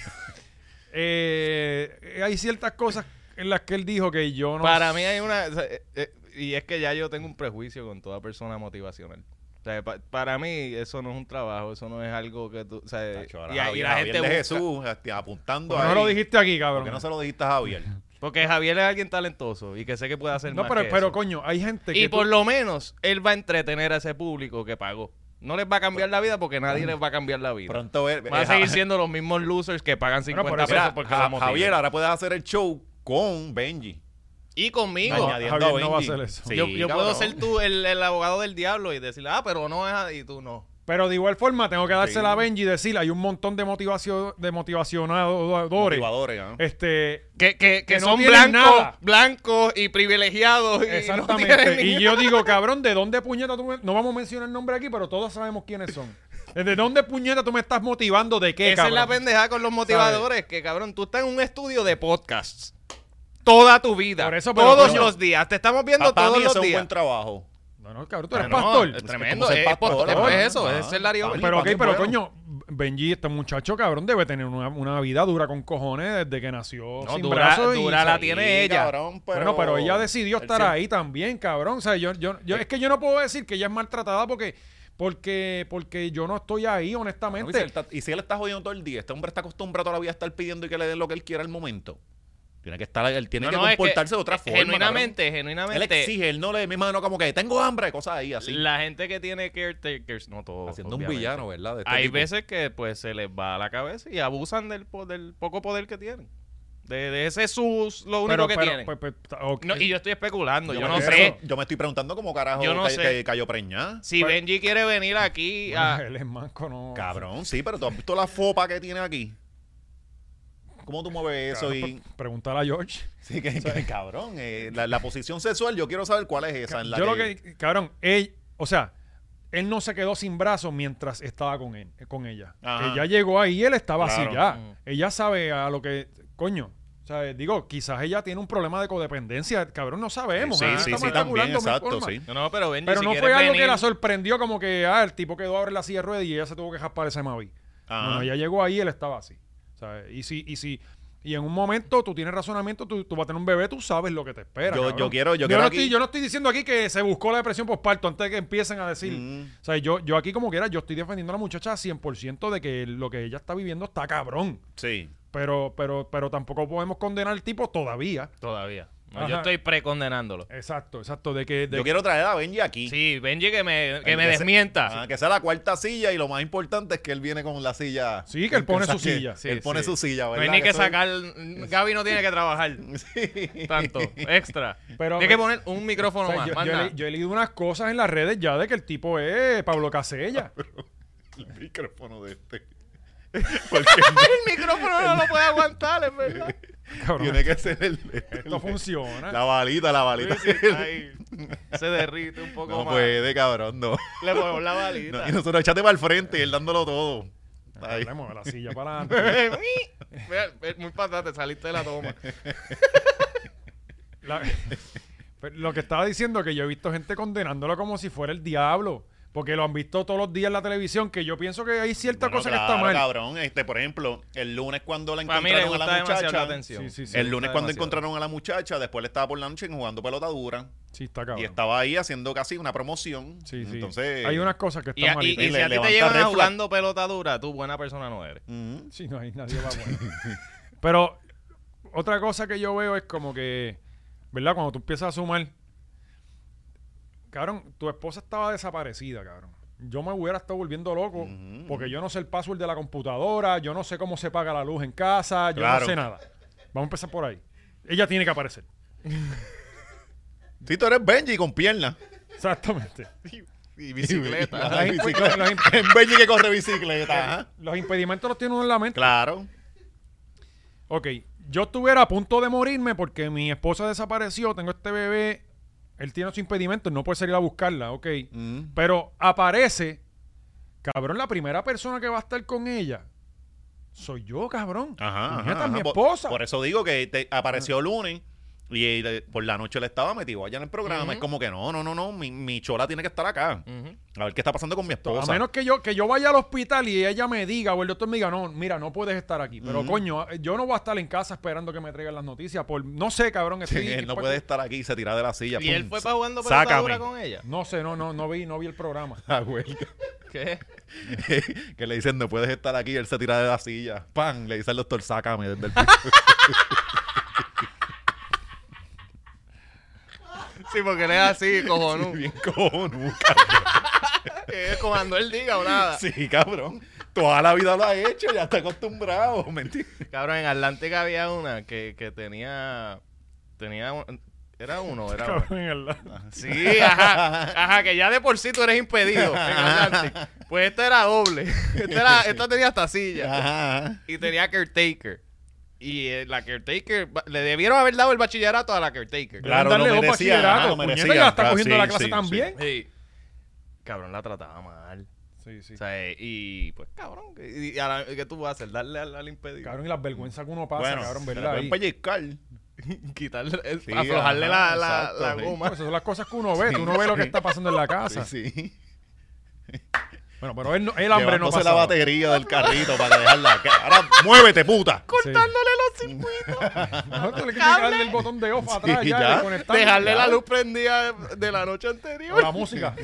Speaker 1: Eh, hay ciertas cosas en las que él dijo que yo no.
Speaker 3: Para mí hay una... o sea, eh, eh, y es que ya yo tengo un prejuicio con toda persona motivacional. O sea, pa- para mí eso no es un trabajo, eso no es algo que tú... o sea,
Speaker 2: Tacho, ahora
Speaker 3: y, a- y
Speaker 2: Javier,
Speaker 3: la
Speaker 2: Javier
Speaker 3: gente
Speaker 2: de
Speaker 3: busca-
Speaker 2: Jesús este, apuntando
Speaker 1: Porque
Speaker 2: ahí.
Speaker 1: no lo dijiste aquí, cabrón.
Speaker 2: ¿Por qué no se lo dijiste a Javier?
Speaker 3: Porque Javier es alguien talentoso y que sé que puede hacer
Speaker 1: No,
Speaker 3: más
Speaker 1: pero,
Speaker 3: que
Speaker 1: pero
Speaker 3: eso.
Speaker 1: coño, hay gente que.
Speaker 3: Y por
Speaker 1: tú-
Speaker 3: lo menos él va a entretener a ese público que pagó. No les va a cambiar la vida porque nadie les va a cambiar la vida.
Speaker 2: Pronto ver.
Speaker 3: Van a
Speaker 2: eh,
Speaker 3: seguir
Speaker 2: Ja-
Speaker 3: siendo los mismos losers que pagan
Speaker 1: Bueno,
Speaker 3: 50
Speaker 1: por eso-
Speaker 3: pesos
Speaker 2: Mira,
Speaker 3: porque
Speaker 2: Ja-
Speaker 3: lo motiven.
Speaker 2: Javier, ahora puedes hacer el show con Benji.
Speaker 3: Y conmigo.
Speaker 1: No,
Speaker 2: añadiendo
Speaker 1: Javier no va a
Speaker 2: Benji.
Speaker 1: hacer eso.
Speaker 2: Sí,
Speaker 3: yo yo
Speaker 2: cabrón.
Speaker 3: puedo ser tú el, el abogado del diablo y decirle, ah, pero no es a- y tú no.
Speaker 1: Pero de igual forma, tengo que dársela
Speaker 2: Sí.
Speaker 1: a Benji y decirle: hay un montón de, motivación, de motivacionadores.
Speaker 2: Motivadores, ¿ah? ¿no?
Speaker 3: Eh,
Speaker 1: Este,
Speaker 3: Que, que,
Speaker 1: Que no
Speaker 3: son
Speaker 1: tienen
Speaker 3: blancos,
Speaker 1: nada.
Speaker 3: blancos y privilegiados. Y no
Speaker 1: Exactamente.
Speaker 3: tienen
Speaker 1: y
Speaker 3: ni-
Speaker 1: yo digo, cabrón, ¿de dónde puñeta tú me... No vamos a mencionar el nombre aquí, pero todos sabemos quiénes son. ¿De dónde puñeta tú me estás motivando? ¿De qué,
Speaker 3: Esa es
Speaker 1: cabrón?
Speaker 3: la pendeja con los motivadores, que cabrón, tú estás en un estudio de podcasts toda tu vida,
Speaker 1: Por eso, pero,
Speaker 3: todos
Speaker 1: coño,
Speaker 3: los días, te estamos viendo
Speaker 2: Pa- Para
Speaker 3: todos
Speaker 2: mí
Speaker 3: los
Speaker 2: eso es un
Speaker 3: días.
Speaker 2: buen trabajo.
Speaker 1: No, no, cabrón, tú eres
Speaker 3: No, no,
Speaker 1: pastor.
Speaker 3: Es
Speaker 2: Es
Speaker 3: tremendo,
Speaker 2: como
Speaker 3: es,
Speaker 2: ser pastor,
Speaker 3: pastor, es
Speaker 2: ¿no?
Speaker 3: eso,
Speaker 2: Ah,
Speaker 3: es ser Larry Over.
Speaker 1: pero ok,
Speaker 2: también,
Speaker 1: pero
Speaker 2: bueno.
Speaker 1: coño, Benji, este muchacho, cabrón, debe tener una, una vida dura con cojones desde que nació
Speaker 3: No,
Speaker 1: sin
Speaker 3: dura-
Speaker 1: brazos y-
Speaker 3: dura la tiene ella.
Speaker 2: cabrón, pero...
Speaker 1: Bueno, pero ella decidió
Speaker 2: Él Eh,
Speaker 1: estar
Speaker 2: sí-
Speaker 1: ahí también, cabrón. O sea, yo, yo, yo- es que yo no puedo decir que ella es maltratada porque, porque, porque yo no estoy ahí,
Speaker 2: No,
Speaker 1: honestamente.
Speaker 2: y, si él está, y si él está jodiendo todo el día, este hombre está acostumbrado todavía a estar pidiendo y que le den lo que él quiera al momento. Tiene que estar, él tiene
Speaker 3: No,
Speaker 2: que
Speaker 3: no, es que
Speaker 2: comportarse de otra forma.
Speaker 3: Genuinamente,
Speaker 2: cabrón. Él
Speaker 3: genuinamente.
Speaker 2: exige, él no le, mi mano, como que tengo hambre, cosas ahí, así.
Speaker 3: La gente que tiene caretakers, no todos.
Speaker 2: haciendo un
Speaker 3: obviamente.
Speaker 2: villano, ¿verdad? De este
Speaker 3: Hay
Speaker 2: tipo.
Speaker 3: veces que pues se les va a la cabeza y abusan del, po- del poco poder que tienen. De, de ese sus, lo único
Speaker 1: pero,
Speaker 3: que
Speaker 1: pero-
Speaker 3: tienen.
Speaker 1: pues, pues, ta- ok.
Speaker 3: No, y yo estoy especulando, yo,
Speaker 2: me
Speaker 3: no
Speaker 2: estoy
Speaker 3: sé.
Speaker 2: pregun- Yo me estoy preguntando cómo carajo
Speaker 3: Yo no
Speaker 2: ca-
Speaker 3: sé.
Speaker 2: que cayó preñada.
Speaker 3: Si
Speaker 1: Pues-
Speaker 3: Benji quiere venir aquí
Speaker 1: Bueno,
Speaker 3: a...
Speaker 1: él es manco, no.
Speaker 2: ah, Cabrón, sí, pero tú has visto la fopa que tiene aquí. ¿Cómo tú mueves eso?
Speaker 1: Cabrón,
Speaker 2: y...
Speaker 1: pre- Preguntar a George.
Speaker 2: Sí, que, que- cabrón. eh, la, la posición sexual, yo quiero saber cuál es esa. En la
Speaker 1: Yo lo que, cabrón, él, o sea, él no se quedó sin brazos mientras estaba con él, con ella.
Speaker 2: Ajá.
Speaker 1: Ella llegó ahí y él estaba
Speaker 2: Claro.
Speaker 1: así ya.
Speaker 3: Mm.
Speaker 1: Ella sabe a lo que, coño, o sea, digo, quizás ella tiene un problema de codependencia, cabrón, no sabemos.
Speaker 2: Sí,
Speaker 1: ¿eh?
Speaker 2: sí,
Speaker 1: Estamos
Speaker 2: sí, también,
Speaker 1: especulando, mil
Speaker 2: exacto,
Speaker 1: formas.
Speaker 2: sí.
Speaker 3: No, no, pero Benji,
Speaker 1: Pero
Speaker 3: si
Speaker 1: no
Speaker 3: quieres
Speaker 1: fue algo que
Speaker 3: venir-
Speaker 1: la sorprendió como que, ah, el tipo quedó ahora en la silla de ruedas y ella se tuvo que jaspar ese mavi.
Speaker 2: Ajá.
Speaker 1: No, no, ella llegó ahí y él estaba así. ¿sabes? Y si, y si, y en un momento tú tienes razonamiento, tú, tú vas a tener un bebé, tú sabes lo que te espera.
Speaker 2: Yo-
Speaker 1: cabrón.
Speaker 2: yo quiero- yo
Speaker 1: yo
Speaker 2: quiero
Speaker 1: no
Speaker 2: aquí-
Speaker 1: estoy, yo no estoy diciendo aquí que se buscó la depresión postparto antes de que empiecen a decir.
Speaker 2: Mm.
Speaker 1: O sea, yo, yo aquí como quiera, yo estoy defendiendo a la muchacha 100% de que lo que ella está viviendo está cabrón.
Speaker 2: Sí.
Speaker 1: Pero, pero, pero tampoco podemos condenar al tipo todavía.
Speaker 3: Todavía. No,
Speaker 1: Ajá.
Speaker 3: yo estoy precondenándolo.
Speaker 1: Exacto, exacto. De que, de-
Speaker 2: Yo quiero traer a Benji aquí.
Speaker 3: Sí, Benji que me, que
Speaker 2: Ay,
Speaker 3: me
Speaker 2: se-
Speaker 3: desmienta.
Speaker 2: ah, que sea la cuarta silla y lo más importante es que él viene con la silla.
Speaker 1: Sí, que él pone su
Speaker 2: O sea, que
Speaker 1: silla.
Speaker 3: Sí,
Speaker 2: él pone
Speaker 3: sí.
Speaker 2: su silla,
Speaker 3: no
Speaker 2: ¿verdad?
Speaker 3: hay ni que
Speaker 2: eso es-
Speaker 3: sacar. Gaby no tiene que trabajar
Speaker 2: Sí.
Speaker 3: tanto. Extra.
Speaker 1: Pero-
Speaker 3: tiene que poner un micrófono
Speaker 1: o sea,
Speaker 3: más.
Speaker 1: yo,
Speaker 3: más
Speaker 1: yo he
Speaker 3: nada.
Speaker 1: le- yo he leído unas cosas en las redes ya de que el tipo es Pablo Casella.
Speaker 2: El micrófono de este.
Speaker 3: El micrófono no lo puede aguantar, es verdad.
Speaker 1: Cabrón,
Speaker 2: Tiene que ser el.
Speaker 1: esto funciona.
Speaker 2: La balita, la
Speaker 3: Sí,
Speaker 2: balita.
Speaker 3: sí, está ahí. se derrite un poco
Speaker 2: No
Speaker 3: más.
Speaker 2: puede, cabrón, no.
Speaker 3: Le ponemos la
Speaker 2: No,
Speaker 3: balita.
Speaker 2: Y nosotros echate para el frente y él dándolo todo. Ahí.
Speaker 1: Hablemos de la silla para adelante.
Speaker 3: Eh, Mira, Muy patate, saliste de la toma.
Speaker 1: La- Pero lo que estaba diciendo que yo he visto gente condenándolo como si fuera el diablo. Porque lo han visto todos los días en la televisión, que yo pienso que hay cierta
Speaker 2: Bueno,
Speaker 1: cosa que
Speaker 2: claro,
Speaker 1: está mal.
Speaker 2: cabrón. Este, por ejemplo, el lunes cuando la
Speaker 3: Para mí le
Speaker 2: encontraron
Speaker 3: gusta
Speaker 2: a la
Speaker 3: demasiado la
Speaker 2: muchacha.
Speaker 3: atención.
Speaker 1: Sí, sí, sí.
Speaker 2: el lunes
Speaker 3: gusta
Speaker 2: cuando
Speaker 3: demasiado.
Speaker 2: encontraron a la muchacha, después le estaba por la noche jugando pelota dura.
Speaker 1: Sí, está cabrón.
Speaker 2: Y estaba ahí haciendo casi una promoción.
Speaker 1: Sí, sí.
Speaker 2: Entonces.
Speaker 1: hay unas cosas que
Speaker 3: Y,
Speaker 1: están
Speaker 3: y- y
Speaker 1: malitas.
Speaker 2: Le
Speaker 3: si a ti
Speaker 2: levanta
Speaker 3: te llegan
Speaker 2: red
Speaker 3: a
Speaker 2: flag.
Speaker 3: jugando pelota dura, tú buena persona no eres.
Speaker 2: Ujú.
Speaker 1: Sí, no hay nadie va bueno. Pero otra cosa que yo veo es como que, ¿verdad? Cuando tú empiezas a sumar, cabrón, tu esposa estaba desaparecida, cabrón. Yo me hubiera estado volviendo loco
Speaker 2: Ujú.
Speaker 1: porque yo no sé el password de la computadora, yo no sé cómo se paga la luz en casa, yo
Speaker 2: Claro.
Speaker 1: no sé nada. Vamos a empezar por ahí. Ella tiene que aparecer.
Speaker 2: Sí, tú eres Benji con piernas.
Speaker 1: Exactamente.
Speaker 2: Y
Speaker 3: bicicleta.
Speaker 2: Ajá,
Speaker 1: Los imp-
Speaker 2: bicicleta.
Speaker 1: los imp-
Speaker 2: Es Benji que corre bicicleta. ajá.
Speaker 1: Los impedimentos los tiene uno en la mente.
Speaker 2: Claro.
Speaker 1: Ok, yo estuviera a punto de morirme porque mi esposa desapareció, tengo este bebé, él tiene su impedimento, no puede salir a buscarla, ok.
Speaker 2: Mm.
Speaker 1: Pero aparece, cabrón, la primera persona que va a estar con ella soy yo, cabrón.
Speaker 2: Ajá.
Speaker 1: Puñeta,
Speaker 2: ajá,
Speaker 1: mi
Speaker 2: ajá. Por-
Speaker 1: esposa.
Speaker 2: Por, eso digo que te- apareció lunes y, eh, de- por la noche le estaba metido allá en el programa. Es como que no, no, no, no. Mi, mi chola tiene que estar acá.
Speaker 3: Ujú.
Speaker 2: A ver qué está pasando con mi
Speaker 1: a
Speaker 2: esposa.
Speaker 1: menos que yo, que yo vaya al hospital y ella me diga, o el doctor me diga, no, mira, no puedes estar aquí. Pero
Speaker 2: Ujú.
Speaker 1: coño, yo no voy a estar en casa esperando que me traigan las noticias. Por, no sé, cabrón,
Speaker 2: Sí,
Speaker 1: estoy-
Speaker 2: él no puede estar aquí y se tira de la silla.
Speaker 3: Y él
Speaker 2: pum,
Speaker 3: fue para jugando pelota
Speaker 2: sácame.
Speaker 3: dura con ella.
Speaker 1: No sé, no, no, no vi, no vi el programa.
Speaker 2: Ah, güey.
Speaker 3: ¿Qué?
Speaker 2: que le dicen, no puedes estar aquí, él se tira de la silla. ¡Pam! Le dice al doctor, sácame desde el
Speaker 3: Sí, porque él es así, cojonú.
Speaker 2: Bien cojonudo,
Speaker 3: Es como cuando él diga o nada.
Speaker 2: Sí, cabrón. Toda la vida lo ha hecho, ya está acostumbrado. Mentira.
Speaker 3: Cabrón, en Atlántica había una que, que tenía. Tenía. un- Era uno, era uno.
Speaker 1: Cabrón, en verdad.
Speaker 3: Sí, ajá. Ajá, que ya de por sí tú eres impedido en Atlantic. Pues esta era doble. Esta, era- esta tenía hasta silla.
Speaker 2: Ajá.
Speaker 3: Y tenía caretaker. Y eh, la caretaker. ba- Le debieron haber dado el bachillerato a la caretaker.
Speaker 2: Claro,
Speaker 1: Deben darle
Speaker 2: lo
Speaker 1: dos
Speaker 2: merecía,
Speaker 1: bachilleratos,
Speaker 2: ajá, lo
Speaker 1: puñeta,
Speaker 2: merecía.
Speaker 1: ya está
Speaker 2: Ah,
Speaker 1: cogiendo
Speaker 2: sí,
Speaker 1: la clase
Speaker 2: sí,
Speaker 1: también.
Speaker 3: Sí. Cabrón, la trataba mal.
Speaker 1: Sí, sí.
Speaker 3: O sea, eh, y pues cabrón, ¿qué- y, a la- ¿qué tú vas a hacer? Darle al, al impedido.
Speaker 1: Cabrón, y las vergüenzas que uno pasa,
Speaker 2: Bueno,
Speaker 1: cabrón,
Speaker 2: se le
Speaker 1: ¿verdad?
Speaker 2: pueden
Speaker 1: Ahí.
Speaker 2: pellizcar.
Speaker 3: Quitarle, el-
Speaker 2: Sí,
Speaker 3: aflojarle
Speaker 2: ajá,
Speaker 3: la, la, la
Speaker 2: exacto, sí.
Speaker 1: Pues
Speaker 3: goma.
Speaker 1: esas son las cosas que uno ve.
Speaker 2: Sí,
Speaker 1: Tú no ves lo que
Speaker 2: sí.
Speaker 1: está pasando en la casa.
Speaker 2: Sí, sí.
Speaker 1: Bueno, pero él no- el hambre no
Speaker 2: Llevándose
Speaker 1: pasa.
Speaker 2: la batería del carrito para dejarla. ca- Ahora, muévete, puta.
Speaker 3: Cortándole los circuitos.
Speaker 1: Mejor le tienes que darle el botón de off atrás
Speaker 2: Sí,
Speaker 1: ya,
Speaker 2: ya.
Speaker 1: desconectar.
Speaker 3: Dejarle
Speaker 1: Ya.
Speaker 3: la luz prendida de, de la noche
Speaker 1: O
Speaker 3: anterior.
Speaker 1: la música.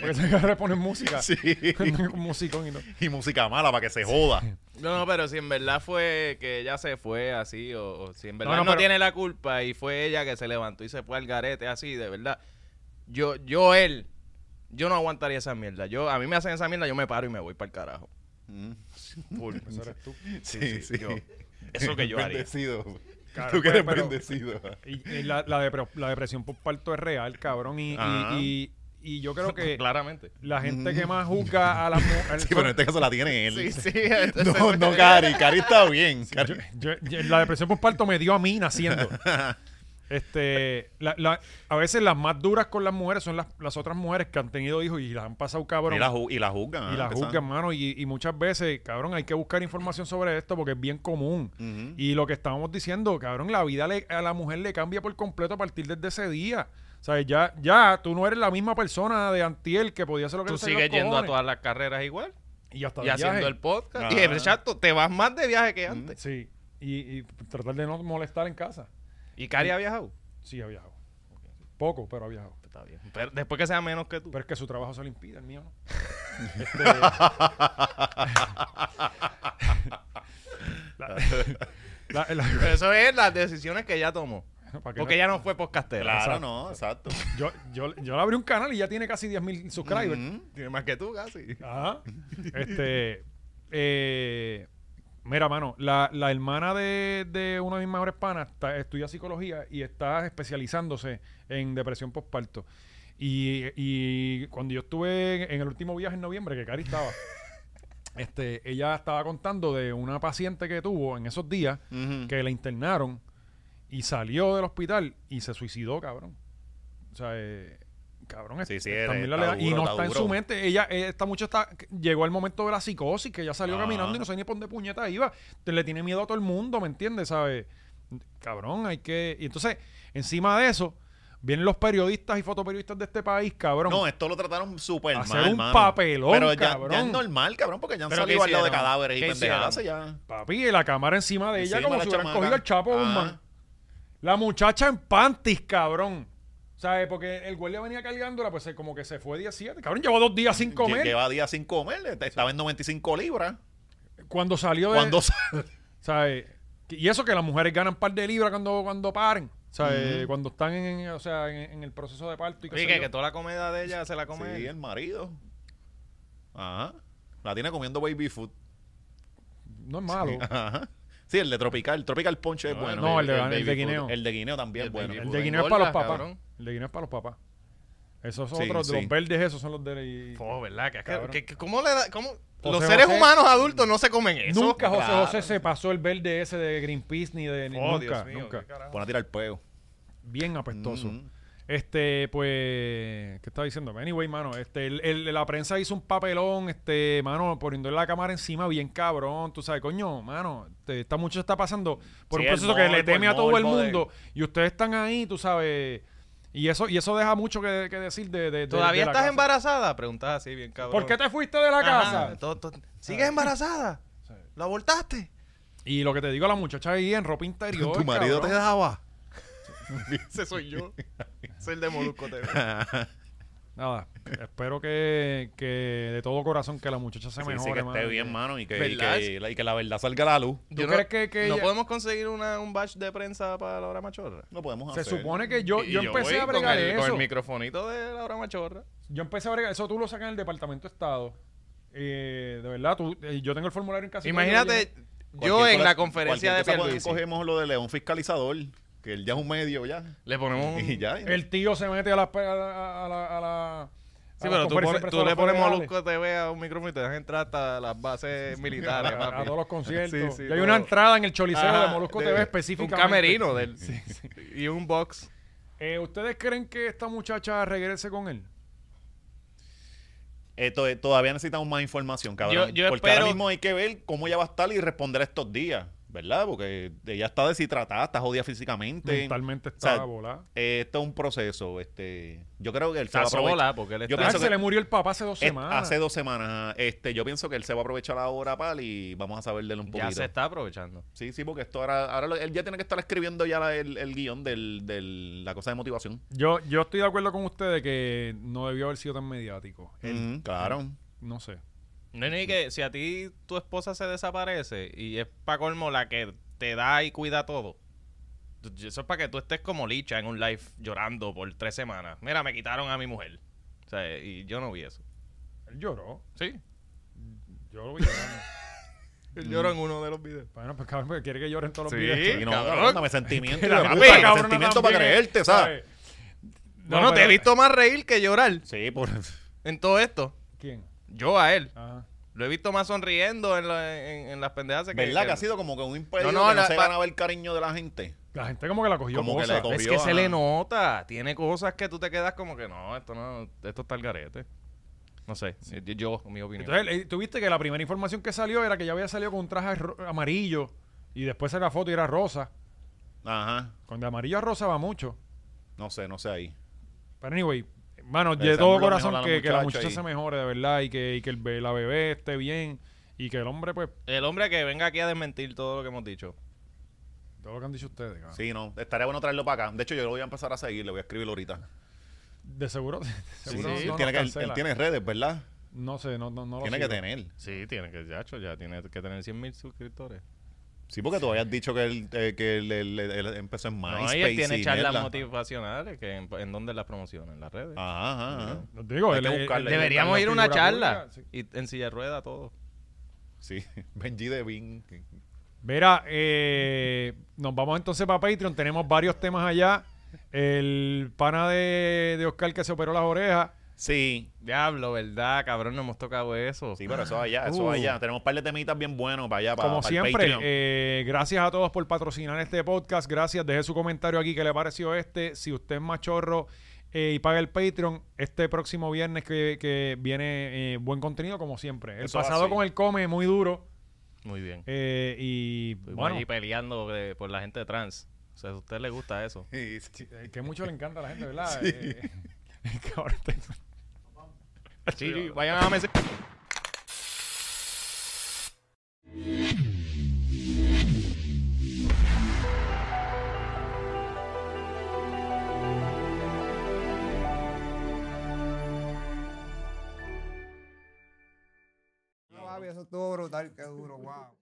Speaker 1: Porque se le ponen música.
Speaker 2: Sí.
Speaker 1: Un Musicón y no.
Speaker 2: Y música mala para que se joda.
Speaker 3: No, no, pero si en verdad fue que ella se fue así, o, o si en verdad
Speaker 1: No,
Speaker 3: no,
Speaker 1: no, pero-
Speaker 3: tiene la culpa y fue ella que se levantó y se fue al garete así, de verdad. Yo, yo, él, yo no aguantaría esa mierda. Yo, a mí me hacen esa mierda, yo me paro y me voy para el carajo.
Speaker 2: Mm.
Speaker 3: Full.
Speaker 1: Pues Eso eres tú.
Speaker 2: Sí, sí.
Speaker 3: yo- eso que yo haría.
Speaker 2: Bendecido.
Speaker 1: Claro,
Speaker 2: Tú que
Speaker 1: pero-
Speaker 2: eres
Speaker 1: pero-
Speaker 2: bendecido.
Speaker 1: Y, y la, la depre- la depresión por parto es real, cabrón. Y, y-
Speaker 2: Ajá.
Speaker 1: y- y yo creo que
Speaker 3: Claramente.
Speaker 1: la gente que más juzga a las mujeres.
Speaker 2: Sí, pero en este caso la tiene él.
Speaker 3: Sí, sí.
Speaker 2: No, no, Cari. Cari está bien. Cari.
Speaker 1: Yo- yo- la depresión por parto me dio a mí naciendo. Este, la- la- a veces las más duras con las mujeres son las, las otras mujeres que han tenido hijos y las han pasado cabrón.
Speaker 2: Y la, ju- y la juzgan.
Speaker 1: Y
Speaker 2: ah,
Speaker 1: la
Speaker 2: empezando.
Speaker 1: juzgan, mano. Y, y muchas veces, cabrón, hay que buscar información sobre esto porque es bien común.
Speaker 2: Ujú.
Speaker 1: Y lo que estábamos diciendo, cabrón, la vida le- a la mujer le cambia por completo a partir desde ese día. O sea, ya, ya tú no eres la misma persona de Antiel que podía ser lo que
Speaker 3: Tú
Speaker 1: le salía
Speaker 3: sigues
Speaker 1: los
Speaker 3: yendo a
Speaker 1: cojones.
Speaker 3: todas las carreras igual
Speaker 1: Y hasta
Speaker 3: y haciendo el podcast. Y
Speaker 2: Ajá.
Speaker 3: exacto, te vas más de viaje que antes.
Speaker 1: Sí. Y, y tratar de no molestar en casa.
Speaker 3: ¿Y Cari ha viajado?
Speaker 1: Sí, ha viajado. Poco, pero ha viajado.
Speaker 3: Pues Está bien. Pero después que sea menos que tú.
Speaker 1: Pero es que su trabajo se lo impide, el mío no. Este- La- la- la-
Speaker 3: Pero eso es las decisiones que ella tomó.
Speaker 1: ¿para qué
Speaker 3: Porque
Speaker 1: no-
Speaker 3: ella no fue podcastera.
Speaker 2: Claro,
Speaker 1: Exacto.
Speaker 2: no, exacto.
Speaker 1: Yo, yo, yo le abrí un canal y ya tiene casi 10.000 subscribers.
Speaker 2: Ujú.
Speaker 3: Tiene más que tú casi.
Speaker 1: Ajá. Este. eh, mira, mano, la, la hermana de, de una de mis mejores panas está- estudia psicología y está especializándose en depresión postparto. Y, y cuando yo estuve en, en el último viaje en noviembre, que Cari estaba, este, ella estaba contando de una paciente que tuvo en esos días
Speaker 2: Ujú.
Speaker 1: que la internaron y salió del hospital y se suicidó, cabrón. O sea, eh, cabrón,
Speaker 2: Sí,
Speaker 1: es-
Speaker 2: sí, eres,
Speaker 1: también la le
Speaker 2: está
Speaker 1: da- y
Speaker 2: duro,
Speaker 1: no
Speaker 2: está
Speaker 1: está, en
Speaker 2: duro.
Speaker 1: su mente. Ella, eh, esta mucha está, llegó al momento de la psicosis, que ella salió
Speaker 2: Ajá.
Speaker 1: caminando y no sé ni por dónde puñeta iba. Te- le tiene miedo a todo el mundo, ¿me entiendes? ¿Sabes? Cabrón, hay que. Y entonces, encima de eso, Vienen los periodistas y fotoperiodistas de este país, cabrón.
Speaker 2: No, esto lo trataron súper mal,
Speaker 1: Hacer un
Speaker 2: mano.
Speaker 1: papelón,
Speaker 2: Pero ya,
Speaker 1: cabrón.
Speaker 2: ya es normal, cabrón, porque ya han
Speaker 3: ¿Pero
Speaker 2: salido
Speaker 3: qué
Speaker 2: al lado de
Speaker 3: hicieron?
Speaker 2: cadáveres y
Speaker 3: ¿Qué
Speaker 2: pendejadas ya.
Speaker 1: Papi, y la cámara encima de ella
Speaker 2: Encima
Speaker 1: como
Speaker 2: la
Speaker 1: si hubieran
Speaker 2: chamaca.
Speaker 1: cogido al Chapo
Speaker 2: Ajá.
Speaker 1: Guzmán. La muchacha en panties, cabrón. ¿Sabes? Porque el guardia venía cargándola, pues se- como que se fue 17. Cabrón, llevó dos días sin
Speaker 2: Lle-
Speaker 1: comer.
Speaker 2: Lleva días sin comer, est- estaba en 95 libras.
Speaker 1: Cuando salió de...
Speaker 2: Cuando sal-
Speaker 1: ¿sabes? Y eso que las mujeres ganan par de libras cuando, cuando paren. ¿sabes? Cuando están en, o sea, en, en el proceso de parto y qué
Speaker 3: Oye,
Speaker 1: sé
Speaker 3: que,
Speaker 1: yo.
Speaker 3: que toda la comida de ella se la come.
Speaker 2: Sí,
Speaker 3: él.
Speaker 2: el marido. Ajá. La tiene comiendo baby food.
Speaker 1: No es malo.
Speaker 2: Ajá. Sí, el de tropical, tropical ponche es
Speaker 3: No,
Speaker 2: bueno.
Speaker 1: no, el de- el
Speaker 2: baby
Speaker 1: de
Speaker 2: food.
Speaker 1: guineo.
Speaker 2: El de guineo también es
Speaker 3: El
Speaker 2: bueno.
Speaker 3: baby
Speaker 1: El
Speaker 3: pues, Engorda,
Speaker 1: de Guineo es para los papás.
Speaker 3: cabrón.
Speaker 1: El de Guineo es para los papás. Esos
Speaker 2: Sí,
Speaker 1: otros, de
Speaker 2: sí.
Speaker 1: los verdes, esos son los de...
Speaker 3: Fo, ¿verdad? Que-
Speaker 1: Cabrón.
Speaker 3: que- que- ¿Cómo le da- cómo-
Speaker 1: José
Speaker 3: Los seres
Speaker 1: José-
Speaker 3: humanos adultos no se comen eso.
Speaker 1: Nunca José
Speaker 2: claro.
Speaker 1: José se pasó el verde ese de Greenpeace ni de... ni-
Speaker 3: Oh,
Speaker 1: nunca,
Speaker 3: Dios mío,
Speaker 1: nunca.
Speaker 3: qué carajo.
Speaker 2: Pon a tirar peo.
Speaker 1: Bien apestoso.
Speaker 2: Mm.
Speaker 1: Este, pues, ¿qué estaba diciendo? Anyway, mano, este, el- el- la prensa hizo un papelón, este, mano, poniendo la cámara encima, bien cabrón, tú sabes, coño, mano, este, esta mucho está pasando por un
Speaker 2: Sí, el
Speaker 1: proceso que le
Speaker 2: morbo,
Speaker 1: teme
Speaker 2: el
Speaker 1: a todo el
Speaker 2: morbo de-
Speaker 1: mundo y ustedes están ahí, tú sabes, y eso, y eso deja mucho que, que decir de, de- de-
Speaker 3: ¿Todavía
Speaker 1: de la
Speaker 3: estás
Speaker 1: casa.
Speaker 3: embarazada? Preguntas así, bien cabrón.
Speaker 1: ¿Por qué te fuiste de la
Speaker 3: Ajá,
Speaker 1: casa?
Speaker 3: to- to- ¿Sigues embarazada? ¿Lo abortaste?
Speaker 1: Y lo que te digo, la muchacha ahí en ropa interior,
Speaker 2: Tu marido te
Speaker 1: cabrón.
Speaker 2: daba.
Speaker 3: Ese soy yo. Soy el de Molusco TV.
Speaker 1: Nada, espero que, que de todo corazón que la muchacha se
Speaker 2: Sí,
Speaker 1: mejore,
Speaker 2: sí, que esté
Speaker 1: mano,
Speaker 2: bien, mano, y que, y
Speaker 3: ¿Verdad?
Speaker 2: que, la- y que la verdad salga a la luz.
Speaker 1: ¿Tú
Speaker 3: Yo
Speaker 1: crees que- que
Speaker 3: no
Speaker 1: ella-
Speaker 3: podemos conseguir una- un batch de prensa para la hora machorra?
Speaker 2: No podemos
Speaker 1: Se
Speaker 2: hacer.
Speaker 1: supone que yo,
Speaker 3: Y
Speaker 1: yo empecé
Speaker 3: voy
Speaker 1: a bregar
Speaker 3: con el,
Speaker 1: eso.
Speaker 3: Con el microfonito de la hora machorra.
Speaker 1: Yo empecé a bregar, eso tú lo sacas en el Departamento de Estado. Eh, de verdad, tú, eh, yo tengo el formulario en casa.
Speaker 3: Imagínate, yo
Speaker 2: Cualquier
Speaker 3: en
Speaker 2: cosa-
Speaker 3: la conferencia de
Speaker 2: cualquier cosa
Speaker 3: Pierluisi,
Speaker 2: Cogemos lo de León Fiscalizador, que él ya es un medio ya.
Speaker 3: le ponemos un...
Speaker 2: Y ya.
Speaker 1: El tío se mete a la... A la, a la, a la-
Speaker 3: Sí,
Speaker 1: a la
Speaker 3: pero tú,
Speaker 1: conferencia
Speaker 3: pones-
Speaker 1: de
Speaker 3: tú le
Speaker 1: personas
Speaker 3: pones
Speaker 1: federales,
Speaker 3: Molusco TV a un micrófono y te dejan entrar hasta las bases militares,
Speaker 1: a- A,
Speaker 3: papi.
Speaker 1: todos los conciertos.
Speaker 3: Sí,
Speaker 1: y
Speaker 3: sí,
Speaker 1: hay
Speaker 3: todo.
Speaker 1: una entrada en el Choliseo
Speaker 3: Ajá,
Speaker 1: de Molusco
Speaker 3: de-
Speaker 1: TV
Speaker 3: Un
Speaker 1: específicamente.
Speaker 3: camerino del, y un box.
Speaker 1: Eh, ¿Ustedes creen que esta muchacha regrese con él?
Speaker 2: Eh, to- todavía necesitamos más información, cabrón.
Speaker 3: Yo- yo
Speaker 2: porque
Speaker 3: espero-
Speaker 2: ahora mismo hay que ver cómo ella va a estar y responder estos días, ¿verdad? Porque ella está deshidratada, está jodida físicamente.
Speaker 1: Mentalmente
Speaker 2: O sea,
Speaker 1: está volada.
Speaker 2: eh, esto es un proceso. Este, yo creo que él se va a
Speaker 3: Está
Speaker 2: aprovechar.
Speaker 3: sola porque él
Speaker 2: Yo
Speaker 1: Ah,
Speaker 3: está...
Speaker 2: pienso
Speaker 1: se
Speaker 2: que-
Speaker 1: le murió el papá hace dos
Speaker 2: Eh,
Speaker 1: semanas.
Speaker 2: Hace dos semanas. ajá. Este, yo pienso que él se va a aprovechar ahora, pal, y vamos a saber de él un poquito.
Speaker 3: ya se está aprovechando.
Speaker 2: Sí, sí, porque esto ahora, ahora lo- él ya tiene que estar escribiendo ya la- el, el guión del, del- la cosa de motivación.
Speaker 1: Yo, yo estoy de acuerdo con ustedes que no debió haber sido tan mediático. Él,
Speaker 2: Ujú, claro.
Speaker 1: No sé.
Speaker 3: No, no, y que si a ti tu esposa se desaparece y es para colmo la que te da y cuida todo. tú- Eso es para que tú estés como licha en un live llorando por tres semanas. Mira, me quitaron a mi mujer. O sea, y yo no vi eso.
Speaker 1: Él lloró.
Speaker 3: Sí.
Speaker 1: Yo lo vi llorando.
Speaker 3: Él lloró en uno de los videos.
Speaker 1: Bueno, pues cabrón, porque quiere que lloren todos los
Speaker 3: Sí.
Speaker 1: videos.
Speaker 2: Y no,
Speaker 3: Cabrón.
Speaker 2: cabrón, dame sentimiento.
Speaker 1: La
Speaker 2: hijo de
Speaker 1: puta
Speaker 2: puta,
Speaker 1: cabrona
Speaker 2: sentimiento para
Speaker 1: también,
Speaker 2: creerte, ¿sabes?
Speaker 3: No, no, te he
Speaker 1: pero-
Speaker 3: visto más reír que llorar
Speaker 2: Sí, por...
Speaker 3: en todo esto.
Speaker 1: ¿Quién?
Speaker 3: Yo a él.
Speaker 1: Ajá.
Speaker 3: Lo he visto más sonriendo en, la- en- en las pendejadas. que-
Speaker 2: ¿Verdad?
Speaker 3: que-
Speaker 2: Que ha sido como que un impedido
Speaker 3: No, no,
Speaker 2: que no
Speaker 3: la-
Speaker 2: se
Speaker 3: pa-
Speaker 2: ganaba el cariño de la gente.
Speaker 1: La gente como que la cogió
Speaker 2: Como que
Speaker 1: cosa.
Speaker 2: le cogió.
Speaker 3: Es que se
Speaker 2: ajá.
Speaker 3: le nota. Tiene cosas que tú te quedas como que no, esto no, esto está el garete. No sé, yo- yo, mi opinión.
Speaker 1: Entonces, eh, tú viste que la primera información que salió era que ya había salido con un traje ro- amarillo y después era la foto y era rosa.
Speaker 2: Ajá.
Speaker 1: Con de amarillo a rosa va mucho.
Speaker 2: No sé, no sé ahí.
Speaker 1: Pero anyway, mano,
Speaker 2: Deseamos
Speaker 1: de todo
Speaker 2: lo mejor a
Speaker 1: corazón
Speaker 2: la
Speaker 1: que, que la
Speaker 2: muchacha
Speaker 1: muchacha
Speaker 2: y-
Speaker 1: se mejore, de verdad, y que, y que el be- la bebé esté bien y que el hombre, pues,
Speaker 3: el hombre que venga aquí a desmentir todo lo que hemos dicho.
Speaker 1: todo lo que han dicho ustedes, cabrón.
Speaker 2: Sí, no. Estaría bueno traerlo para acá. De hecho, yo lo voy a empezar a seguir. Le voy a escribir ahorita.
Speaker 1: De seguro, de seguro
Speaker 3: sí,
Speaker 1: no,
Speaker 2: él,
Speaker 1: nos
Speaker 2: tiene que- él- él
Speaker 1: cancela.
Speaker 2: tiene redes, ¿verdad?
Speaker 1: No sé, no, no, no lo
Speaker 2: Tiene que
Speaker 1: sigo.
Speaker 2: tener.
Speaker 3: Sí, tiene que, ya, ya tiene que tener 100 mil suscriptores.
Speaker 2: Sí, porque tú habías dicho que él, eh, que él, él- él- él empezó en
Speaker 3: No,
Speaker 2: MySpace.
Speaker 3: y él tiene
Speaker 2: y
Speaker 3: charlas
Speaker 2: mierda.
Speaker 3: motivacionales que en, en donde las promociona, en las redes.
Speaker 2: Ajá, ajá, ajá.
Speaker 1: No te digo,
Speaker 2: Hay
Speaker 1: él-
Speaker 2: que
Speaker 1: él- él-
Speaker 2: buscarlo, hay que
Speaker 3: Ah, Deberíamos
Speaker 1: él-
Speaker 3: ir a una
Speaker 1: figura
Speaker 3: charla
Speaker 1: pública, sí.
Speaker 3: y en silla de rueda todo.
Speaker 2: Sí, Benji Devin.
Speaker 1: Mira, eh, nos vamos entonces para Patreon. Tenemos varios temas allá. El pana de, de Oscar que se operó las orejas.
Speaker 2: Sí,
Speaker 3: Diablo, ¿verdad? Cabrón, no hemos tocado eso.
Speaker 2: sí, pero eso allá, eso
Speaker 1: Uh.
Speaker 2: allá. Tenemos un par de temitas bien buenos para allá, para,
Speaker 1: Como
Speaker 2: para el
Speaker 1: siempre,
Speaker 2: Patreon.
Speaker 1: eh, gracias a todos por patrocinar este podcast. Gracias. Deje su comentario aquí que le pareció este. Si usted es machorro eh, y paga el Patreon, este próximo viernes que, que viene eh, buen contenido, como siempre. El
Speaker 2: Eso es
Speaker 1: pasado
Speaker 2: así.
Speaker 1: con el come muy duro.
Speaker 3: Muy bien.
Speaker 1: eh, y
Speaker 3: Estuvimos
Speaker 1: bueno,
Speaker 2: Pues
Speaker 3: allí peleando eh, por la gente trans.
Speaker 5: O sea, a usted le gusta eso.
Speaker 2: Sí, sí.
Speaker 1: Eh, Que mucho le encanta a la gente, ¿verdad?
Speaker 2: Sí.
Speaker 1: Eh, eh, cabrón, te-
Speaker 5: Sí, vayan a la mesa.
Speaker 6: No, papi, eso estuvo brutal, qué duro, wow.